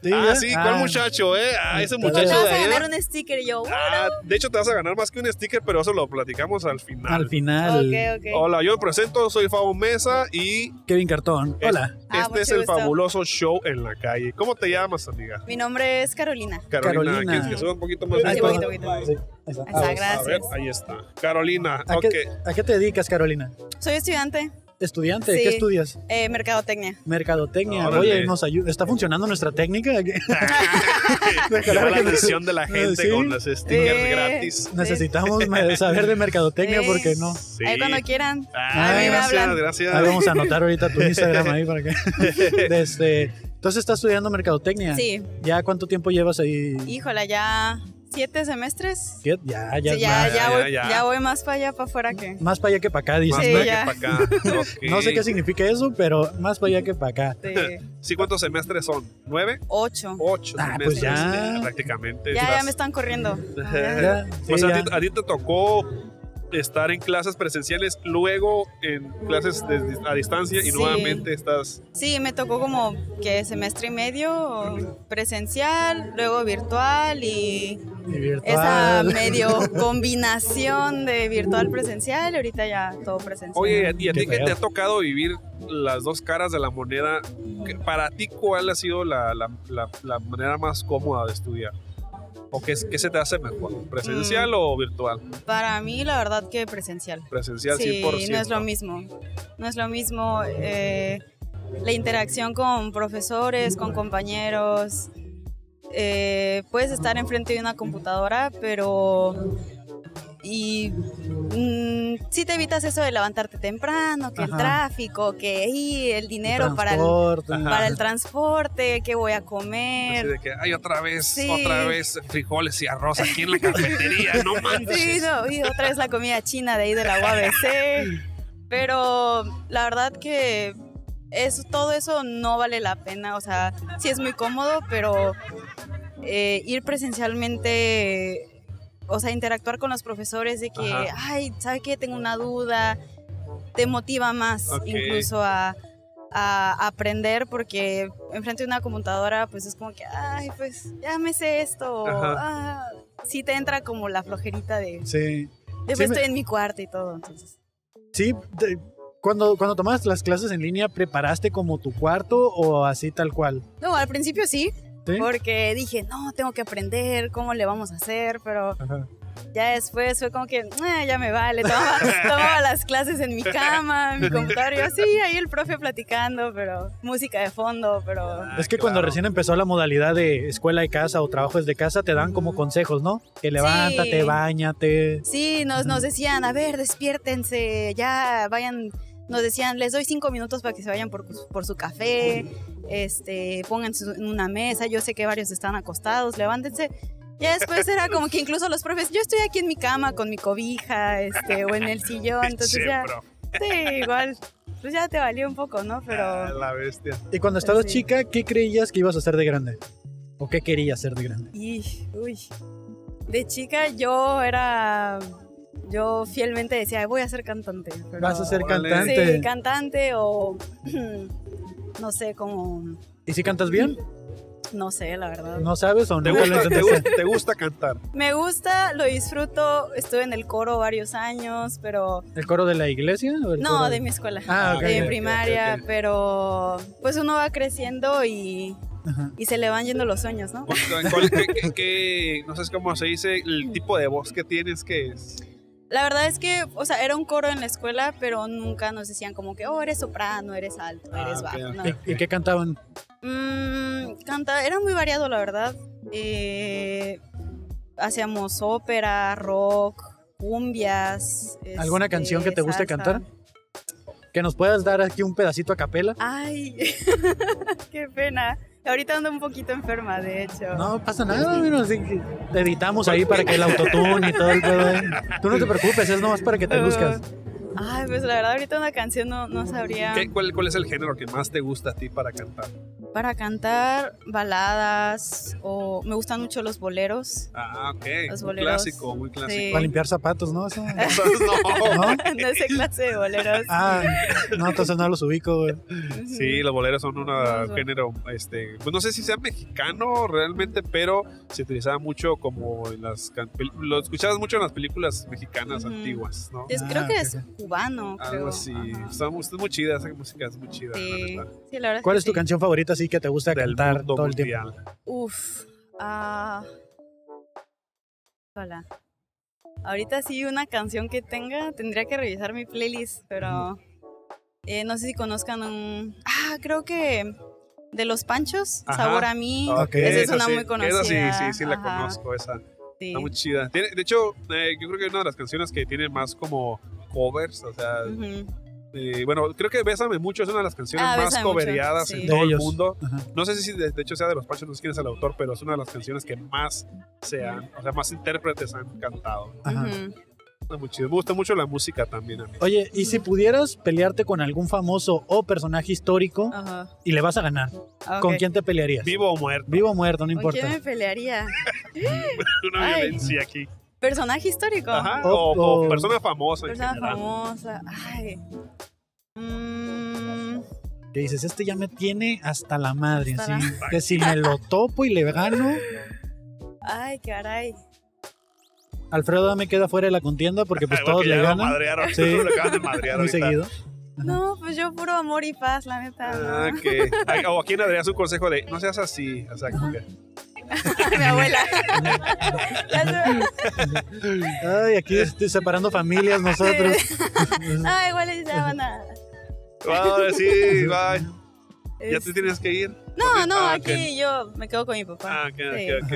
Sí, Ah, ya. sí, ¿cuál Ah, muchacho, eh? Ah, ese Te Te muchacho vas de a ahí. ganar un sticker, yo. Ah, de hecho, te vas a ganar más que un sticker, pero eso lo platicamos al final. Al final, Ok, ok. Hola, yo me presento, soy Fabo Mesa y Kevin Cartón. Es- Hola, Ah, este mucho es el gusto. fabuloso show en la calle. ¿Cómo te llamas, amiga? Mi nombre es Carolina. Carolina, Carolina. ¿quieres que suba un poquito más? Sí, de- está. poquito, poquito. Sí, ahí está. Ahí está, A ver, gracias. ahí está. Carolina, ¿A, ok. qué, a qué te dedicas, Carolina? Soy estudiante, ¿Estudiante? Sí. ¿Qué estudias? eh, mercadotecnia. Mercadotecnia. Órale. Oye, nos ayuda. ¿Está funcionando nuestra técnica? Llamó la atención de la gente Sí. con los stickers Eh. gratis. Necesitamos ma- saber de mercadotecnia Sí. porque no. Sí. Ahí cuando quieran. Ah, a mí me gracias, hablan. Ahí gracias. vamos a anotar ahorita tu Instagram ahí para que. Desde- entonces estás estudiando mercadotecnia. Sí. ¿Ya cuánto tiempo llevas ahí? Híjola, ya siete semestres. ¿Qué? Ya, ya, Sí, ya, más, ya, ya, voy, ya. ya voy más para allá, para afuera que. más para allá que para acá, Más dices. Sí, para ya. que para acá. Ok. No sé qué significa eso, pero más para allá que para acá. de Sí, ¿cuántos semestres son? ¿Nueve? ocho. Ocho Ah, pues semestres. ya. eh, Prácticamente. Ya, Estás- ya me están corriendo. Ya, sí, O sea, ya. a ti, a ti te tocó estar en clases presenciales, luego en clases de- a distancia y Sí. nuevamente estás. Sí, me tocó como que semestre y medio presencial, luego virtual y Y virtual. esa medio combinación de virtual presencial. Ahorita ya todo presencial. Oye, ¿y a Qué ti que feo. te ha tocado vivir las dos caras de la moneda? ¿qué- Para ti, ¿cuál ha sido la, la- la- la manera más cómoda de estudiar? ¿O qué, es- qué se te hace mejor? Mm. ¿Presencial o virtual? Para mí, la verdad que presencial. Presencial Sí, 100%. no es lo mismo. No es lo mismo eh, la interacción con profesores, con compañeros. Eh, puedes estar enfrente de una computadora, pero... Y si sí te evitas eso de levantarte temprano, que Ajá. el tráfico, que y el dinero para el, Transporte. para el transporte, que voy a Así comer. de que, ay, otra vez, Sí. otra vez frijoles y arroz aquí en la cafetería, no manches. Sí, no, y otra es la comida china de ahí de la UABC. Pero la verdad que eso, todo eso no vale la pena. O sea, sí es muy cómodo, pero eh, ir presencialmente, o sea, interactuar con los profesores de que, Ajá. ay, ¿sabes qué? Tengo una duda, te motiva más Ok. incluso a, a aprender porque enfrente de una computadora pues es como que, ay, pues ya me sé esto. o, Ajá. "Ah", sí te entra como la flojerita de, Sí. de, Sí pues, me- estoy en mi cuarto y todo. Entonces. Sí, te- cuando, cuando tomabas las clases en línea, ¿preparaste como tu cuarto o así tal cual? No, al principio sí, ¿Sí? porque dije, no, tengo que aprender, ¿cómo le vamos a hacer? Pero Ajá. ya después fue como que, "Ah, ya me vale, tomaba, tomaba las clases en mi cama, en mi computador, y yo, sí, ahí el profe platicando, pero música de fondo, pero... Ah, es que cuando claro. recién empezó la modalidad de escuela y casa o trabajo desde casa, te dan como consejos, ¿no? Que levántate, Sí. bañate. Sí, nos, nos decían, a ver, despiértense, ya vayan nos decían, les doy cinco minutos para que se vayan por, por su café, este, pónganse en una mesa, yo sé que varios están acostados, levántense. Ya después era como que incluso los profes, yo estoy aquí en mi cama con mi cobija, este, o en el sillón, entonces ya, sí, igual, pues ya te valió un poco, ¿no? Pero La bestia. Y Pues cuando estabas chica, ¿qué creías que ibas a hacer de grande? ¿O qué querías hacer de grande? Y, uy. De chica yo era. Yo fielmente decía, voy a ser cantante. pero- Vas a ser Órale. cantante. Sí, cantante o. no sé, como. ¿Y si cantas bien? No sé, la verdad. ¿No sabes o ¿Te no? gusta, te gusta- te gusta cantar? Me gusta, lo disfruto. Estuve en el coro varios años, pero. ¿El coro de la iglesia? o el No, coro de mi escuela. Ah, ok, de mi ok, primaria, ok, ok. pero. Pues uno va creciendo y. Y se le van yendo los sueños, ¿no? ¿Cuál- qué- qué- qué- no sé cómo se dice el tipo de voz que tienes que es. La verdad es que, o sea, era un coro en la escuela, pero nunca nos decían como que, oh, eres soprano, eres alto, Ah, eres bajo. no. ¿Y, y qué cantaban? Mm, canta, era muy variado, la verdad. Eh, hacíamos ópera, rock, cumbias. ¿Alguna este, canción que te guste salsa. cantar? Que nos puedas dar aquí un pedacito a capela. Ay, qué pena. Ahorita ando un poquito enferma, de hecho. No pasa nada, mira, así que te editamos ahí para que el autotune y todo el pedo. ahí. Tú no te preocupes, es nomás para que te luzcas. Ay, pues la verdad, ahorita una canción no, no sabría. ¿Qué- cuál, cuál es el género que más te gusta a ti para cantar? Para cantar baladas o me gustan mucho los boleros. Ah, ok. Los Muy boleros. clásico, muy clásico. Sí. Para limpiar zapatos, ¿no? Eso- no, sé clase de boleros. Ah, no, entonces no los ubico, güey. Sí, los boleros son un Los bol- género, este, pues no sé si sea mexicano realmente, pero se utilizaba mucho como en las, can- pel- lo escuchabas mucho en las películas mexicanas Ujú. antiguas, ¿no? Es- creo que es cubano, creo. Algo así. Está, mu- está muy chida, esa música es muy chida. Sí, sí, la verdad. ¿Cuál que es tu sí. canción favorita así que te gusta cantar todo el tiempo? Uf. ah, hola. Ahorita sí, una canción que tenga. Tendría que revisar mi playlist, pero. eh, no sé si conozcan un. Ah, creo que. De los Panchos, Ajá. Sabor a mí. Ok, esa es una sí, muy conocida. Esa sí, sí, sí la ajá, conozco, esa. sí. Está muy chida. Tiene- de hecho, eh, yo creo que es una de las canciones que tiene más como covers, o sea, Ujú. eh, bueno, creo que Bésame Mucho es una de las canciones Ah, más Bésame Mucho, covereadas sí. en De todo el ellos. mundo. No sé si de, de hecho sea de los Panchos, no sé quién es el autor, pero es una de las canciones que más se han, o sea, más intérpretes han cantado. ¿no? Ajá. Está muy chido. Me gusta mucho la música también a mí. Oye, ¿y si pudieras pelearte con algún famoso o personaje histórico Ajá. y le vas a ganar? Ah, ¿Con ok. quién te pelearías? Vivo o muerto. Vivo o muerto, no ¿Con quién importa. me pelearía? Una Ay. violencia aquí. Personaje histórico. Ajá, o, o persona famosa. en Persona general. famosa. Ay. Mm, Que dices, este ya me tiene hasta la madre, Hasta así. la- Que si me lo topo y le gano, ay, caray. Alfredo me queda fuera de la contienda porque pues Ay, todos porque le ya lo ganan. madrearon, Sí, lo acaban de madrear muy ahorita. seguido. No, pues yo puro amor y paz, la neta. ¿no? Ah, que- ay, O a quién le darías un consejo de no seas así. O sea, como que- Mi abuela. Ya se- Ay, aquí estoy separando familias nosotros. ay, igual ellos ya van a. Ah, Bye, sí, bye. Ya te Es- tienes que ir. No, no, Ah, ok. aquí yo me quedo con mi papá. Ah, ok, Sí, ok, ok.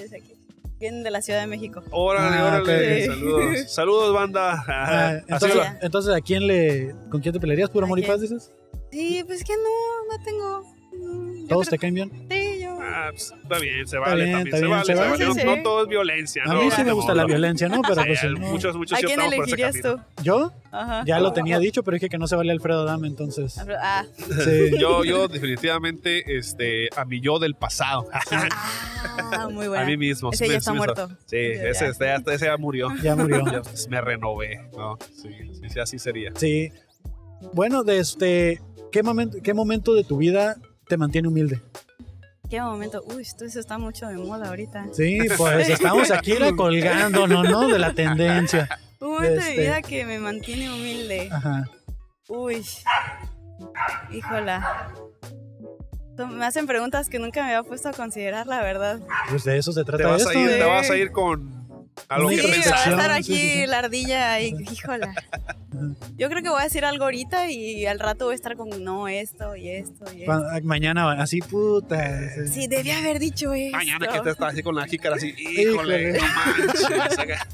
sí, es aquí. Vienen de la Ciudad de México. Órale, Ah, órale. ok. Saludos. Saludos, banda. Ah, Ajá. Así entonces, va. entonces, ¿a quién le, con quién te pelearías? ¿Puro amor y ¿A quién? paz, dices? Sí, pues que no, no tengo. mm, yo ¿Todos te creo- caen bien? Sí, yo. Ah, pues, está bien, se vale bien, también. está bien, se se vale, vale. se vale. Sí, No, sí. no todo es violencia. A ¿no? mí sí me Este gusta la mundo. violencia, ¿no? Pero pues Sí, no. Muchos, muchos ¿A sí quién optamos por ese elegirías camino. tú? ¿Yo? Ajá. Ya lo tenía dicho, pero dije que no se vale Alfredo Dame, entonces. Ah, Sí. Yo, yo definitivamente, este, a mi yo del pasado. ah, muy buena. a mí mismo. Ese sí, ya sí, está sí, muerto. Sí, ese, Ya. este, hasta ese ya murió. Ya murió. Yo, pues, me renové. No, sí, sí, sí, así sería. Sí. Bueno, de este, ¿qué momento, ¿qué momento de tu vida te mantiene humilde? Qué momento. Uy, esto eso está mucho de moda ahorita. Sí, pues estamos aquí la colgando, ¿no? ¿no? De la tendencia. Un momento de Este. mi vida que me mantiene humilde. Ajá. Uy. Híjola. Son- Me hacen preguntas que nunca me había puesto a considerar, la verdad. Pues de eso se Te trata vas, esto. ¿eh? a ir, te Sí. vas a ir con algo Sí, que va a pensar. estar Sí, sí, aquí sí. la ardilla y híjola. Yo creo que voy a decir algo ahorita y al rato voy a estar con no, esto y esto y esto. Pa- ah, Mañana, va- así, puta. Sí, debía haber dicho esto. Mañana que te estás así con la jícara así, híjole, no manches. acá.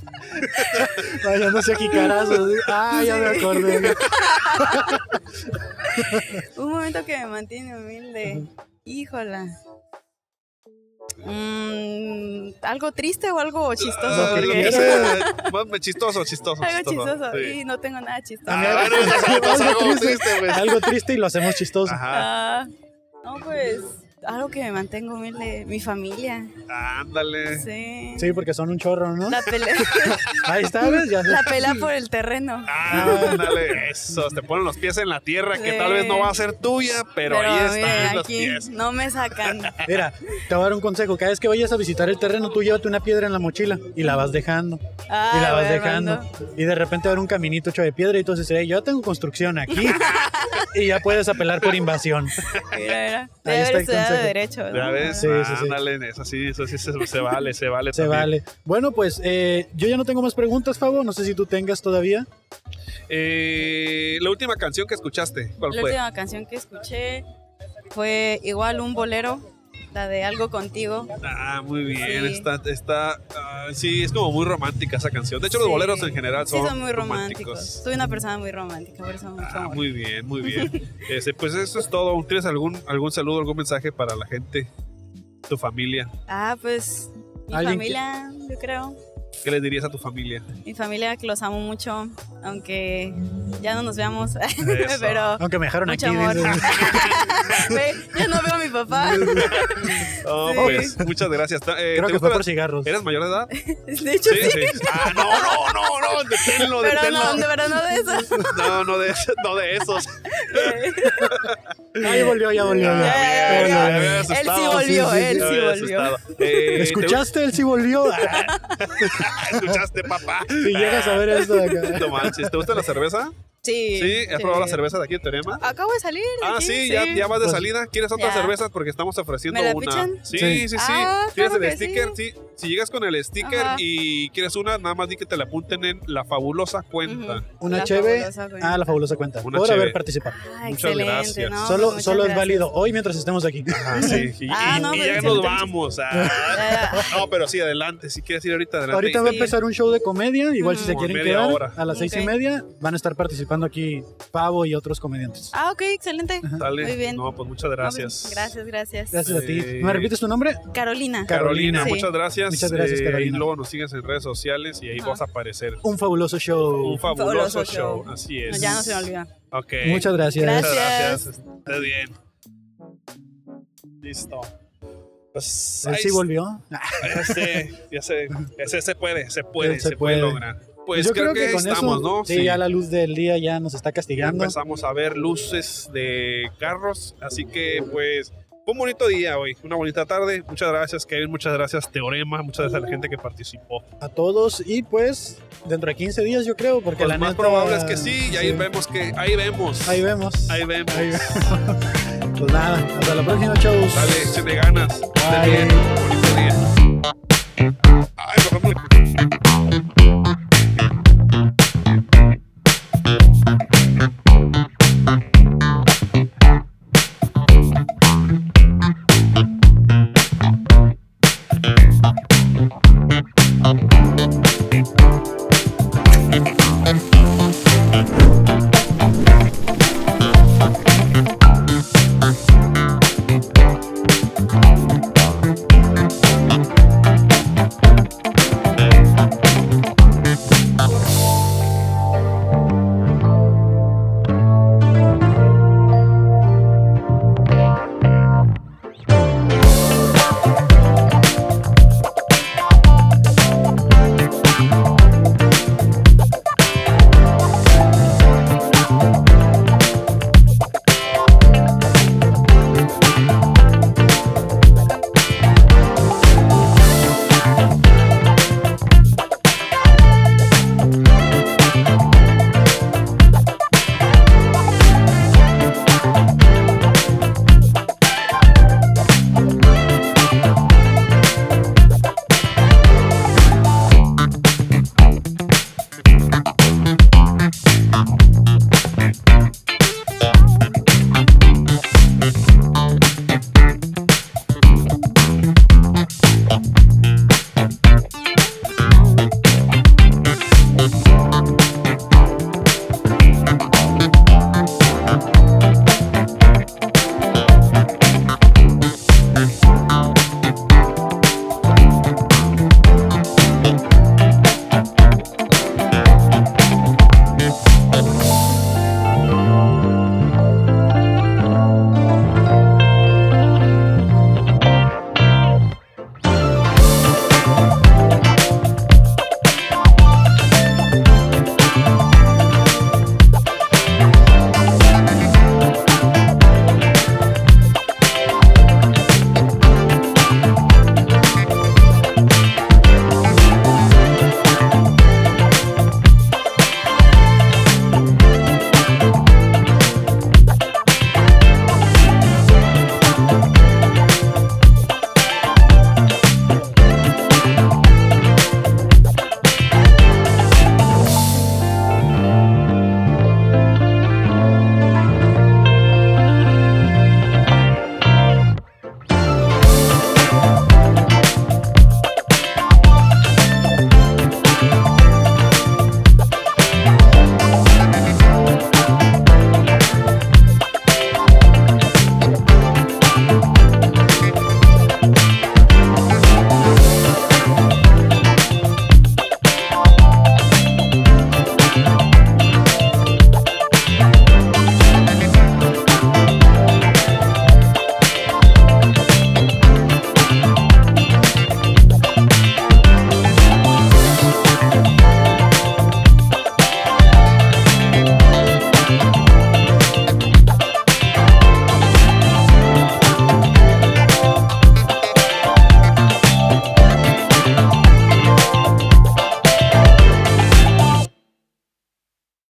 Bailándose aquí carazos. Ah, ya me acordé. Un momento que me mantiene humilde. Híjola. Mm, ¿Algo triste o algo chistoso? Ah, Porque- ya sé, más- chistoso, chistoso. Algo chistoso, chistoso. sí. Ah, Y no tengo nada chistoso. algo, triste, algo triste y lo hacemos chistoso. Ah, no, pues algo que me mantengo humilde. Mi familia. Ándale. Ah. Sí. Sí, porque son un chorro, ¿no? La pelea. Ahí está, ¿ves? Ya sé. La pelea por el terreno. Ándale, eso, te ponen los pies en la tierra que Sí. tal vez no va a ser tuya, pero, ahí están mira, los aquí pies. No me sacan. Mira, te voy a dar un consejo. Cada vez que vayas a visitar el terreno, tú llévate una piedra en la mochila y la vas dejando. Ah, y la vas voy dejando. Y de repente va a haber un caminito hecho de piedra y entonces dices, "Ey, yo tengo construcción aquí. y ya puedes apelar por invasión. Mira, mira. Ahí Debe está haber el estudiado consejo. Derecho. Ya Pues, ¿no? ves, Sí, sí, sí. ándale, eso sí, eso sí se, se vale, se vale. Se también. vale. Bueno, pues eh, yo ya no tengo más preguntas, Fabo. No sé si tú tengas todavía. Eh, la última canción que escuchaste, ¿cuál La fue? última canción que escuché fue igual un bolero, la de Algo Contigo. Ah, muy bien, Sí. está, está, ah, sí, es como muy romántica esa canción. De hecho, los Sí. boleros en general Sí, son, son muy románticos. románticos. Soy una persona muy romántica, por eso mucho Ah, amor. muy bien, muy bien. Este, pues eso es todo. ¿Tienes algún, algún saludo, algún mensaje para la gente, tu familia? Ah, pues mi Alguien que- familia, yo creo. ¿Qué les dirías a tu familia? Mi familia que los amo mucho, aunque ya no nos veamos. Eso. pero Aunque me dejaron mucho aquí. amor. dices. Ve, ya no veo a mi papá. Oh, Sí. pues, muchas gracias. Ta- eh, Creo ¿te que fue gusta la- por cigarros. ¿Eres mayor de edad? De hecho, sí. Ah, no, no, no, no, deténlo, Pero deténlo. no, de verdad no de eso. No, no de, eso- no de esos. Eh, Ahí volvió, ya volvió. ya. Ya Eh, me había asustado. sí volvió, él ya sí me había volvió. asustado. Eh, ¿Escuchaste? Él sí volvió. Ah, te- ¿Escuchaste, papá? Si llegas a ver esto de acá. No manches, ¿te gusta la cerveza? Sí. Sí, ¿has probado la cerveza de aquí en Teorema? Acabo de salir. de Ah, aquí, sí, Ya, ya vas de Pues- salida. ¿Quieres otra Ya. cerveza? Porque estamos ofreciendo ¿Me la una. pichan? Sí, Sí. sí, sí. Ah, ¿Tienes claro el que sí. sticker? Sí. Si llegas con el sticker Ajá. y quieres una, nada más di que te la apunten en la fabulosa cuenta. Ujú. Una La cheve. fabulosa cuenta. Ah, la fabulosa cuenta. Una Por cheve. haber participado. Ah, Muchas excelente. gracias. solo no, pues, solo muchas es gracias. válido hoy mientras estemos aquí. Ah, sí. Y, Ah, y- no, y pues, ya excelente, nos muchas- vamos. Ah. No, pero sí, adelante. Si quieres ir ahorita, adelante. Ahorita va a empezar un show de comedia. Igual si Ujú. se Como quieren media quedar hora. a las seis y Ok. media, van a estar participando aquí Pavo y otros comediantes. Ah, ok, excelente. Dale. Muy bien. No, pues muchas No, pues, gracias. gracias, gracias. Gracias a ti. Sí. ¿Me repites tu nombre? Carolina. Carolina, Sí. muchas gracias. Eh, Muchas gracias, Carolina. Y luego nos sigues en redes sociales y ahí Ajá. vas a aparecer. Un fabuloso show. Un fabuloso fabuloso, show. show. Así No, es. ya no se me olvida. Ok. Muchas gracias. Gracias. Muchas gracias. Estés bien. Listo. Pues, Él ahí Eh, sí volvió. está, Ya sé, ya sé. Ya sé, se puede, se puede, Él se, se puede. puede. lograr. Pues creo, que, con estamos, eso, ¿no? Sí, ya la luz del día ya nos está Ya castigando. empezamos a ver luces de carros, así que pues fue un bonito día hoy, una bonita tarde. Muchas gracias Kevin, muchas gracias Teorema, muchas gracias a la gente que participó. A todos y pues dentro de 15 días yo creo, porque Pues la lo más neta- probable es que sí, y ahí vemos que ahí vemos. Ahí vemos. Ahí vemos. Ahí vemos. pues nada, hasta la próxima, chavos. Dale, échenle ganas. Está Bye. bien. Bonito día. Ay, mejor me-